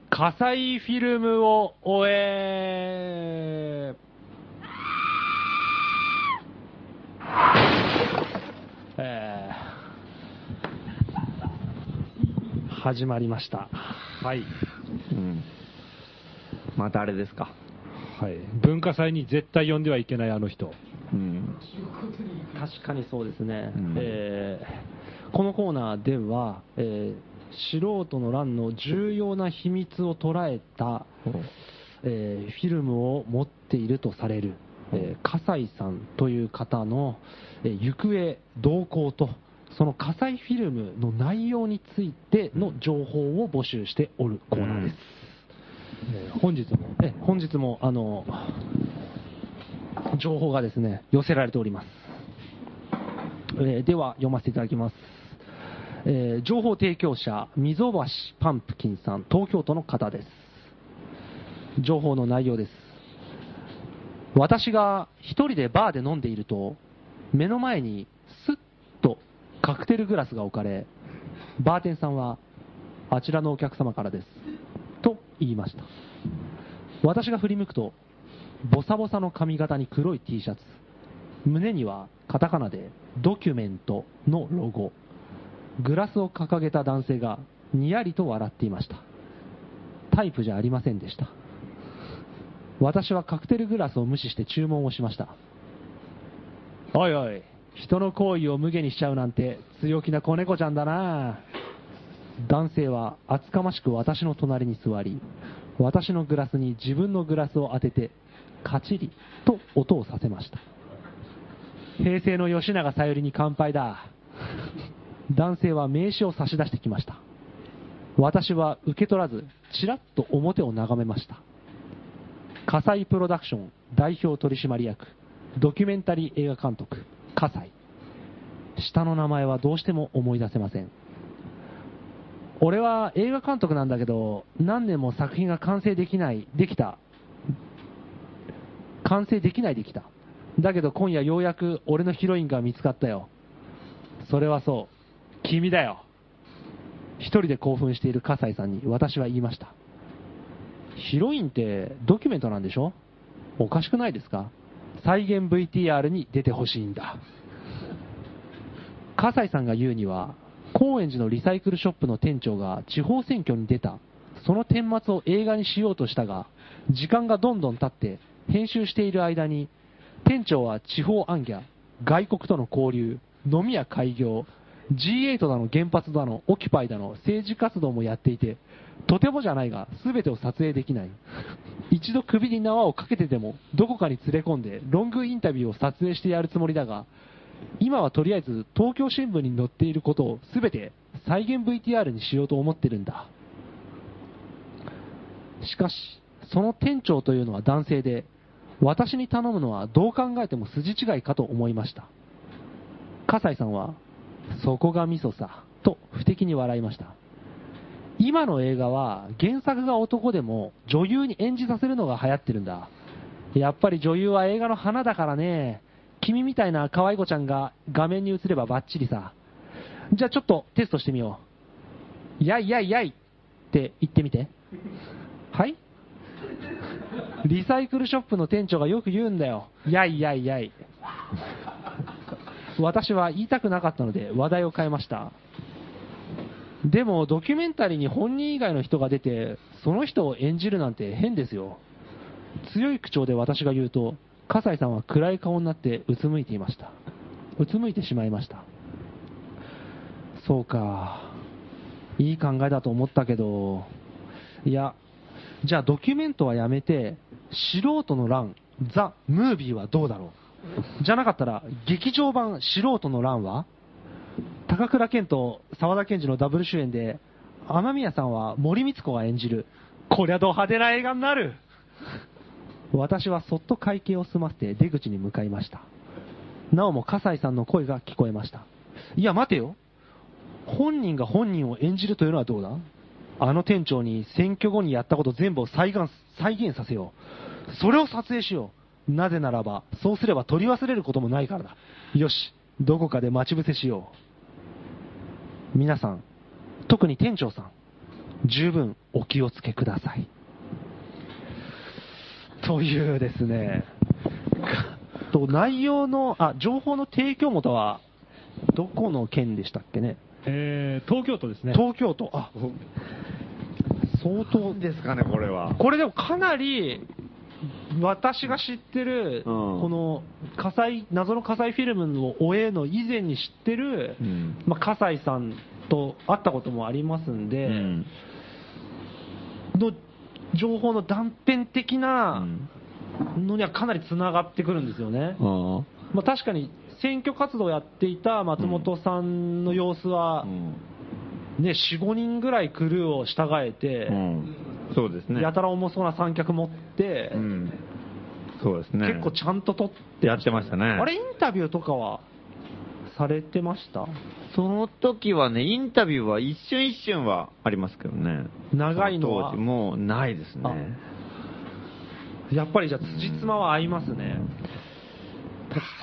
S2: 火災フィルムを終ええー始まりましたはい
S3: うんまたあれですか。
S12: はい、文化祭に絶対呼んではいけないあの人
S3: うん。
S2: 確かにそうですね、
S3: うん
S2: えーこのコーナーでは、えー素人の乱の重要な秘密を捉えた、えーフィルムを持っているとされる、えー笠井さんという方の、えー行方、動向と、その笠井フィルムの内容についての情報を募集しておるコーナーです。えー本日も、えー本日もあの情報がですね寄せられております、えーでは読ませていただきます、えー情報提供者溝橋パンプキンさん東京都の方です情報の内容です私が一人でバーで飲んでいると目の前にスッとカクテルグラスが置かれバーテンさんはあちらのお客様からですと言いました私が振り向くとボサボサの髪型に黒い T シャツ胸にはカタカナで「ドキュメント」のロゴグラスを掲げた男性がにやりと笑っていましたタイプじゃありませんでした私はカクテルグラスを無視して注文をしましたおいおい人の行為を無下にしちゃうなんて強気な子猫ちゃんだな男性は厚かましく私の隣に座り私のグラスに自分のグラスを当ててカチリと音をさせました平成の吉永小百合に乾杯だ男性は名刺を差し出してきました私は受け取らずちらっと表を眺めました葛西プロダクション代表取締役ドキュメンタリー映画監督葛西下の名前はどうしても思い出せません俺は映画監督なんだけど何年も作品が完成できないできた完成できないできただけど今夜ようやく俺のヒロインが見つかったよそれはそう君だよ一人で興奮している葛西さんに私は言いましたヒロインってドキュメントなんでしょおかしくないですか再現 VTR に出てほしいんだ笠井さんが言うには高円寺のリサイクルショップの店長が地方選挙に出たその顛末を映画にしようとしたが時間がどんどん経って編集している間に店長は地方暗ギャ外国との交流飲み屋開業 G8 だの原発だのオキュパイだの政治活動もやっていてとてもじゃないが全てを撮影できない一度首に縄をかけてでもどこかに連れ込んでロングインタビューを撮影してやるつもりだが今はとりあえず東京新聞に載っていることを全て再現 VTR にしようと思ってるんだしかしその店長というのは男性で私に頼むのはどう考えても筋違いかと思いました葛西さんはそこがミソさと不敵に笑いました今の映画は原作が男でも女優に演じさせるのが流行ってるんだやっぱり女優は映画の花だからね君みたいな可愛い子ちゃんが画面に映ればバッチリさじゃあちょっとテストしてみようやいやいやいって言ってみてはいリサイクルショップの店長がよく言うんだよやいやいやい私は言いたくなかったので話題を変えましたでもドキュメンタリーに本人以外の人が出てその人を演じるなんて変ですよ強い口調で私が言うと葛西さんは暗い顔になってうつむいていましたうつむいてしまいましたそうかいい考えだと思ったけどいやじゃあドキュメントはやめて素人の乱ザ・ムービーはどうだろうじゃなかったら劇場版素人の乱は高倉健と沢田研二のダブル主演で雨宮さんは森光子が演じるこりゃド派手な映画になる私はそっと会計を済ませて出口に向かいましたなおも葛西さんの声が聞こえましたいや待てよ本人が本人を演じるというのはどうだあの店長に選挙後にやったこと全部を再現再現させようそれを撮影しようなぜならばそうすれば取り忘れることもないからだよし
S1: どこかで待ち伏せしよう。皆さん、特に店長さん、十分お気をつけください。というですね、と内容の、あ、情報の提供元は、どこの県でしたっけね
S2: えー、東京都ですね。
S1: 東京都、あ、相当、
S3: ですかね、これは。
S1: これでもかなり、私が知ってる、この火災、謎の火災フィルムのおえの以前に知ってる、
S3: うん
S1: まあ、笠井さんと会ったこともありますんで、
S3: うん
S1: の情報の断片的なのにはかなりつながってくるんですよね。
S3: うん
S1: まあ、確かに選挙活動をやっていた松本さんの様子は、ね、4、5人ぐらいクルーを従えて、
S3: うんそうですね。
S1: やたら重そうな三脚持って、
S3: うんそうですね。
S1: 結構ちゃんと撮って、
S3: やってましたね。
S1: あれ、インタビューとかはされてました
S3: その時はね、インタビューは一瞬一瞬はありますけどね。
S1: 長いのは
S3: そ当時もうないですね。
S1: やっぱりじゃあ、辻褄は合いますね。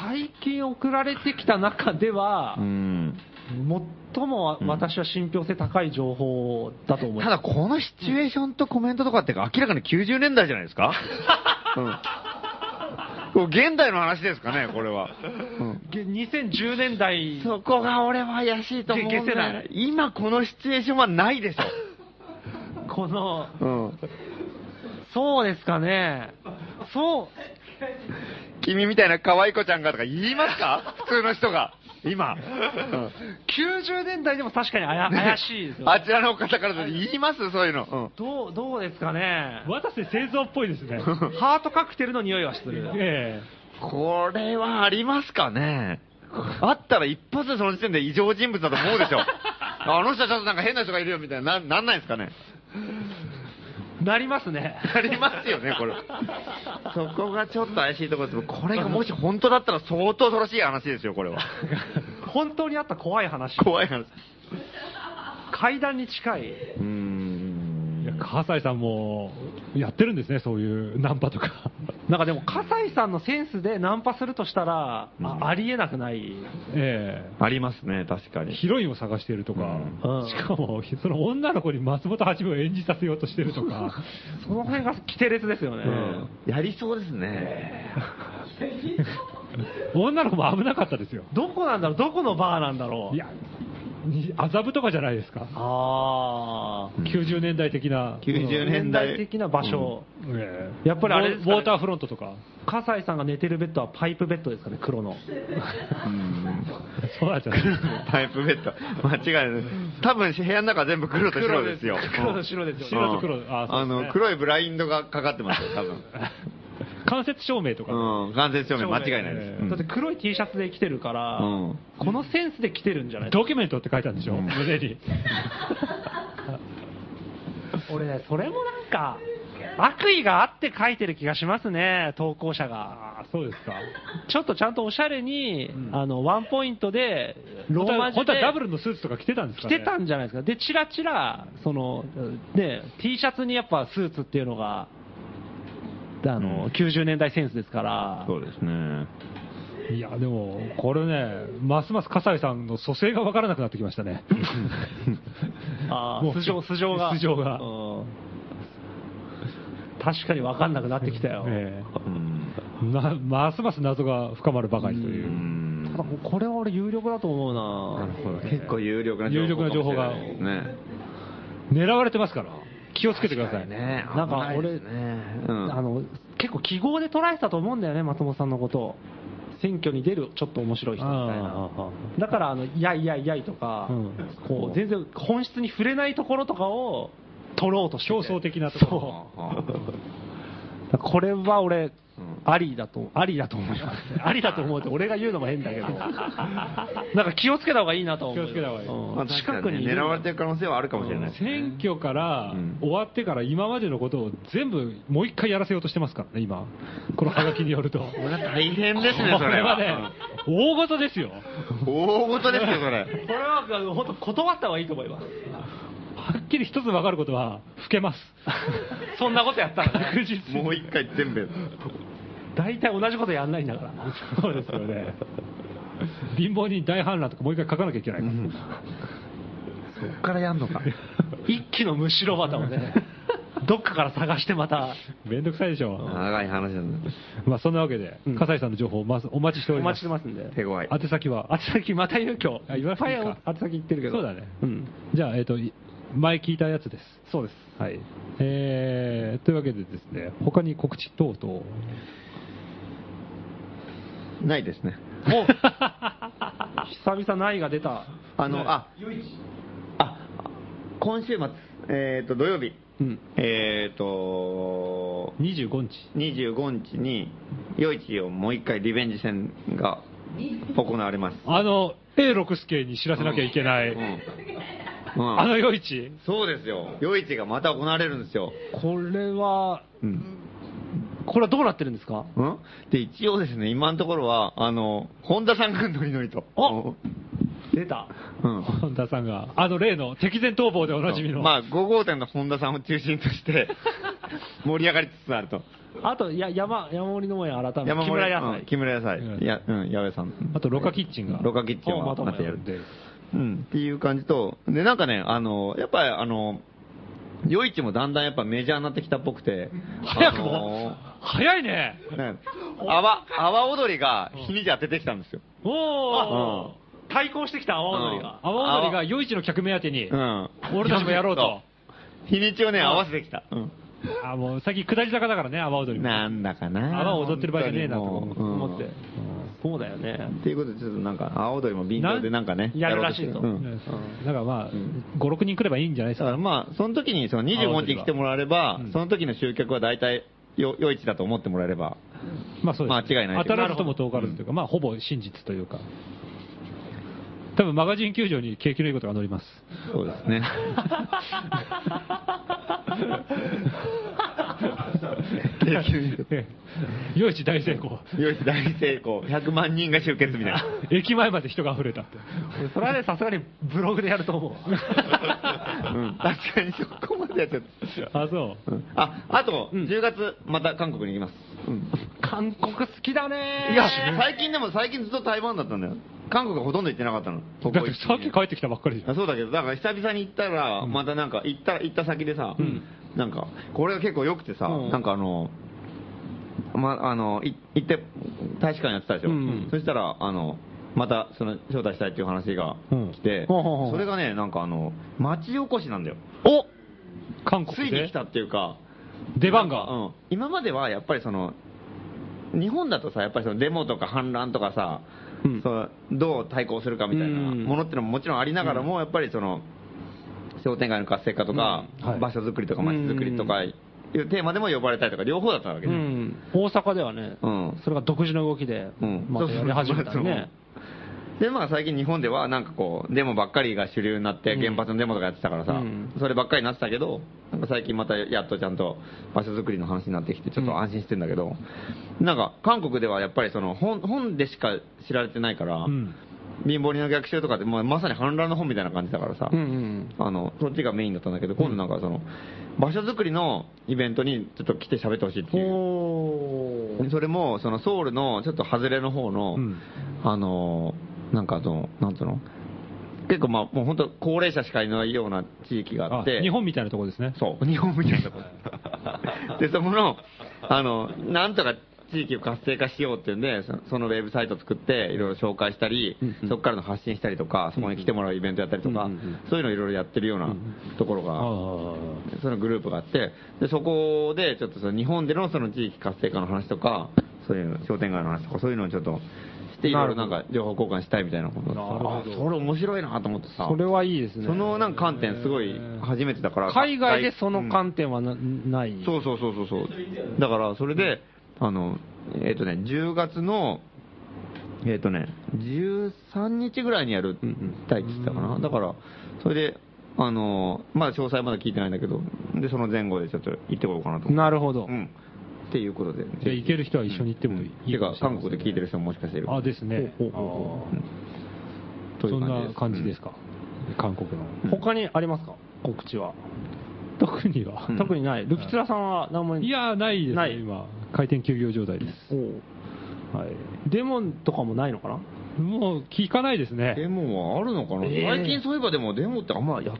S1: 最近送られてきた中では
S3: う、ん。
S1: 最も私は信憑性高い情報だと思います。
S3: ただ、このシチュエーションとコメントとかって明らかに90年代じゃないです か、うん、これ現代の話ですかね、これは。
S1: げ2010年代
S3: そこが俺は怪しいと思うんだよ
S1: げ消せない
S3: 今このシチュエーションはないでし
S1: この、
S3: ょ。うん
S1: そうですかね、そう、
S3: 君みたいな可愛い子ちゃんがとか言いますか普通の人が。今。うん
S1: 90年代でも確かにあや怪しいですよ、
S3: あちらの方からだと言いますそういうの。
S1: どうどうですかね、
S2: 渡瀬製造っぽいです ね。
S1: ハートカクテルの匂いはする、
S2: え
S3: これはありますかねあったら一発でその時点で異常人物だと思うでしょ。あの人はちょっとなんか変な人がいるよみたいな、ななんないですかね。
S1: なりますね、
S3: ありますよね、これ。 そこがちょっと怪しいところです。これがもし本当だったら相当恐ろしい話ですよ、これは。
S1: 本当にあった怖い話、
S3: 怖い話。
S1: 階段に近い、
S3: うーん
S2: えいや、葛西さんも、やってるんですね、そういうナンパとか。
S1: なんかでも、葛西さんのセンスでナンパするとしたら、あ
S3: うん
S1: ありえなくない、
S2: え
S3: ありますね、確か
S2: え
S3: に。
S2: ヒロインを探してるとか、
S1: うん
S2: しかも、その女の子に松本八分を演じさせようとしてるとか、
S1: その辺が規定列ですよね。
S3: やりそうですね。
S2: 女の子も危なかったですよ。
S1: どこなんだろうどこのバーなんだろう
S2: いや、に麻布とかじゃないですか。
S1: ああ、
S2: 90年代的な。
S3: 90年代。
S1: 的な場所、
S2: ええ
S1: やっぱりあれですかね
S2: ウォーウォーターフロントとか。
S1: 葛西さんが寝てるベッドはパイプベッドですかね、黒の。
S3: うん
S2: そ うなんじゃない
S3: パイプベッド。間違いない。多分部屋の中全部黒と白ですよ。
S1: 黒と白ですよね。
S2: 白と黒
S3: うん
S2: あそうですね
S3: の、黒いブラインドがかかってますよ、多
S2: 間接照明とか。
S3: 分。うん、間接照明間違いないです。
S2: う
S1: だって黒い T シャツで来てるから、
S3: うん
S1: このセンスで来てるんじゃない
S2: ドキュメントって書いてあるんでしょ、胸に。
S1: 俺ね、それもなんか、悪意があって書いてる気がしますね、投稿者が。
S2: あそうですか。
S1: ちょっとちゃんとおしゃれに、あの、ワンポイントで、ローマ字
S2: 本当は
S1: で
S2: ダブルのスーツとか着てたんですか
S1: 着
S2: ね
S1: てたんじゃないですか。で、チラチラ、その、ね、T シャツにやっぱスーツっていうのが、あの、90年代センスですから、
S3: そうですね。
S2: いや、でも、これね、ますます笠井さんの蘇生が分からなくなってきましたね。
S1: あ
S2: も
S1: ー素
S2: う
S1: 性、素性が。
S2: 素性が
S1: うん確かに分かんなくなってきたよ。
S2: え
S3: うん
S2: えなますます謎が深まるばかりというう。
S3: ん
S1: ただもうこれは俺有力だと思うな
S3: 結構有力な情報
S2: 有力な情報が
S3: かもしれないですね。
S2: 狙われてますから、気をつけてください。
S3: ね
S1: なんか
S3: 危い
S1: 俺、
S3: ですねうん
S1: あの、結構記号で捉えてたと思うんだよね、松本さんのことを。選挙に出るちょっと面白い人みたいな。だから、あの、いやいやいやいとか、
S2: うん
S1: こう、全然本質に触れないところとかを取ろうとしてて
S2: 競争的なところ。
S1: だからこれは俺、ありだと、ありだと思いますね。ありだと思うって俺が言うのも変だけ ど。なんか気をつけた方がいいなとは思うよ。
S2: 気をつけた方がいい
S1: うん
S3: まあ確か
S1: 近
S3: に
S1: くにい
S3: ね
S1: る
S3: 狙われてる可能性はあるかもしれないですね。
S2: 選挙から
S3: うん
S2: 終わってから今までのことを全部もう一回やらせようとしてますからね、今。このハガキによると。こ
S3: これは大変ですね、それ
S2: れは
S3: は。
S2: ね、大事ですよ。
S3: 大事ですよ、それ。
S1: これは本当断った方がいいと思います。
S2: はっきり一つ分かることは、老け ます。
S1: そんなことやったら、
S2: 確実に。
S3: もう一回全部。
S1: 大体同じことやんないんだから。
S2: そうですよね。貧乏人大反乱とかもう一回書かなきゃいけないから、
S3: そっからやんのか。
S1: 一気のむしろ旗をね、どっかから探してまた、
S2: めんどくさいでしょ、
S3: 長い話なんだ。
S2: まあそんなわけで、笠井さんの情報まずお待ちしてお
S1: お
S2: りま
S1: 待ちし
S2: す
S1: てますんで。
S3: 手強い。
S2: 宛先は
S1: あち先また言う今日。
S2: あ言わなくていいか
S1: いっぱいあ先言ってるけど。
S2: そうだね
S1: うん。
S2: じゃあ、えっとい前聞いたやつです
S1: そうです。
S2: はいえー、というわけでですね他に告知等々
S3: ないですね。
S1: 久々ないが出た。
S3: あの、あ、あ、今週末、えっ、と、土曜日、
S1: うん。
S3: えっ、と、
S2: 25日
S3: 25日に、夜市をもう一回リベンジ戦が行われます。
S2: あの A6 助に知らせなきゃいけない、
S3: うん。うん
S2: あの夜市
S3: そうですよ。夜市がまた行われるんですよ。
S1: これは、
S3: うん。
S1: これはどうなってるんですか
S3: うんで、一応ですね、今のところは、あの、本田さんがノリノリと。
S1: 出た。
S3: うん。
S2: 本田さんがあの例の敵前逃亡でおなじみの、
S3: まあ、5号店の本田さんを中心と して、盛り上がりつつあると。
S1: あと、や山、山盛りのもや改めて、
S3: 山
S1: 木
S3: 盛
S1: 村
S3: り
S1: 野
S3: うん
S1: 菜。
S3: 木村野菜。いや、うん、矢部さん。
S2: あとロカキッチンが
S3: ロカキッチン
S2: あま
S3: は
S2: た
S3: またやる。
S2: で
S3: うん、っていう感じと、で、なんかね、あの、やっぱりあの、夜市もだんだんやっぱメジャーになってきたっぽくて、
S2: 早くも早いね
S3: あのね、泡、泡踊りが日にち当ててきたんですよ。
S2: おお
S1: 対抗してきた阿波踊りが。
S2: 阿波踊りが夜市の客目当てに、
S3: うん。
S2: 俺たちもやろうと。
S3: 日にちをね、合わせてきた。う
S2: あもう先下り坂だからね阿波踊り
S3: ん。
S2: も
S3: なんだかな
S2: 泡踊ってる場合じゃねえなと
S3: 本当にもう
S1: 思って
S3: うん。
S1: そうだよね。
S3: っていうことで、ちょっとなんか、泡踊りも便乗でなんかね。
S1: なやる
S3: ろう
S1: らしいと
S3: してるう
S2: うんんだからまあ、5、6人来ればいいんじゃないです
S3: だか
S2: か。
S3: らまあ、その時にその
S2: 泡
S3: 25
S2: 踊り
S3: 日
S2: は
S3: 来てもらえれば
S2: うん、
S3: その時の集客は大体、よ夜市だと思ってもらえれば。
S2: まあそうです。
S3: 間違いない
S2: 当たらずとも遠からずというか、まあほぼ真実というか。多分マガジン球場に景気のいいことが載り ます。
S3: そうですね。
S2: ええ夜市大成功。
S3: よし、大成功。100万人が集結みたいな。
S2: 駅前まで人が溢れたって。
S1: それはね、さすがにブログでやると思う。
S3: うん、確かにそこまでやっちゃった。
S2: あ、そう。
S3: うんあ、あと、10月、また韓国に行きます。
S1: 韓国好きだね
S3: いや、最近でも最近ずっと台湾だったんだよ。韓国はほとんど行ってなかったの。ここ
S2: だってさっき帰ってきたばっかりじゃん。
S3: あそうだけど、だから久々に行ったら、またなんか、行った、行った先でさ、なんか、これが結構良くてさ、なんかあの、ま、あの、い行って、大使館やってたでしょ。そしたら、あの、また、その、招待したいっていう話が来て、
S1: ほうほうほう
S3: それがね、なんかあの、町おこしなんだよ。
S2: お韓
S3: つ
S2: 国
S3: いて
S2: で
S3: きたっていうか、
S2: 出番
S3: う
S2: が。
S3: ん、今まではやっぱりその、日本だとさ、やっぱりそのデモとか反乱とかさ、そうどう対抗するかみたいなものってのももちろんありながらも、やっぱりその、商店街の活性化とか、
S2: はい
S3: 場所づくりとか街づくりとかいうテーマでも呼ばれたりとか、両方だったわけ
S1: う
S3: ね
S1: ん。大阪ではね、
S3: うん
S1: それが独自の動きで、
S3: うん
S1: またやり始めたね。
S3: でまあ、最近、日本ではなんかこうデモばっかりが主流になって、原発のデモとかやってたからさ、
S1: うん
S3: そればっかりになってたけど、なんか最近またやっとちゃんと場所づくりの話になってきて、ちょっと安心してんだけど、なんか韓国ではやっぱりその本本でしか知られてないから、
S2: うん。
S3: 貧乏人の逆襲とかって、まあまさに反乱の本みたいな感じだからさ、
S1: うんうん。
S3: あのそっちがメインだったんだけど、今度なんかその、場所づくりのイベントにちょっと来て喋ってほしいっていう。
S1: お
S3: それも、そのソウルのちょっと外れの方の、
S2: うん
S3: あのー、なんかその、なんつうの、結構まあ、もう本当高齢者しかいないような地域があ
S2: あ
S3: って、
S2: 日本みたいなとこですね。
S3: そう、日本みたいなとこ で、そこの、あの、なんとか地域を活性化しようっていうんで、そそのウェブサイト作って、いろいろ紹介したり、そこからの発信したりとか、そこに来てもらうイベントやったりとか、そういうのをいろいろやってるようなところが、
S2: あ
S3: そのグループがあって、でそこでちょっとその日本でのその地域活性化の話とか、そういう商店街の話とか、そういうのをちょっとして、いろいろなんか情報交換したいみたいなこと
S1: なるほど
S3: あそれ面白いなと思ってさ、
S1: それはいいですね。
S3: そのなんか観点、すごい初めてだから、
S1: 海外でその
S3: 点、
S1: 観点はな,、ない
S3: うん。そうそうそうそうそう、だからそれで、あのえっ、とね、10月の、えっ、とね、13日ぐらいにやるたいって言ってたかな、だから、それで、あのまだ詳細まだ聞いてないんだけど、でその前後でちょっと行ってこようかなと思って
S1: なるほど。
S3: うん。っていうことで。
S2: あ。で、行ける人は一緒に行ってもいい
S3: て
S2: かも
S3: か
S2: し、れません
S3: 韓国で聞いてる人ももしかしている。
S2: あ、ですね。
S1: ほうほうほうほう
S3: とい
S2: そ
S3: うん感じ
S2: な感じですか。韓国の。
S1: 他にありますか告知は。
S2: 特には。
S3: ん
S1: 特にない。ルキツラさんは何も
S2: いやー、ないです
S1: な
S2: ね、
S1: い
S2: 今。回転休業状態です。
S1: おうはい。デモンとかもないのかな
S2: もう聞かないです
S13: デ
S2: ね。
S13: モはあるのかな、
S2: えー
S13: 最近そういえばでもデモってあんまやっ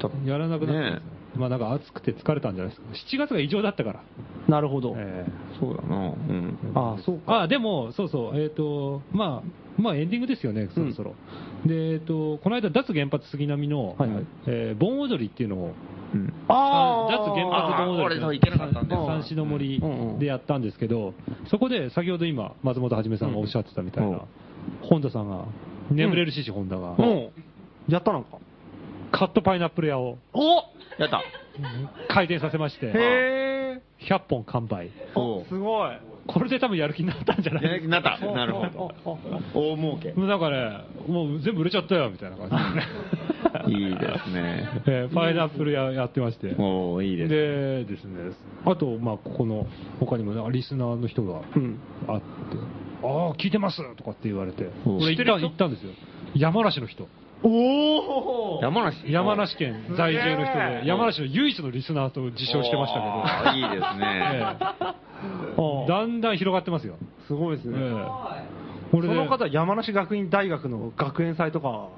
S13: た
S2: やらなくなって
S13: ね
S2: ますまあなんか暑くて疲れたんじゃないですか。7月が異常だったから。
S1: なるほど。
S2: え
S13: そうだなうん
S1: ああ、そう
S2: ーあ、でも、そうそう、えっ、と、まあ、まあエンディングですよね、そろそろ。で、えっ、と、この間、脱原発杉並の、
S1: はいはい
S2: えー盆踊りっていうのを、
S13: うん
S2: 脱原発盆踊り
S13: 俺そう行けなかったんだよ
S2: 三四の森
S1: うんうん
S2: でやったんですけど、そこで先ほど今、松本はじめさんがおっしゃってたみたいな、
S13: うん
S2: 本田さんが、眠れる獅子本田が、
S1: うん。やったのか。
S2: カットパイナップル屋を
S1: お
S13: やった
S2: 回転させまして、
S1: へえ。
S2: 100本完売。
S13: おう
S1: すごい。
S2: これで多分やる気になったんじゃない
S13: やる気になったなるほど大儲け
S2: もうなんかね、もう全部売れちゃったよみたいな感 じで、
S13: いいですね
S2: えーパイナップルややってまして、
S13: おおいいですね
S2: でですね、あと、まあ、ここの他にもなんかリスナーの人が
S1: うん。
S2: あって、ああ、聞いてますとかって言われて、
S13: お
S2: 俺行った行ったんですよ、山梨の人、
S1: おお
S13: 山梨
S2: 山梨県在住の人
S1: すげ
S2: で、山梨の唯一のリスナーと自称してました
S13: あーいいですね
S2: けど、えーだんだん広がってますよ。
S1: すごいです
S2: え
S1: ね。
S2: ー
S1: そ
S2: これで
S1: の方、山梨学院大学の学園祭とか、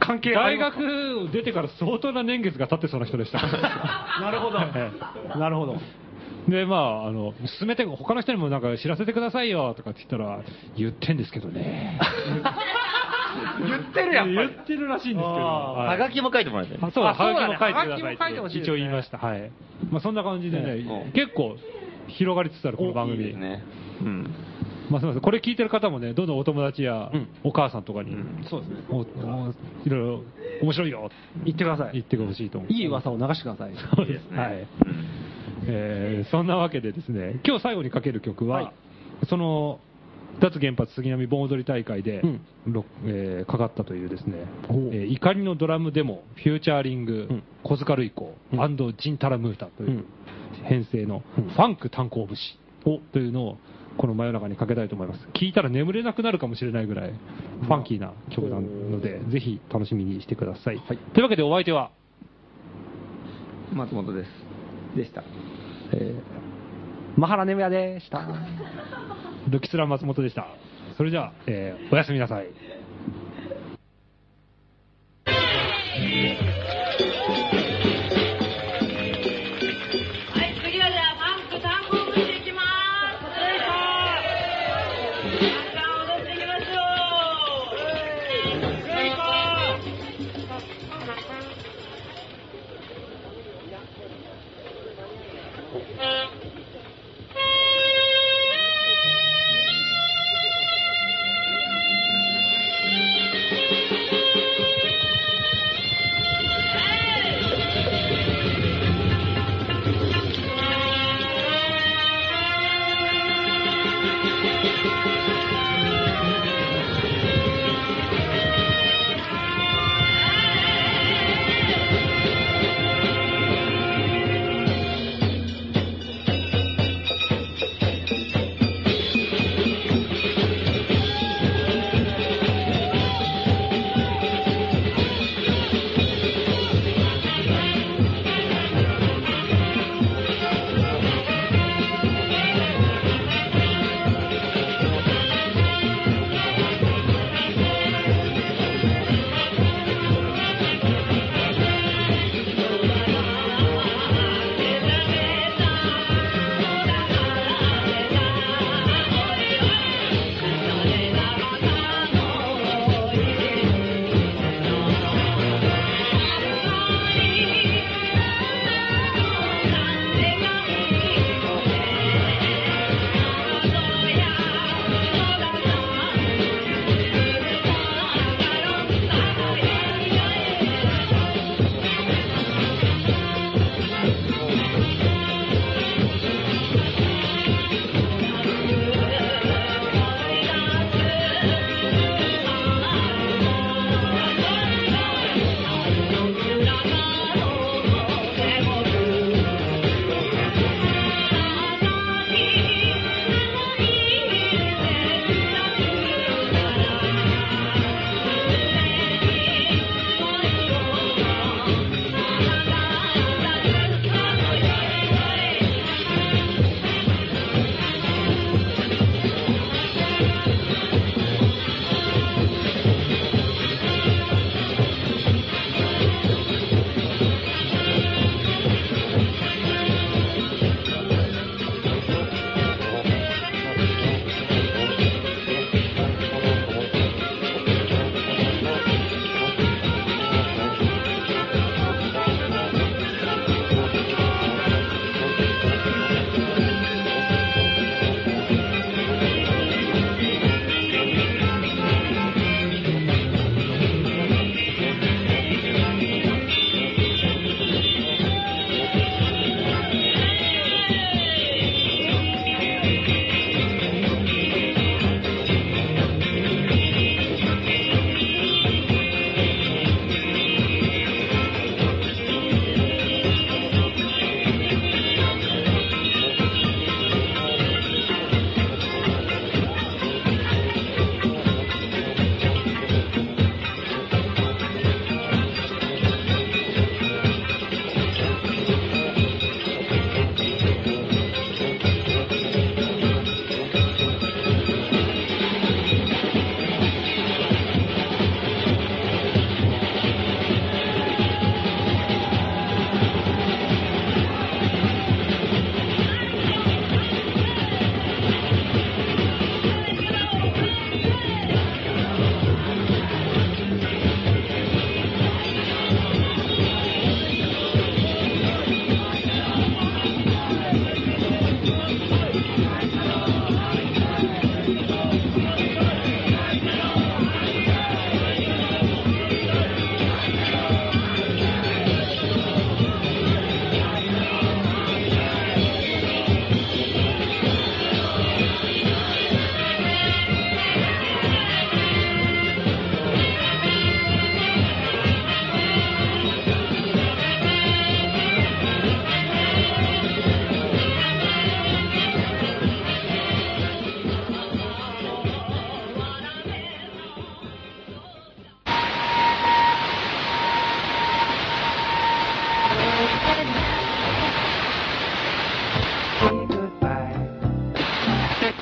S1: 関係あ
S2: 大
S1: りますか
S2: 学を出てから相当な年月が経ってそうな人でした。
S1: なるほ
S2: え
S1: ど。なるほど。
S2: で、まあ、あの、進めて、他の人にもなんか知らせてくださいよとかって言ったら、言ってんですけど ね。
S13: 言ってるやん
S2: 言ってるらしいんですけど。
S1: あ
S2: は
S13: はいがきも書いてもらえて
S2: あそう、
S1: あそう
S2: ハ
S1: だね
S2: ガキも書いてくださいって。
S1: ハガキも書いてほしいですね
S2: 一応言いました。はい。まあ、そんな感じで
S13: う
S2: ね
S13: ん、
S2: 結構広がりつつある、この番組。
S13: いいですねうん
S2: まあ、すみません。これ聞いてる方もね、どんどんお友達やお母さんとかに、
S1: そうですね。
S2: おおいろいろ面白いよ
S1: 言ってくださ
S2: 言っ
S1: い。
S2: てほしいと思う。
S1: いい噂を流してください。
S2: そうですね。はい。えーそんなわけでですね、今日最後にかける曲は、
S1: はい
S2: その、脱原発杉並盆踊り大会で、
S1: うん
S2: ろえーかかったというですね、え
S1: おう
S2: ー怒りのドラムデモ、フューチャーリング、
S1: うん
S2: 小塚類子、
S1: うん
S2: ジンタラムータといううん編成の、
S1: うん
S2: ファンク炭鉱節をというのを、この真夜中にかけたいと思います。聞いたら眠れなくなるかもしれないぐらい、ファンキーな曲なので、ぜひ楽しみにしてください。というわけでお相手は、
S13: 松本ですでした
S1: マハラネムヤでした。
S2: ルキスラ松本でした。それじゃあ、えーおやすみなさい。
S6: はい、次はじゃあ、ファンク単行部に行きまーす。よいしょー。たくさん踊っていきましょう。よいしょー。「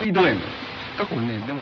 S14: 移動やねん。過去ね、でも。